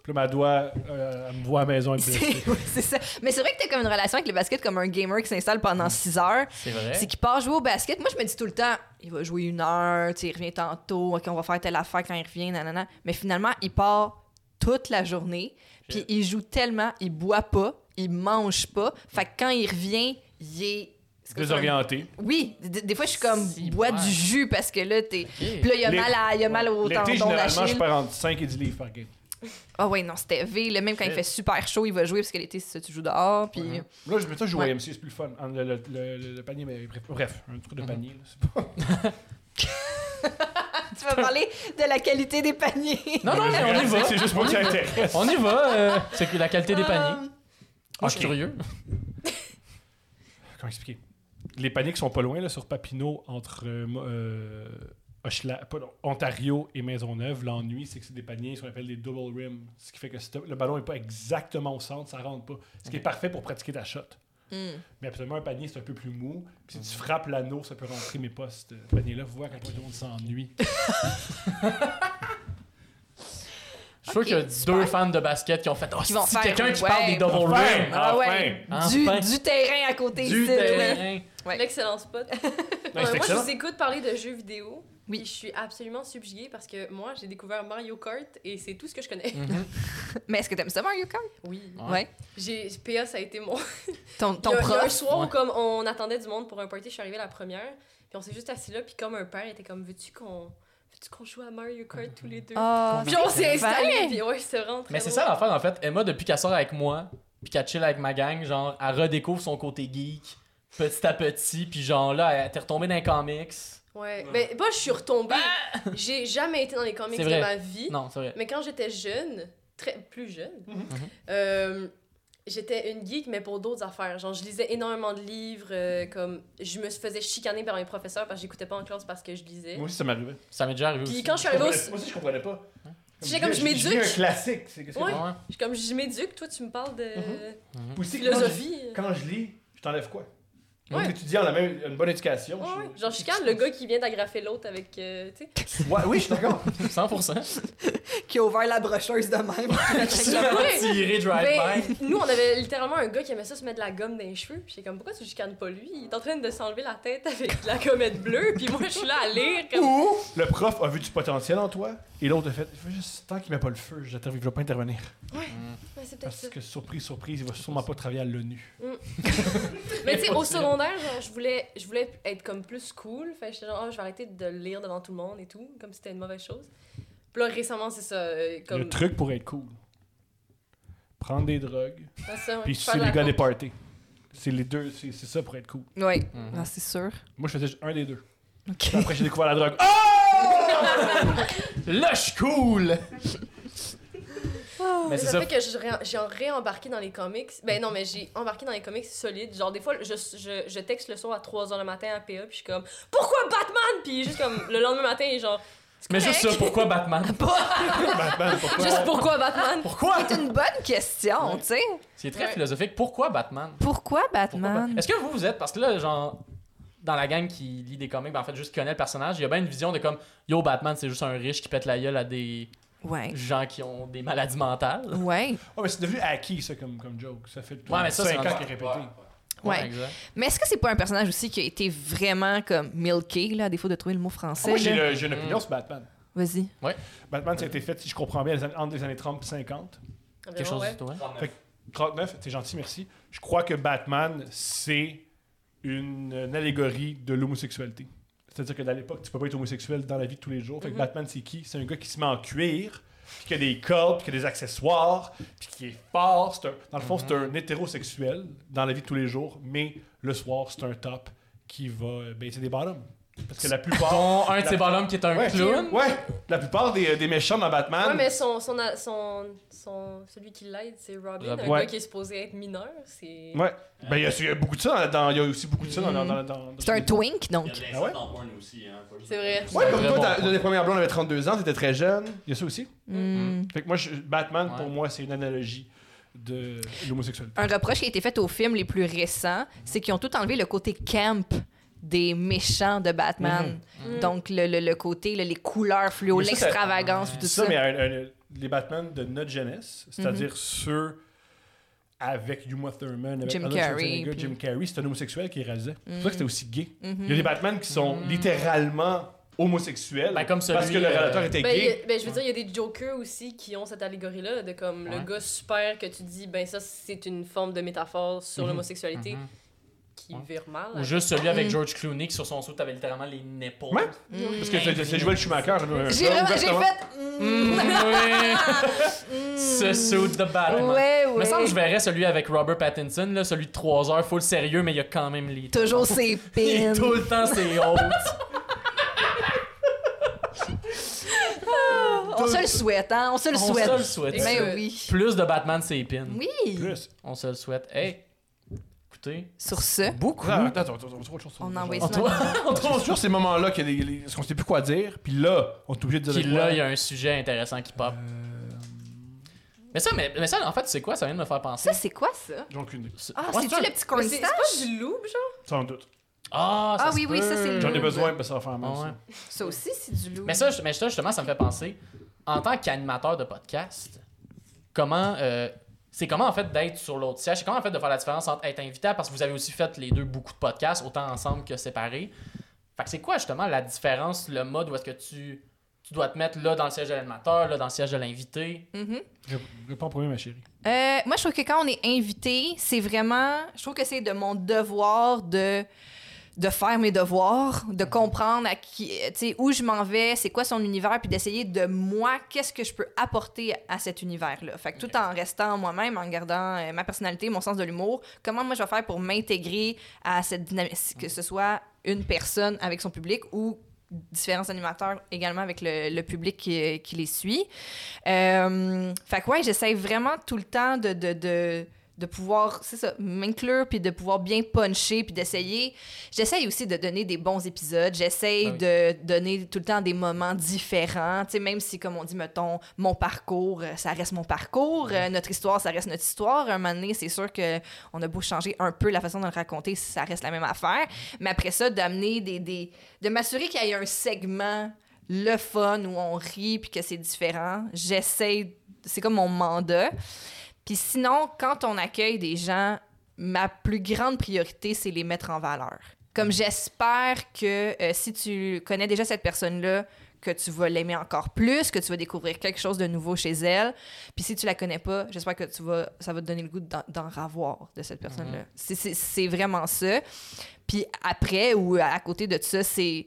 Puis là, ma doigt, euh, elle me voit à la maison, elle me blesse.
<laughs> C'est- ouais, c'est ça. Mais c'est vrai que t'as comme une relation avec le basket comme un gamer qui s'installe pendant 6 heures.
C'est vrai.
C'est qu'il part jouer au basket. Moi, je me dis tout le temps, il va jouer une heure, tu sais, il revient tantôt, ok, on va faire telle affaire quand il revient, nanana. Mais finalement, il part toute la journée, puis il joue tellement, il boit pas, il mange pas. Fait que quand il revient, il est. c'est quoi ça, un-
Désorienté.
Oui, des, des fois, je suis comme,
Si,
bois
ouais.
du jus parce que là, t'es. Puis là, il a
Les-
mal, à, il a mal au
L'été,
tendon
généralement, je
d'Achille.
perds entre 5 et 10 livres par game.
Ah ouais, non, c'était V. Là, même quand il
Shit.
fait super chaud, il va jouer parce que l'été, c'est ça, tu joues dehors. Puis
Là, je mets ça, je joue
Ouais.
au MC, c'est plus le fun. Ah, Le, le- le- le- le panier, mais bref, bref, un truc de
Mhm.
panier. là, c'est pas-
tu vas parler de la qualité des paniers.
Non, non, mais on y
<laughs>
va.
C'est juste pour que ça intéresse.
On y va. euh, c'est que la qualité des paniers.
Euh,
Ah, je suis curieux.
Comment expliquer? Les paniers qui sont pas loin, là, sur Papineau, entre euh, mo- euh, Hochela- pas, non, Ontario et Maisonneuve, l'ennui, c'est que c'est des paniers, ce qu'on appelle des double rim. Ce qui fait que si t'as- le ballon est pas exactement au centre, ça rentre pas. Ce qui est parfait pour pratiquer ta shot.
hmm.
Mais absolument, un panier, c'est un peu plus mou. Puis si tu frappes l'anneau, ça peut rentrer mes postes. Le panier-là, vous voyez à quel point tout le monde s'ennuie.
Je suis sûr
Ok,
qu'il y a
super.
deux fans de basket qui ont fait. Oh,
Qui vont
si
faire,
quelqu'un qui
ouais.
parle des double
Enfin,
rims.
Ah,
Ah ouais,
enfin.
du,
Enfin.
du terrain à côté
Du
ici, là.
terrain.
Ouais.
L'excellent spot. <laughs>
c'est
Ouais, moi, je
excellent.
vous écoute parler de jeux vidéo.
Oui.
Oui. je suis absolument subjuguée parce que moi, j'ai découvert Mario Kart et c'est tout ce que je
<laughs>
connais.
Mhm.
Mais est-ce que t'aimes ça, Mario Kart?
Oui.
Ouais.
J'ai, PA, ça a été mon.
Ton, ton
il y a- il y a <laughs> un
prof.
soir
Ouais.
où, comme, on attendait du monde pour un party, je suis arrivée la première. Puis on s'est juste assis là, puis comme un père était comme, veux-tu qu'on. Veux-tu qu'on joue à Mario Kart tous les deux?
Ah,
Puis on s'est
ben.
installé, puis ouais, c'était vraiment très
Mais c'est
drôle.
ça l'affaire, en fait. Emma, depuis qu'elle sort avec moi, puis qu'elle chill avec ma gang, genre, elle redécouvre son côté geek petit à petit, puis genre là, elle t'est retombée dans les comics.
Ouais. Mais moi, je suis retombée. J'ai jamais été dans les comics
Ah!
de
C'est vrai.
ma vie.
Non, c'est vrai.
Mais quand j'étais jeune, très plus jeune,
Mhm.
euh, j'étais une geek, mais pour d'autres affaires. Genre, je lisais énormément de livres, euh, comme je me faisais chicaner par mes professeurs parce que j'écoutais pas en classe parce que je lisais.
Moi aussi, ça m'arrivait.
Ça m'est déjà arrivé
Puis
aussi.
quand je suis
Moi
arrivée au...
aussi, je comprenais pas.
J'ai comme, je
lis- lis
m'éduque.
un classique. C'est qu'est-ce que
Ouais.
c'est.
Ouais.
je- Comme je m'éduque, toi, tu me parles de
Aussi, quand je-
philosophie.
Mhm. Quand je lis, je t'enlève quoi?
Ouais.
Les étudiants ont la même, une bonne éducation.
Ouais, ouais.
je-
Genre, je chicane le gars qui vient d'agrafer l'autre avec... euh, tu sais.
Ouais, oui, je suis d'accord.
100%.
Qui a ouvert la brocheuse de <laughs> même.
Ouais.
Tiré drive-by.
Ben, nous, on avait littéralement un gars qui aimait ça se mettre de la gomme dans les cheveux. Puis j'étais comme, pourquoi tu chicanes pas lui? Il est en train de s'enlever la tête avec de la comète bleue. Puis moi, je suis là à lire. Comme...
Ou le prof a vu du potentiel en toi et l'autre a fait il faut juste tant qu'il met pas le feu, je ne vais pas intervenir.
Ouais, c'est peut-être
Parce
ça.
que surprise, surprise, il va sûrement pas travailler à l'ONU.
Mais tu sais, au secondaire, genre, je voulais, je voulais être comme plus cool. Fait que j'étais genre, Ah, je vais arrêter de lire devant tout le monde et tout, comme si c'était une mauvaise chose. Puis là, récemment, c'est ça. euh, comme...
Le truc pour être cool prendre des drogues,
Ah, ça, ouais,
puis
faire
c'est
de la
les gars des
coke.
parties. C'est les deux, c'est c'est ça pour être cool.
Oui,
Mhm.
Ah, c'est sûr.
Moi, je faisais juste un des
<laughs>
deux.
OK.
Puis après, j'ai découvert la drogue.
Oh!
Là, je suis cool! mais
Mais
c'est
ça,
ça.
fait que je ré- j'ai en- réembarqué dans les comics. Ben non, mais j'ai embarqué dans les comics solides. Genre, des fois, je, je, je texte le soir à 3h le matin à PA, puis je suis comme « Pourquoi Batman? » Puis juste comme, le lendemain matin, il est genre «
Mais juste ça,
correct.
pourquoi Batman?
Batman, pourquoi?
Juste pourquoi Batman?
Pourquoi?
C'est une bonne question, tu sais.
C'est très
Ouais.
philosophique. Pourquoi Batman?
Pourquoi
Pourquoi
Batman?
Bat- Est-ce que vous, vous êtes, parce que là, genre, dans la gang qui lit des comics, ben, en fait, juste qui connaît le personnage, il y a bien une vision de comme, yo, Batman, c'est juste un riche qui pète la gueule à des
Ouais.
gens qui ont des maladies mentales.
Ouais.
Oh, mais c'est devenu acquis, ça, comme, comme joke. Ça fait
Ouais, mais ça, c'est
5 ans
rendu-
qu'il est répété.
Ouais.
exact.
Mais est-ce que c'est pas un personnage aussi qui a été vraiment comme milké, là, à défaut de trouver le mot
Ah
français?
Moi, j'ai
là?
le- j'ai une
Mm.
opinion sur Batman.
Vas-y.
Batman, ça a été fait, si je comprends bien, les années- entre les années 30 et 50.
Quelque chose du tout, hein?
39.
Fait que 39, c'est gentil, merci. Je crois que Batman, c'est une, une allégorie de l'homosexualité. C'est-à-dire que dans l'époque, tu peux pas être homosexuel dans la vie de tous les jours. Fait
Mm-hmm.
que Batman, c'est qui C'est un gars qui se met en cuir, puis qui a des cordes, puis qui a des accessoires, puis qui est fort. C'est un- dans le fond, c'est
Mm-hmm.
un hétérosexuel dans la vie de tous les jours, mais le soir, c'est un top qui va euh, baisser des bottoms. Parce que la plupart.
Dont un de ces
La-
bonhommes qui est un
Ouais.
clown.
Ouais, la plupart des, des méchants dans Batman.
Ouais, mais son, son, a- son, son- celui qui l'aide, c'est Robin,
Robin.
un
Ouais.
gars qui est supposé être mineur. C'est.
Ouais. Ben, il y, a- il y a beaucoup de ça. dans- Il y a aussi beaucoup de ça dans. dans, dans, dans-
C'est un twink, donc.
Il y a de
Ah ouais?
l'inceste en porn aussi, hein. faut juste-
C'est
Ouais,
vrai.
comme
Très
toi,
bon
ta-
point.
les premières blondes avaient 32 ans, t'étais très jeune.
Il y a ça aussi.
Hmm.
Fait que moi, je- Batman,
Ouais.
pour moi, c'est une analogie de l'homosexualité.
Un reproche qui a été fait aux films les plus récents, c'est qu'ils ont tout enlevé le côté camp des méchants de Batman. Mm.
Mhm.
Donc, le, le- le côté, là, les couleurs fluo,
Mais ça, ça-
l'extravagance, puis tout
Ça,
Ah, ça.
mais un- un- les Batman de notre jeunesse, c'est-à-dire ceux avec Uma Thurman, avec
Jim
Arnold
Carrey,
Schwarzenegger,
puis-
Jim Carrey, c'est un homosexuel qui réalisait. C'est pour ça que c'était aussi gay. Il y a
Mhm.
des Batman qui sont littéralement homosexuels
Ben, comme
parce
celui,
que le réalisateur
euh,
était
Ben, il y
gay.
a- ben, je veux dire, il y a des jokers aussi qui ont cette allégorie-là, de comme le
Ouais.
gars super que tu dis, ben ça, c'est une forme de métaphore sur
Mhm.
l'homosexualité
Mhm.
qui
Ouais.
vire mal.
Ou juste celui avec
Mm.
George Clooney qui, sur son saut, avait littéralement les nipples. <laughs>
Ouais.
Mhm.
Parce que c'est- c'est Joel Schumacher. j'en ai un-
J'ai
un-
vraiment- j'ai
ouvertement.
fait. Mm.
Mm, oui. Ce saut de Batman.
Ouais,
Il me
ouais.
semble que je verrais celui avec Robert Pattinson, là, celui de 3 heures, full sérieux, mais il y a quand même les.
Toujours ses
Il est
pins.
<laughs> tout le temps
<laughs>
c'est hautes.
On se le souhaite, hein? On se le
On se le
souhaite.
souhaite.
Ben oui.
Plus de Batman, c'est épine.
Oui.
Plus.
On se le souhaite. Hey, écoutez.
Sur ce,
Beaucoup.
Ah, Attends, attends, attends, on trouve autre chose.
on envoie
En
ça.
toi.
On trouve toujours ces moments-là qu'il y a des- les- parce qu'on sait plus quoi dire, puis là, on est obligé de dire.
Puis
de quoi.
là, il y a un sujet intéressant qui pop.
Euh,
Mais ça, mais, mais ça, en fait, c'est quoi? Ça vient de me faire penser.
Ça, c'est quoi ça?
J'en ai aucune idée.
Ah,
Ouais,
c'est-tu
ça-
le petit
Mais c'est c'est
cornstarch?
pas du loup, genre?
Sans doute.
Ah, ça
Ah
se
oui, oui, ça,
peut.
c'est le-
J'en ai besoin, parce que ça va faire mal.
Ah ouais.
ça.
Ça aussi, c'est du loup.
Mais ça, je- mais ça, justement, ça me fait penser, en tant qu'animateur de podcast, comment. euh, c'est comment, en fait, d'être sur l'autre siège? C'est comment, en fait, de faire la différence entre être invité, parce que vous avez aussi fait les deux beaucoup de podcasts, autant ensemble que séparés. Fait que c'est quoi, justement, la différence, le mode où est-ce que tu, tu dois te mettre là dans le siège de l'animateur, là dans le siège de l'invité?
Mhm.
Je réponds en premier, ma chérie.
Euh, moi, je trouve que quand on est invité, c'est vraiment. Je trouve que c'est de mon devoir de de faire mes devoirs, de comprendre à qui, tu sais, où je m'en vais, c'est quoi son univers, puis d'essayer de moi, qu'est-ce que je peux apporter à cet univers-là. Fait que tout en restant moi-même, en gardant euh, ma personnalité, mon sens de l'humour, comment moi je vais faire pour m'intégrer à cette dynamique, que ce soit une personne avec son public ou différents animateurs également avec le, le public qui, qui les suit. Euh, fait que ouais, j'essaie vraiment tout le temps de, de, de, de pouvoir, c'est ça, m'inclure, puis de pouvoir bien puncher, puis d'essayer. J'essaye aussi de donner des bons épisodes. J'essaye
Ah oui.
de donner tout le temps des moments différents. Tu sais, même si, comme on dit, mettons, mon parcours, euh, ça reste mon parcours. euh, notre histoire, ça reste notre histoire. Un moment donné, c'est sûr que on a beau changer un peu la façon de le raconter, ça reste la même affaire. Mais après ça, d'amener des, des... de m'assurer qu'il y ait un segment le fun où on rit puis que c'est différent. J'essaie, c'est comme mon mandat. Puis sinon, quand on accueille des gens, ma plus grande priorité, c'est les mettre en valeur. Comme j'espère que euh, si tu connais déjà cette personne-là, que tu vas l'aimer encore plus, que tu vas découvrir quelque chose de nouveau chez elle. Puis si tu la connais pas, j'espère que tu vas, ça va te donner le goût d'en- d'en ravoir de cette personne-là. C'est- c'est- C'est vraiment ça. Puis après ou à à côté de ça, c'est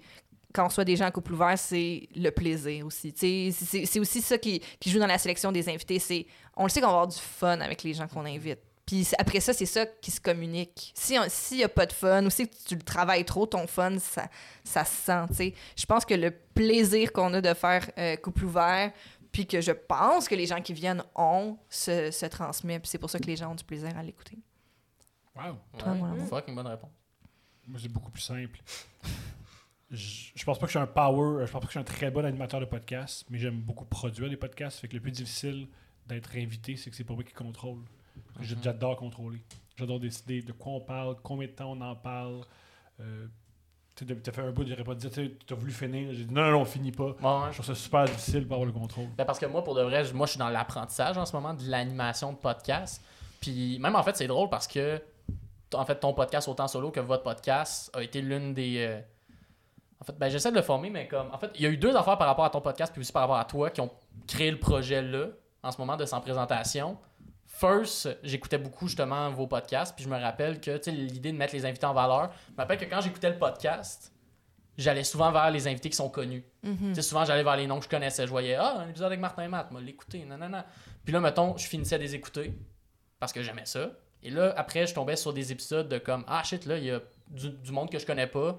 quand on soit des gens à couple ouvert, c'est le plaisir aussi. Tu sais, C'est c'est- c'est aussi ça qui, qui joue dans la sélection des invités. C'est On le sait qu'on va avoir du fun avec les gens qu'on invite. Puis c'est- après ça, c'est ça qui se communique. Si on- S'il n'y a pas de fun ou si tu le travailles trop, ton fun, ça, ça se sent. tu sais. Je pense que le plaisir qu'on a de faire euh, couple ouvert, puis que je pense que les gens qui viennent ont, se, se transmet. Puis c'est pour ça que les gens ont du plaisir à l'écouter.
Wow.
Toi, moi.
Fuck, une bonne réponse.
Moi, c'est beaucoup plus simple. je je pense pas que je suis un power, je pense pas que je suis un très bon animateur de podcast, mais j'aime beaucoup produire des podcasts. Fait que le plus difficile d'être invité, c'est que c'est pas moi qui contrôle. Parce que j'ai-
Mhm.
J'adore contrôler. J'adore décider de quoi on parle, combien de temps on en parle. Euh, tu sais, t'as fait un bout, j'aurais pas dit, tu as voulu finir. J'ai dit non, non, non, on finit pas.
Bon, hein,
Je trouve ça super difficile pour avoir le
<laughs>
contrôle.
Ben, parce que moi, pour de vrai, je- moi, je suis dans l'apprentissage en ce moment de l'animation de podcast. Puis même, en fait, c'est drôle parce que, t- en fait, ton podcast, autant solo que votre podcast, a été l'une des... euh, En fait, ben, j'essaie de le former, mais comme... En fait, il y a eu deux affaires par rapport à ton podcast puis aussi par rapport à toi qui ont créé le projet-là, en ce moment, de Sans Présentation. First, j'écoutais beaucoup justement vos podcasts, puis je me rappelle que, tu sais, l'idée de mettre les invités en valeur, je me rappelle que quand j'écoutais le podcast, j'allais souvent vers les invités qui sont connus. Tu sais, souvent, j'allais vers les noms que je connaissais. Je voyais, ah, un épisode avec Martin et Matt, moi, l'écouter, nanana. Puis là, mettons, je finissais de les écouter parce que j'aimais ça. Et là, après, je tombais sur des épisodes de comme, ah shit, là, il y a du, du monde que je connais pas.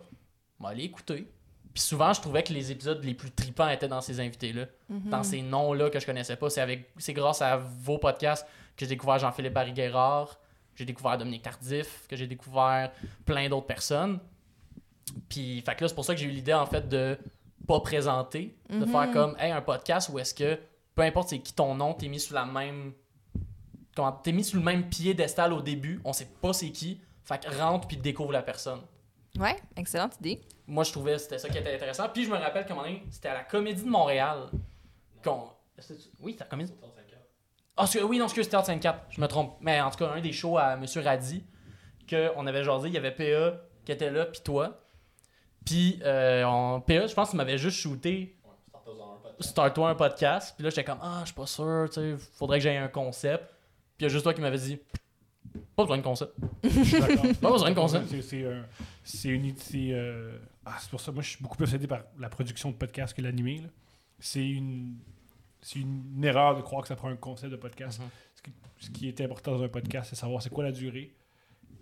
Moi, aller écouter. Puis souvent, je trouvais que les épisodes les plus tripants étaient dans ces invités-là,
Mhm.
dans ces noms-là que je connaissais pas. C'est avec c'est grâce à vos podcasts que j'ai découvert Jean-Philippe Barry-Guerrard, j'ai découvert Dominique Tardif, que j'ai découvert plein d'autres personnes. Puis, fait que là, c'est pour ça que j'ai eu l'idée, en fait, de pas présenter, de faire comme, hey, un podcast où est-ce que, peu importe c'est qui ton nom, t'es mis sous la même. Comment, t'es mis sous le même piédestal au début, on sait pas c'est qui, fait que rentre puis découvre la personne.
Ouais, excellente idée.
Moi, je trouvais que c'était ça qui était intéressant. Puis, je me rappelle qu'à un moment donné, c'était à la Comédie de Montréal. qu'on- c'est- Oui, c'était à la Comédie.
hein.
Ah, excuse- oui, non, excuse, c'était en 54, je me trompe. Mais en tout cas, un des shows à M. Radi, qu'on avait jasé, il y avait PA qui était là, puis toi. Puis euh, on- PA, je pense que tu m'avais juste shooté Start-toi un podcast. Puis là, j'étais comme, ah, je suis pas sûr, tu sais, faudrait que j'aie un concept. Puis il y a juste toi qui m'avais dit, pas besoin de concept.
Je suis d'accord.
Pas besoin de conseil.
C'est- C'est un- c'est une c'est, euh, ah, c'est pour ça moi je suis beaucoup plus aidé par la production de podcast que l'animé. là. C'est une c'est une erreur de croire que ça prend un concept de podcast.
Mhm.
ce, qui, ce qui est important dans un podcast, c'est savoir c'est quoi la durée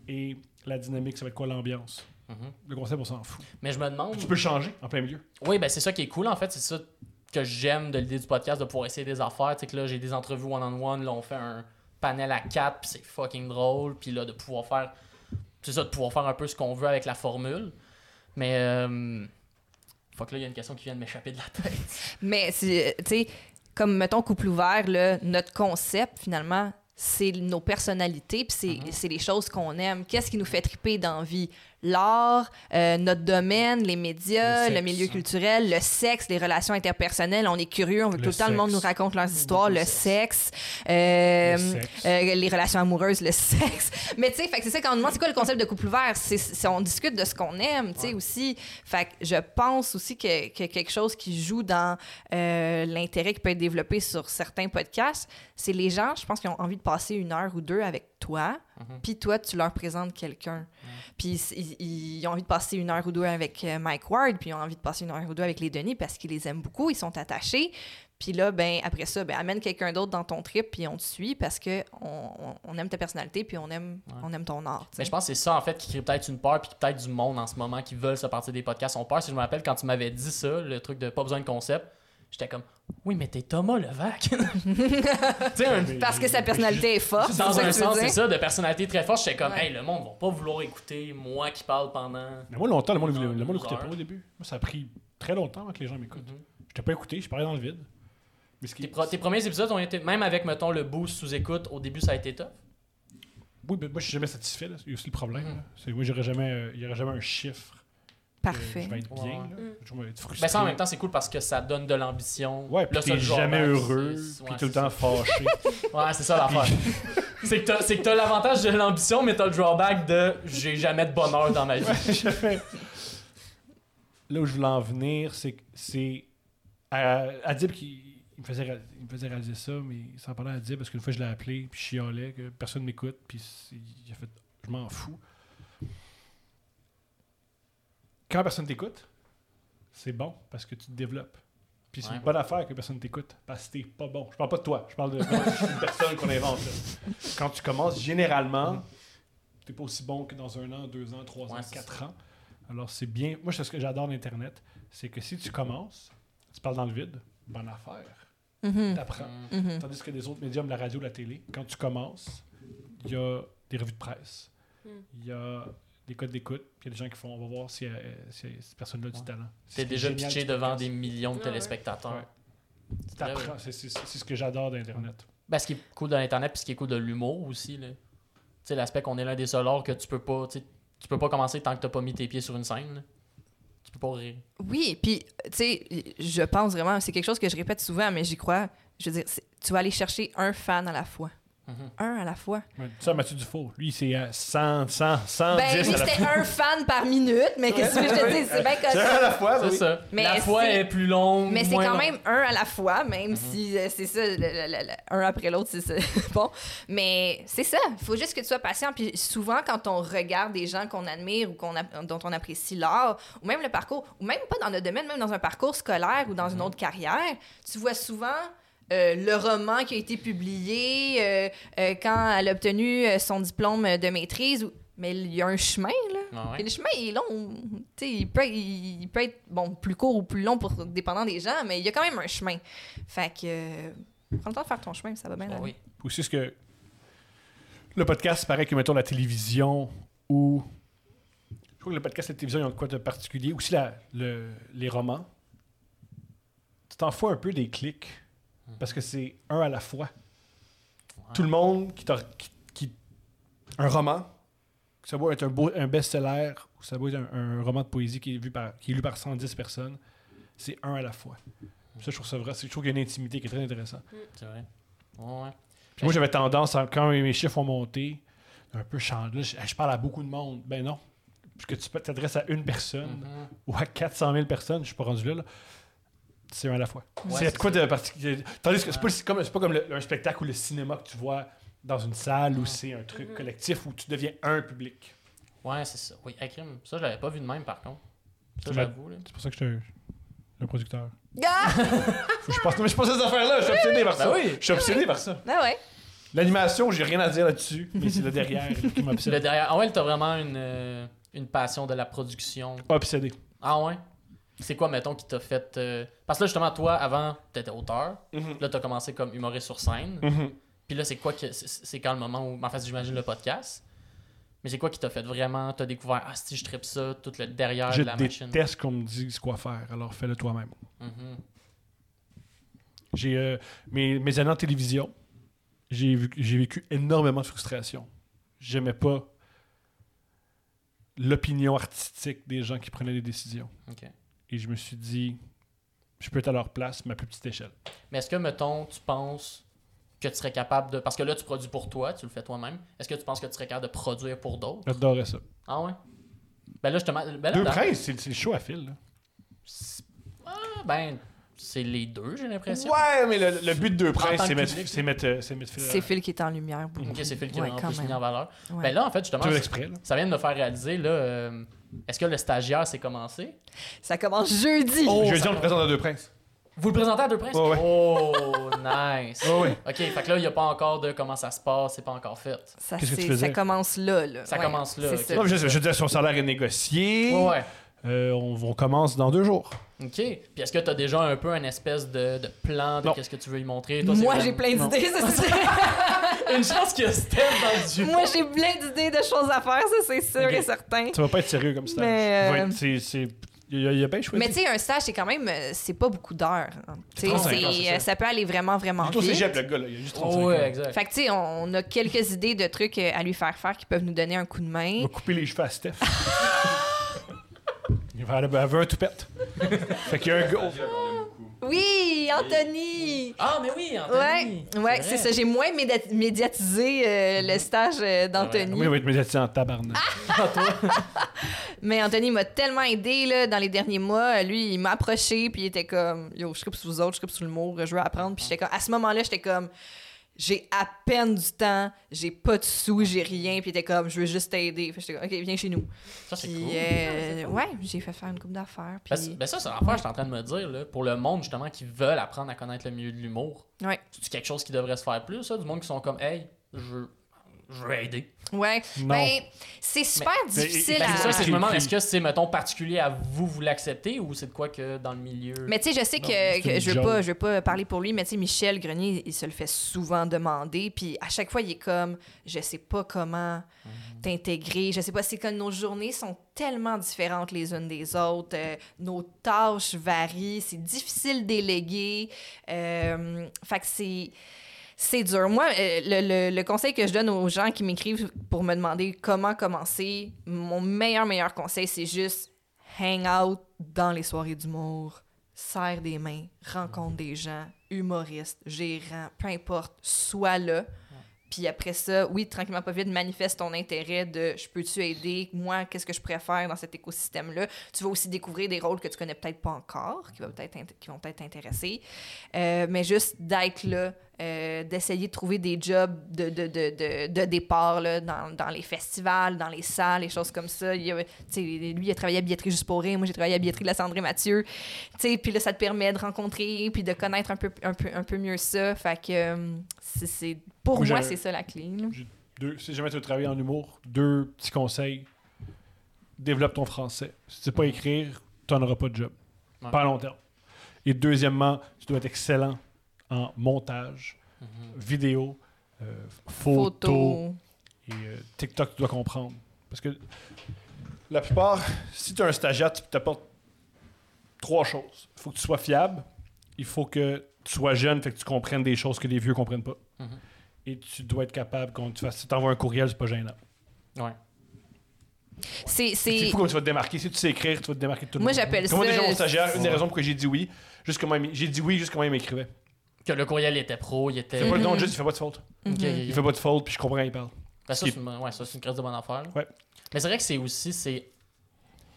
et la dynamique, ça va être quoi l'ambiance.
Mhm.
Le concept, on s'en fout.
Mais je me demande.
Tu peux changer en plein milieu.
Oui, ben c'est ça qui est cool en fait, c'est ça que j'aime de l'idée du podcast, de pouvoir essayer des affaires. Tu sais que là, j'ai des entrevues one-on-one, là, on fait un panel à quatre, puis c'est fucking drôle, puis là, de pouvoir faire. C'est ça, de pouvoir faire un peu ce qu'on veut avec la formule. Mais. Euh... Fuck, là, il y a une question qui vient de m'échapper de la tête.
Mais, c'est, euh, tu sais, comme mettons couple ouvert, là, notre concept, finalement, c'est nos personnalités, puis c'est, c'est les choses qu'on aime. Qu'est-ce qui nous fait triper dans la vie? L'art, euh, notre domaine, les médias,
Le
le,
sexe.
milieu culturel, le sexe, les relations interpersonnelles. On est curieux, on veut que
Le
tout le temps le monde
sexe.
nous raconte leurs histoires,
Beaucoup
le
le
sexe, euh,
Le sexe.
euh, les relations amoureuses, le sexe. <laughs> Mais tu sais, fait que c'est ça quand on demande c'est quoi le concept de couple ouvert, c'est, c'est- on discute de ce qu'on aime, tu sais aussi. Fait que je pense aussi que, que quelque chose qui joue dans euh, l'intérêt qui peut être développé sur certains podcasts, c'est les gens, je pense, qui ont envie de passer une heure ou deux avec toi,
Mhm.
puis toi, tu leur présentes quelqu'un. Puis s- ils, ils ont envie de passer une heure ou deux avec euh, Mike Ward, puis ils ont envie de passer une heure ou deux avec les Denis parce qu'ils les aiment beaucoup, ils sont attachés. Puis là, ben après ça, ben amène quelqu'un d'autre dans ton trip, puis on te suit parce que on, on- on aime ta personnalité, puis on aime,
Ouais.
on aime ton art. tu
Mais
sais.
je pense que c'est ça en fait qui crée peut-être une peur, puis peut-être du monde en ce moment qui veulent se partir des podcasts. On peur, si je me rappelle, quand tu m'avais dit ça, le truc de pas besoin de concept, j'étais comme, oui, mais t'es Thomas Levac. tu sais, un
Parce que sa personnalité est forte, c'est
dans
ça
un
que tu veux
sens, c'est
dire?
ça, de personnalité très forte. J'étais comme,
Ouais.
hey, le monde va pas vouloir écouter moi qui parle pendant.
Mais moi, longtemps, le monde le, le monde
Une
l'écoutait
heure.
pas au début. Moi, ça a pris très longtemps avant que les gens m'écoutent. Je t'ai pas écouté, je parlais dans le vide. Mais ce qui-
Tes, pro- tes premiers épisodes ont été, même avec, mettons, le boost sous écoute, au début, ça a été tough.
Oui, mais moi, je suis jamais satisfait. là. C'est aussi le problème.
Mhm.
là. C'est- Moi, j'aurais jamais, euh, il n'y aurait jamais un chiffre. que
Parfait.
Je vais être
Ouais,
bien.
ouais.
là. Je vais être frustré.
Mais ça, en même temps, c'est cool parce que ça donne de l'ambition.
Ouais, puis
Là, ça,
t'es
le genre,
jamais
hein,
heureux,
c'est- ouais,
puis tout le
c'est
temps fâché.
ça. Ouais, c'est ça l'affaire. <laughs> c'est que t'as- c'est que t'as l'avantage de l'ambition, mais t'as le drawback de j'ai jamais de bonheur dans ma vie.
Ouais, <laughs> je fais- Là où je voulais en venir, c'est que c'est. à- Adib qui il me, faisait, ra- il me faisait réaliser ça, mais sans parler à Adib, parce qu'une fois je l'ai appelé, puis je chialais, que personne m'écoute, puis c'est- il a fait Je m'en fous. Quand personne t'écoute, c'est bon parce que tu te développes. Puis c'est
Ouais.
une bonne affaire que personne t'écoute parce que t'es pas bon. Je parle pas de toi, je parle de moi, je suis une personne qu'on invente. là. Quand tu commences, généralement, t'es pas aussi bon que dans un an, deux ans, trois
Ouais,
ans,
c'est
quatre ans. Alors c'est bien. Moi, c'est ce que j'adore d'Internet, c'est que si tu commences, tu parles dans le vide, bonne affaire.
Mm.
Mhm,
T'apprends.
mhm.
Tandis que les autres médiums, la radio, la télé, quand tu commences, il y a des revues de presse.
Mm.
Il y a des codes d'écoute. Puis il y a des gens qui font on va voir si, euh, si cette personne-là a du
Ouais.
talent.
T'es
C'est
déjà
génial
pitché
du
devant
podcast.
des millions de
Ouais.
téléspectateurs.
Ouais.
C'est vrai, ouais.
T'apprends. C'est c'est- c'est ce que j'adore d'Internet.
Ben, ce qui est cool de l'Internet, puis ce qui est cool de l'humour aussi. là. Tu sais, l'aspect qu'on est l'un des seuls arts que tu peux pas. tu sais, Tu peux pas commencer tant que t'as pas mis tes pieds sur une scène. là. Tu peux pas rire.
Oui, puis, tu sais, je pense vraiment, c'est quelque chose que je répète souvent, mais j'y crois. Je veux dire, c'est- tu vas aller chercher un fan à la fois.
Mhm.
Un à la fois.
Ouais, Ça, Mathieu Dufault, lui, c'est euh, à 100, 100, 110
Ben, lui,
à la
c'était un fan par minute, mais qu'est-ce que je te dis? C'est bien
C'est
correct.
à la
Ah
fois,
C'est
oui.
ça.
Mais
la foi
c'est-
est plus longue.
Mais c'est
moins
quand
longue.
même un à la fois, même si euh, c'est ça, le- le- le- le- un après l'autre, c'est ça. <laughs> bon. Mais c'est ça, il faut juste que tu sois patient. Puis souvent, quand on regarde des gens qu'on admire ou qu'on a- dont on apprécie l'art, ou même le parcours, ou même pas dans notre domaine, même dans un parcours scolaire ou dans une autre carrière, tu vois souvent. euh, le roman qui a été publié euh, euh, quand elle a obtenu euh, son diplôme de maîtrise. ou- Mais il y a un chemin, là.
Ah ouais.
Et le chemin il est long. Tu sais, il, peut, il, il peut être bon, plus court ou plus long pour, dépendant des gens, mais il y a quand même un chemin. Fait que. euh, prends le temps de faire ton chemin, ça va bien.
Ah
aller.
oui.
Puis aussi ce que le podcast paraît que mettons la télévision ou je crois que le podcast et la télévision ils ont de quoi de particulier aussi la, le- les romans tu t'en fous un peu des clics parce que c'est un à la fois tout le monde qui, t'a- qui, qui- un roman que ça doit être un, beau- un best-seller ou ça doit être un, un roman de poésie qui est, vu par, qui est lu par 110 personnes c'est un à la fois ça je trouve ça vrai c'est- je trouve qu'il y a une intimité qui est très intéressante
C'est vrai. Ouais, ouais.
puis moi, j'avais tendance, à- quand mes chiffres ont monté, un peu changer. Je, je parle à beaucoup de monde. Ben non. Puisque tu peux- t'adresses à une personne
Mhm.
ou à 400 000 personnes, je suis pas rendu là. là. C'est un à la fois.
Ouais,
c'est
c'est
de quoi
ça.
de particulier. Tandis que c'est pas, c'est comme, c'est pas comme le- un spectacle ou le cinéma que tu vois dans une salle où c'est un truc collectif où tu deviens un public.
Ouais, c'est ça. Oui, Akrim, ça, je l'avais pas vu de même, par contre. Ça,
Tu
j'avoue. là.
C'est pour ça que je suis un producteur.
Ah!
Je pense, non, mais je pense à ces affaires-là. Je suis obsédé par ça.
Ben oui.
Je suis obsédé par ça.
Ah ouais.
L'animation, j'ai rien à dire là-dessus, mais c'est le derrière qui m'obsède.
Le derrière. Ah ouais, t'as vraiment une, euh, une passion de la production.
Obsédé.
Ah ouais? C'est quoi, mettons, qui t'a fait. euh, Parce que là, justement, toi, avant, t'étais auteur.
Mhm.
Là, t'as commencé comme humoriste sur scène.
Mhm.
Puis là, c'est quoi que. c'est- C'est quand le moment où. En fait, j'imagine le podcast. Mais c'est quoi qui t'a fait vraiment. T'as découvert, ah, si je tripe ça, tout le derrière
Je
de la machine.
déteste qu'on me dise quoi faire, alors fais-le toi-même.
Mhm.
J'ai euh, mes, mes années en télévision, j'ai vu- j'ai vécu énormément de frustration. J'aimais pas l'opinion artistique des gens qui prenaient des décisions.
Ok.
Et je me suis dit, je peux être à leur place, mais à plus petite échelle.
Mais est-ce que, mettons, tu penses que tu serais capable de. Parce que là, tu produis pour toi, tu le fais toi-même. Est-ce que tu penses que tu serais capable de produire pour d'autres
J'adorais ça.
Ah ouais Ben là, justement. Ben là,
Deux
dans-
princes, c'est c'est chaud à fil. là.
c'est- Ah, ben, c'est les deux, j'ai l'impression.
Ouais, mais le, le but de Deux
tant
princes,
que
c'est mettre,
public.
c'est mettre, euh, c'est mettre fil à-
C'est Phil qui est en lumière. beaucoup.
Ok, c'est Phil qui
Ouais,
a un
quand
peu mis
même.
en valeur.
Ouais.
Mhm. Ben là, en fait, justement,
Tu veux
ça-
exprès, là.
ça vient de me faire réaliser, là. euh, Est-ce que le stagiaire s'est commencé
Ça commence jeudi.
Oh,
Jeudi,
ça-
on le présente à Deux princes.
Vous le présentez à deux princes
Ouais, ouais.
Oh, nice.
Ouais, ouais.
Ok, fait que là, il n'y a pas encore de comment ça se passe, c'est pas encore fait.
Ça,
Qu'est-ce que tu
c'est-
faisais?
ça commence là. là.
Ça commence là,
c'est
ok.
ça.
Non, mais je, je veux dire, son salaire est négocié.
Ouais, ouais.
Euh, on, on commence dans deux jours.
Ok. Puis est-ce que tu as déjà un peu un espèce de, de plan de
Non.
qu'est-ce que tu veux y montrer Toi, c'est
Moi,
vraiment-
j'ai plein
Non.
d'idées. ça, c'est-
<laughs>
Une chance qu'il y a Steph dans le jeu.
Moi, j'ai plein d'idées de choses à faire, ça, c'est sûr
Ok.
et certain.
Ça va pas être sérieux comme stage.
Mais, euh,
Va être- c'est- c'est- Il y, a- il y a bien choisi.
Mais tu sais, un stage, c'est quand même, euh, c'est pas beaucoup d'heures. hein. Tu sais,
35
c'est-
heures, c'est
euh,
ça.
ça peut aller vraiment,
Il
vraiment
est au
vite.
cégep, le gars, là. Il a juste 35
Oh, ouais,
ans.
exact.
Fait que, tu sais, on, on a quelques idées de trucs euh, à lui faire faire qui peuvent nous donner un coup de
Il
main.
va couper les cheveux à Steph. <laughs> il va aller avoir un
<laughs>
toupette. fait qu'il y a un gars.
on l'aime beaucoup.
Oui, Anthony!
Ah, mais oui,
Ouais, ouais,
Anthony. vrai. Mm-hmm. Ah
c'est ça. J'ai moins méda- médiatisé euh, le stage
Moi,
euh, d'Anthony.
il va être médiatisé en tabarnak.
Ah, Mais Anthony m'a tellement aidé là, dans les derniers mois. Euh, Lui, il m'a approché, puis il était comme Yo, je scribe sous vous autres, je scribe sous l'humour, je veux apprendre. Puis j'étais comme, à ce moment-là, j'étais comme J'ai à peine du temps, j'ai pas de sous, j'ai rien. Puis il était comme Je veux juste t'aider. Fait que j'étais comme Ok, viens chez nous.
Ça, c'est
Puis,
cool.
euh, ouais, j'ai fait faire une coupe d'affaires.
Ben, c'est-
Puis,
ben ça, c'est l'affaire que je suis en train de me dire, là, pour le monde justement qui veulent apprendre à connaître le milieu de l'humour.
Ouais.
C'est quelque chose qui devrait se faire plus, ça, du monde qui sont comme, hey, je veux- je veux aider.
Ouais.
Non.
Ben, c'est super difficile
Ben,
Ben,
à.
c'est ça, c'est le moment.
Écrit.
Est-ce que c'est, mettons, particulier à vous, vous l'acceptez ou c'est de quoi que dans le milieu.
Mais tu sais, je sais
Non,
que,
c'est
que
une
je veux
joke.
pas, je veux pas parler pour lui, mais tu sais, Michel Grenier, il se le fait souvent demander, puis à chaque fois, il est comme, je sais pas comment
Mm.
t'intégrer, je sais pas, c'est que nos journées sont tellement différentes les unes des autres, euh, nos tâches varient, c'est difficile de déléguer, euh, fait que c'est c'est dur. Moi, euh, le, le- le conseil que je donne aux gens qui m'écrivent pour me demander comment commencer, mon meilleur, meilleur conseil, c'est juste hang out dans les soirées d'humour, serre des mains, rencontre des gens, humoristes, gérants, peu importe, sois là. Puis après ça, oui, tranquillement, pas vite, manifeste ton intérêt de je peux-tu aider, moi, qu'est-ce que je pourrais faire dans cet écosystème-là. Tu vas aussi découvrir des rôles que tu connais peut-être pas encore, qui, va peut-être int- qui vont peut-être t'intéresser. Euh, mais juste d'être là, euh, d'essayer de trouver des jobs de, de, de, de, de départ là, dans, dans les festivals, dans les salles, les choses comme ça. Il y a- tu sais, lui, il a travaillé à billetterie juste pour rire. Moi, j'ai travaillé à billetterie de la Cendrée Mathieu. Tu sais, Puis là, ça te permet de rencontrer puis de connaître un peu, un peu, un peu mieux ça. Fait que euh, c'est- c'est, pour
Moi,
moi,
j'avais-
c'est ça la clé. là.
Deux, si jamais tu veux travailler en humour, deux petits conseils. Développe ton français. Si tu sais pas écrire, tu n'auras pas de job.
Ouais.
Pas à long terme. Et deuxièmement, tu dois être excellent en montage,
Mhm.
vidéo, euh, photo,
Photo.
et euh, TikTok, tu dois comprendre. Parce que la plupart, si tu es un stagiaire, tu t'apportes trois choses. Il faut que tu sois fiable, il faut que tu sois jeune, fait que tu comprennes des choses que les vieux comprennent pas.
Mhm.
Et tu dois être capable, quand tu fasses, si tu envoies un courriel, c'est pas gênant.
Ouais.
C'est,
Il
c'est...
faut que tu vas te démarquer. Si tu sais écrire, tu vas te démarquer de tout le
Moi,
monde.
j'appelle
Comme moi,
ça-
déjà, mon stagiaire, une des raisons pourquoi j'ai dit oui, juste comment il m- j'ai dit oui, juste comment il m'écrivait.
Que le courriel était pro, il
Il
était.
fait pas de
Mhm.
don, juste, il fait pas de faute.
Ok, ok, ok.
Il fait pas de faute, puis je comprends, il parle.
Ben, ça, c'est une, ouais, ça, c'est une crise de bonne affaire. là.
Ouais.
Mais c'est vrai que c'est aussi. C'est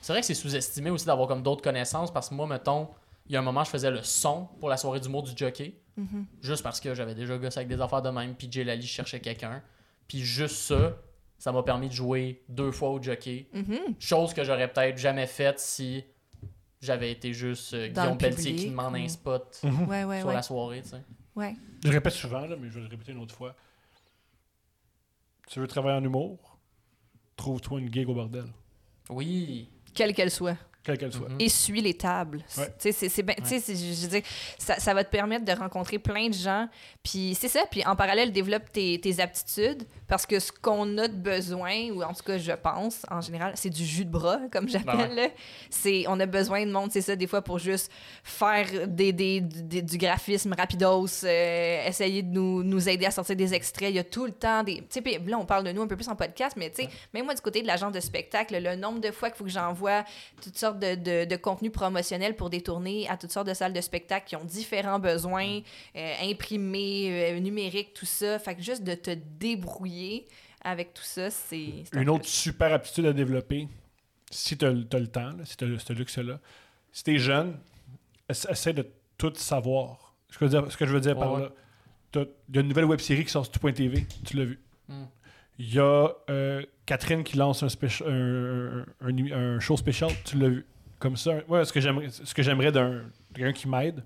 c'est vrai que c'est sous-estimé aussi d'avoir comme d'autres connaissances parce que moi, mettons, il y a un moment, je faisais le son pour la soirée d'humour du jockey.
Mhm.
Juste parce que j'avais déjà gossé avec des affaires de même, puis Jay Lally cherchait quelqu'un. Puis juste ça, ça m'a permis de jouer deux fois au jockey.
Mhm.
Chose que j'aurais peut-être jamais faite si j'avais été juste euh,
Dans le
Guillaume Pelletier
public,
qui demande
ou-
un spot
Ouais, ouais,
sur
ouais.
la soirée, tu sais.
ouais.
Je le répète souvent, là, mais je vais le répéter une autre fois. Tu veux travailler en humour? Trouve-toi une gig au bordel,
Oui.
Quelle qu'elle soit.
quelle qu'elle soit.
Mhm.
essuie les tables.
Mm-hmm. Ouais.
Tu sais, c'est- c'est ben- tu sais, c'est- je je veux dire, ça, ça va te permettre de rencontrer plein de gens. Puis c'est ça. Puis en parallèle, développe tes, tes aptitudes parce que ce qu'on a de besoin, ou en tout cas, je pense, en général, c'est du jus de bras, <laughs> comme
Ben
j'appelle. là. C'est On a besoin de monde, c'est ça, des fois, pour juste faire des, des- des- du graphisme rapidos, euh, essayer de nous, nous aider à sortir des extraits. Il y a tout le temps des. Tu sais, puis là, on parle de nous un peu plus en podcast, mais tu sais, même moi, du côté de l'agent de spectacle, le nombre de fois qu'il faut que j'envoie toutes sortes de, de, de contenus promotionnels pour des tournées à toutes sortes de salles de spectacle qui ont différents
Mm.
besoins, euh, imprimés, euh, numériques, tout ça. Fait que juste de te débrouiller avec tout ça, c'est... c'est un
Une
peu-
autre super aptitude à développer, si tu as, le temps, là, si tu as ce luxe-là, si tu es jeune, ess- essaie de tout savoir. Ce que, je veux dire- ce que je veux dire par
Ouais.
là, t'as- il y a une nouvelle web série qui sort sur tout.tv, tu l'as vu.
Mm.
Il y a euh, Catherine qui lance un, spéci- un, un- un- un show spécial, tu l'as vu. Comme ça, ouais, ce que j'aimerais ce que j'aimerais d'un de quelqu'un qui m'aide,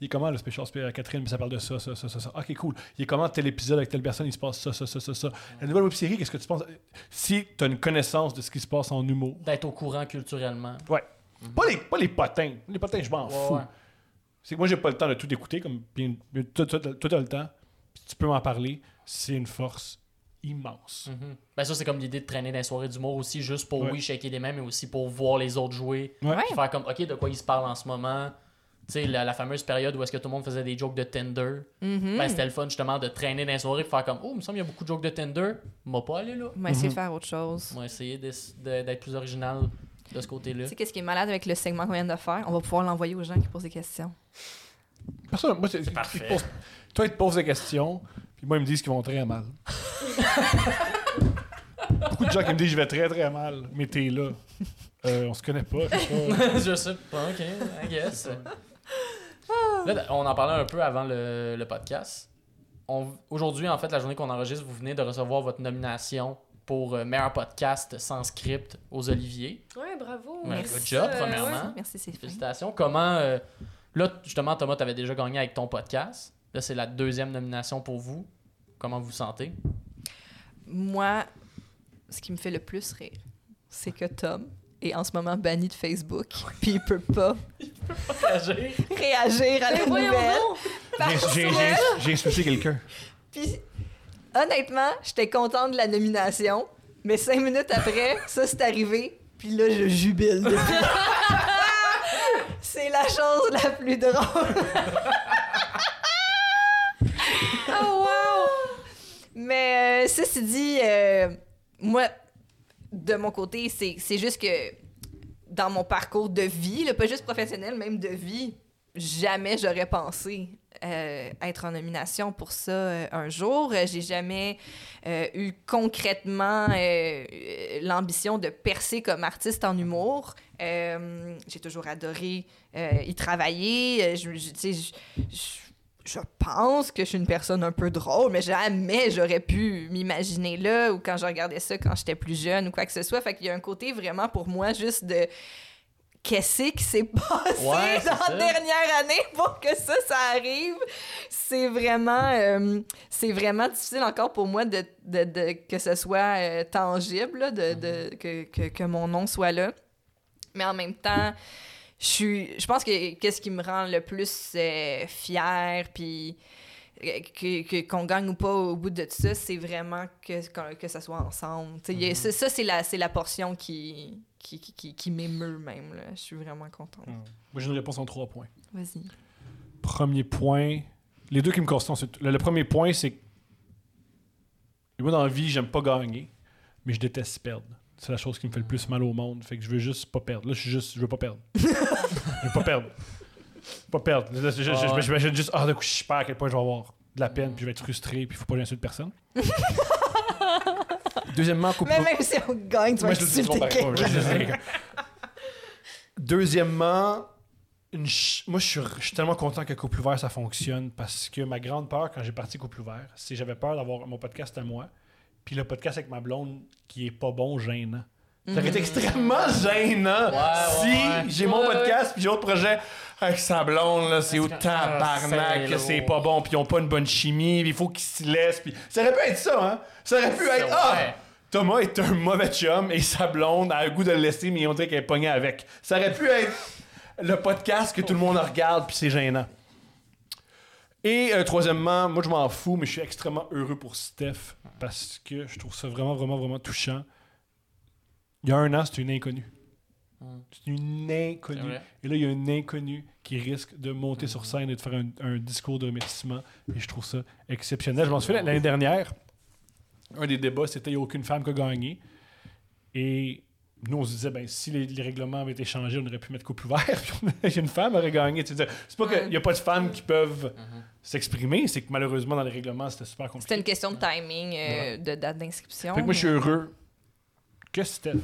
il est comment le spécial à Catherine, mais ça parle de ça, ça, ça, ça, ça. Ok, cool. Il est comment tel épisode avec telle personne, il se passe ça, ça, ça, ça, ça. La nouvelle web série, qu'est-ce que tu penses Si tu as une connaissance de ce qui se passe en humour,
D'être au courant culturellement.
pas les, pas les potins. Les potins, je m'en
Mhm. Ouais,
fous.
ouais.
C'est que moi, j'ai pas le temps de tout écouter. Comme, bien- bien- toi, toi, toi, t'as le temps. Puis tu peux m'en parler. C'est une force immense.
Mhm. Ben ça, c'est comme l'idée de traîner dans les soirées d'humour aussi, juste pour,
Ouais.
oui, shaker des mêmes, mais aussi pour voir les autres jouer.
Ouais.
Puis Faire comme, OK, de quoi ils se parlent en ce moment. Tu sais, la, la fameuse période où est-ce que tout le monde faisait des jokes de Tinder.
Mhm.
Ben, c'était le fun, justement, de traîner dans les soirées pour faire comme, oh, il me semble qu'il y a beaucoup de jokes de Tinder. M'a pas allé là.
On va essayer
Mm-hmm.
de faire autre chose.
Moi, essayer d'ess- de- d'être plus original de ce côté-là.
Tu sais qu'est-ce qui est malade avec le segment qu'on vient de faire? On va pouvoir l'envoyer aux gens qui posent des questions.
Personne, moi, c'est,
parfait.
ils te posent- toi, ils te posent des questions. Puis moi, ils me disent qu'ils vont très mal. Beaucoup de gens qui me disent je vais très très mal, mais t'es là. Euh, on se connaît pas. je sais pas.
je sais pas, ok, I guess. Là, on en parlait un peu avant le, le podcast. On- Aujourd'hui, en fait, la journée qu'on enregistre, vous venez de recevoir votre nomination pour euh, meilleur podcast sans script aux Oliviers.
Ouais, bravo.
Ouais,
Merci.
good job,
Euh,
premièrement.
ouais.
Hein?
Merci, c'est fin.
Félicitations. Comment. euh, là, t- justement, Thomas, tu avais déjà gagné avec ton podcast. Là, c'est la deuxième nomination pour vous. Comment vous vous sentez
moi, ce qui me fait le plus rire, c'est que Tom est en ce moment banni de Facebook, puis il peut pas réagir à la
Mais Ben, voyons
nouvelle.
donc!
J'ai-
<laughs> Parce
j'ai-
que-
J'ai j'ai insulté quelqu'un.
Puis, honnêtement, j'étais contente de la nomination, mais cinq minutes après, ça c'est arrivé, puis là, je jubile.
<laughs>
c'est la chose la plus drôle. oh, wow! Mais euh, ceci dit, euh, moi, de mon côté, c'est c'est juste que dans mon parcours de vie, là, pas juste professionnel, même de vie, jamais j'aurais pensé euh, être en nomination pour ça euh, un jour. Euh, J'ai jamais euh, eu concrètement euh, euh, l'ambition de percer comme artiste en humour. Euh, J'ai toujours adoré euh, y travailler. Euh, je, je- tu sais, je- je- je pense que je suis une personne un peu drôle, mais jamais j'aurais pu m'imaginer là ou quand je regardais ça quand j'étais plus jeune ou quoi que ce soit. Fait qu'il y a un côté vraiment pour moi juste de qu'est-ce qui s'est <laughs> passé
Ouais, c'est
dans
ça.
la dernière année pour que ça, ça arrive. C'est vraiment, euh, c'est vraiment difficile encore pour moi de, de- de- que ce soit euh, tangible, là, de,
Mm-hmm.
de- que, que- que mon nom soit là. Mais en même temps, je suis, je pense que qu'est-ce qui me rend le plus euh, fière, puis euh, que- que- qu'on gagne ou pas au bout de tout ça, c'est vraiment que, qu'on- que ça soit ensemble. Tu sais, il
Mm-hmm.
y a- Ça, ça, c'est la, c'est la portion qui, qui, qui, qui- qui m'émeut même. là. Je suis vraiment contente.
Moi, j'ai une réponse en trois points.
Vas-y.
Premier point, les deux qui me constant, c'est- le, le premier point, c'est que moi, dans la vie, j'aime pas gagner, mais je déteste perdre. C'est la chose qui me fait le plus mal au monde. Fait que je veux juste pas perdre. Là, je suis juste, je veux pas perdre. je veux pas perdre. Pas perdre. Là, je- je- je-
Ah ouais.
J'imagine juste, ah, d'un coup, je perds à quel point je vais avoir de la peine, puis je vais être frustré, puis faut pas que j'insulte personne. Deuxièmement, coupe
Mais même si on gagne, tu vas
Moi, je le dis
insulter
toujours pareil.
quelqu'un.
Ouais, je le dis à quelqu'un. Deuxièmement, une ch- moi, je suis, je suis tellement content que Couple Ouvert, ça fonctionne parce que ma grande peur quand j'ai parti Couple Ouvert, c'est que j'avais peur d'avoir mon podcast à moi, puis le podcast avec ma blonde qui est pas bon, gênant. Ça aurait été extrêmement gênant si
Mm. ouais, ouais.
j'ai mon
Ouais, ouais.
podcast puis j'ai autre projet avec sa blonde, là, c'est au
Ah,
tabarnak,
c'est
que c'est
lourd.
pas bon, puis ils ont pas une bonne chimie, puis il faut qu'ils se laissent. Puis... Ça aurait pu être ça, hein? Ça aurait pu être. Ah!
ouais.
Thomas est un mauvais chum et sa blonde a le goût de le laisser, mais on dirait qu'elle est pognée avec. Ça aurait pu être le podcast que tout le monde regarde, puis c'est gênant. Et euh, troisièmement, moi je m'en fous, mais je suis extrêmement heureux pour Steph parce que je trouve ça vraiment, vraiment, vraiment touchant. Il y a un an, c'était une inconnue. C'est une
Hum. C'est
inconnue.
vrai.
Et là, il y a une inconnue qui risque de monter sur scène et de faire un, un discours de remerciement. Et je trouve ça exceptionnel. Je m'en souviens l'année dernière, un des débats, c'était il n'y a aucune femme qui a gagné. Et nous, on se disait, ben, si les, les règlements avaient été changés, on aurait pu mettre coupe ouvert, <laughs> puis on- une femme aurait gagné. Tu veux dire, C'est pas qu'il n'y a pas de femmes qui peuvent s'exprimer, c'est que malheureusement, dans les règlements, c'était super compliqué.
Mhm. C'était une question de timing, euh, de date d'inscription.
Fait que moi, je suis heureux que Steph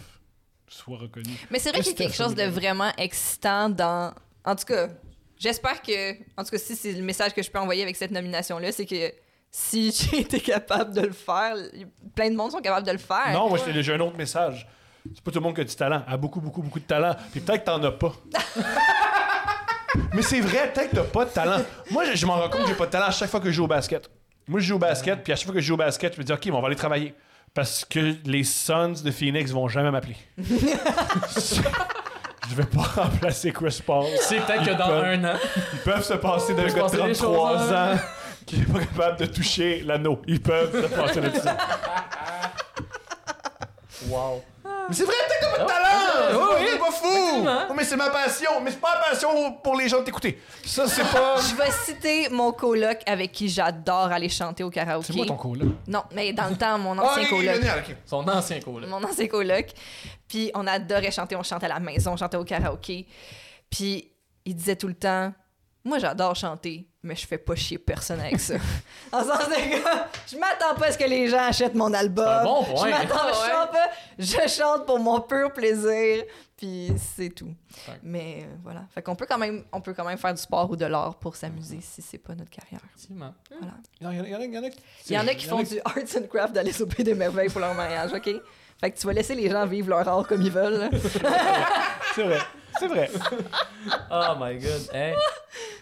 soit reconnu.
Mais c'est vrai qu'il y a quelque chose de vraiment excitant dans. En tout cas, j'espère que. En tout cas, si c'est le message que je peux envoyer avec cette nomination-là, c'est que si <laughs> j'ai été capable de le faire, plein de monde sont capables de le faire.
Non, moi, j'ai j'ai un autre message. C'est pas tout le monde qui a du talent. Elle a beaucoup, beaucoup, beaucoup de talent. Puis peut-être que t'en as
<laughs>
pas. Mais c'est vrai, peut-être que t'as pas de talent. Moi, je, je m'en rends compte que j'ai pas de talent à chaque fois que je joue au basket. Moi, je joue au basket, puis à chaque fois que je joue au basket, je me dis, OK, mais on va aller travailler. Parce que les Suns de Phoenix vont jamais
<laughs>
m'appeler. je vais pas remplacer Chris Paul.
C'est peut-être que dans
peuvent-
un an.
Ils peuvent se passer d'un gars
Je
de
pensais des
33
choses,
ans
hein.
qui est pas capable de toucher l'anneau. Ils peuvent se passer de ça.
Wow.
Mais c'est vrai, t'as comme un
Ah,
talent! Oui, oui, c'est pas fou! Oh, mais c'est ma passion! Mais c'est pas la passion pour les gens de t'écouter. Ça, c'est pas.
Je vais citer mon coloc avec qui j'adore aller chanter au karaoké.
C'est moi ton cours, là.
Non, mais dans le temps, mon
Ah,
ancien
ok, ok,
coloc.
génial, ok.
Son ancien coup, là.
mon ancien coloc. Puis on adorait chanter, on chantait à la maison, on chantait au karaoké. Puis il disait tout le temps Moi j'adore chanter, mais je fais pas chier personne avec
<laughs>
ça. en sens de gars, je m'attends pas à ce que les gens achètent mon album.
C'est un bon point. Ah
Je m'attends, je chante pas, je chante pour mon pur plaisir. Puis c'est tout.
Fait.
Mais euh, voilà. Fait qu'on peut quand même on peut quand même faire du sport ou de l'art pour s'amuser si c'est pas notre carrière.
Effectivement.
Il y en a- il y en a- il y en a qui-
Il y en a qui font du arts and craft d'aller souper des merveilles pour leur mariage, OK? Fait que tu vas laisser les gens vivre leur art comme ils veulent. là.
C'est vrai. C'est vrai.
Oh my god. Hey.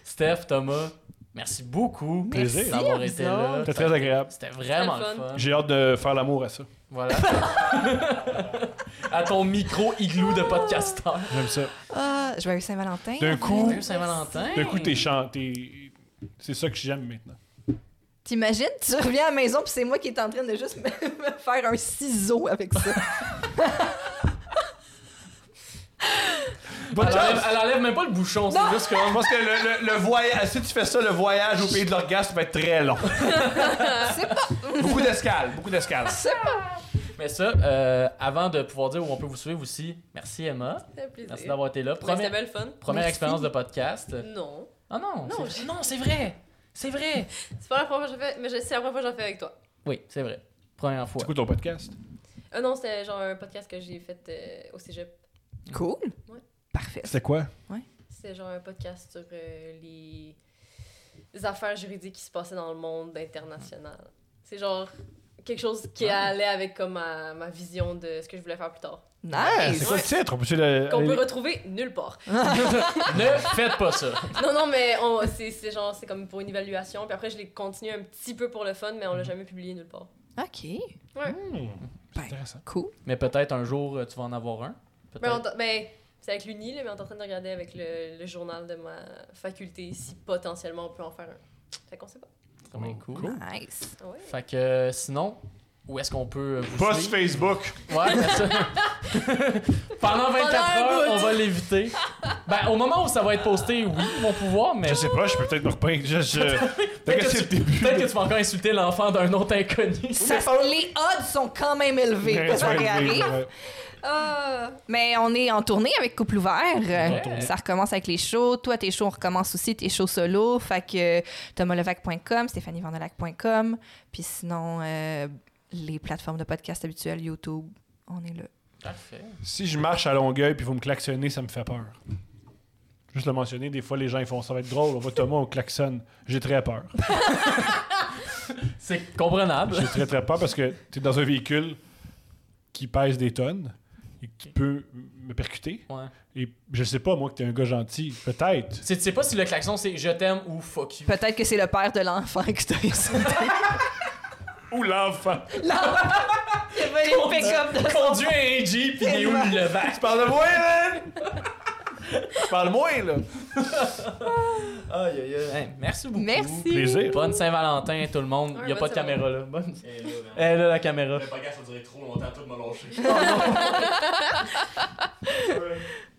Steph, Thomas, Merci beaucoup
Plaisir.
merci d'avoir été là.
C'était très agréable.
C'était vraiment le
C'était le
fun.
J'ai hâte de faire l'amour à ça.
Voilà. <laughs> à ton micro igloo de podcasteur.
J'aime ça.
Ah, joyeux Saint-Valentin.
D'un coup,
Salut Saint-Valentin.
d'un coup, t'es chan- t'es- C'est ça que j'aime maintenant.
T'imagines, tu reviens à la maison, puis c'est moi qui est en train de juste <laughs> me me faire un ciseau avec ça. Ah,
Elle enlève, elle enlève même pas le bouchon, c'est juste que.
Je pense que le, le, le voyage, si tu fais ça, le voyage au pays de l'orgasme va être très long.
<laughs> C'est pas.
beaucoup d'escales, beaucoup d'escales.
Mais ça, euh, avant de pouvoir dire où on peut vous suivre aussi, merci Emma.
C'était un plaisir.
Merci d'avoir été là.
Ouais, C'était
Première,
belle fun.
première
Merci.
expérience de podcast.
Non.
Ah non,
Non,
c'est- non, c'est vrai. C'est vrai.
C'est pas la première fois que j'en fais, mais je- c'est la première fois que j'en fais avec toi.
Oui, c'est vrai. Première fois.
C'est quoi ton podcast?
Ah non, c'était genre un podcast que j'ai fait euh, au cégep.
Cool.
Ouais.
Parfait.
C'est quoi?
C'était genre un podcast sur euh, les... les affaires juridiques qui se passaient dans le monde international. C'est genre quelque chose qui allait avec comme ma, ma vision de ce que je voulais faire plus tard.
C'est
Nice.
quoi le titre? On peut se le-
Qu'on peut
aller-
retrouver nulle part. <laughs>
<laughs> ne faites pas ça.
Non, non, mais on- c'est c'est genre, c'est comme pour une évaluation. Puis après, je l'ai continué un petit peu pour le fun, mais on l'a jamais publié nulle part.
OK.
Hmm, C'est
Ben.
intéressant.
Cool.
Mais peut-être un jour, euh, tu vas en avoir un.
Mais on
Peut-être.
t- ben, c'est avec l'Uni, là, mais on est en train de regarder avec le, le journal de ma faculté si potentiellement on peut en faire un. Fait qu'on sait pas.
Ça va être cool.
Nice.
Ah ouais.
Fait que euh, sinon, où est-ce qu'on peut euh, vous
Pas sur
suivre?
Facebook.
Ouais, mais ça-
Pendant
Pendant 24
un
heures,
bout.
on va l'éviter. Ben, au moment où ça va être posté, oui, ils vont pouvoir, mais
Eh, Je sais pas, je peux peut-être me repeindre. Je, <laughs> je... Peut-être
Peut-être
que
que
c'est le début.
peut-être que tu vas encore insulter l'enfant d'un autre inconnu.
Ça- les odds sont quand même élevés
Ouais,
que ça
ouais,
réarrive.
ouais.
Ah, mais on est en tournée avec Couple Ouvert. Euh,
En tournée.
Ça recommence avec les shows. Toi, tes shows, on recommence aussi tes shows solo. Fait que euh, thomaslevac.com, stéphanievandelac.com. Puis sinon, euh, les plateformes de podcast habituelles, YouTube, on est là.
Parfait.
Si je marche à Longueuil puis vous me klaxonnez, ça me fait peur. Juste le mentionner, des fois les gens ils font ça va être drôle, on va Thomas, on klaxonne. J'ai très peur.
C'est comprenable.
J'ai très très peur parce que t'es dans un véhicule qui pèse des tonnes et qui peut me percuter.
Ouais.
Et je sais pas, moi, que t'es un gars gentil. Peut-être.
C'est- Tu sais pas si le klaxon c'est je t'aime ou fuck <laughs> you.
Peut-être que c'est le père de l'enfant qui t'a insulté.
Ou l'enfant.
Il a volé le pick-up de-
Conduit un Jeep pis il est où le vac?
Tu parles de moi, là?
<laughs>
Tu parles moins, là?
Aïe aïe aïe. Hey, merci beaucoup.
Merci.
Plaisir.
Bonne Saint-Valentin tout le monde. Il
Ouais,
y a pas
bonne
de caméra là. Bonne.
Et là, ben, man,
Elle là la
<laughs>
caméra.
Le podcast, ça durait trop longtemps, tout m'a lâché.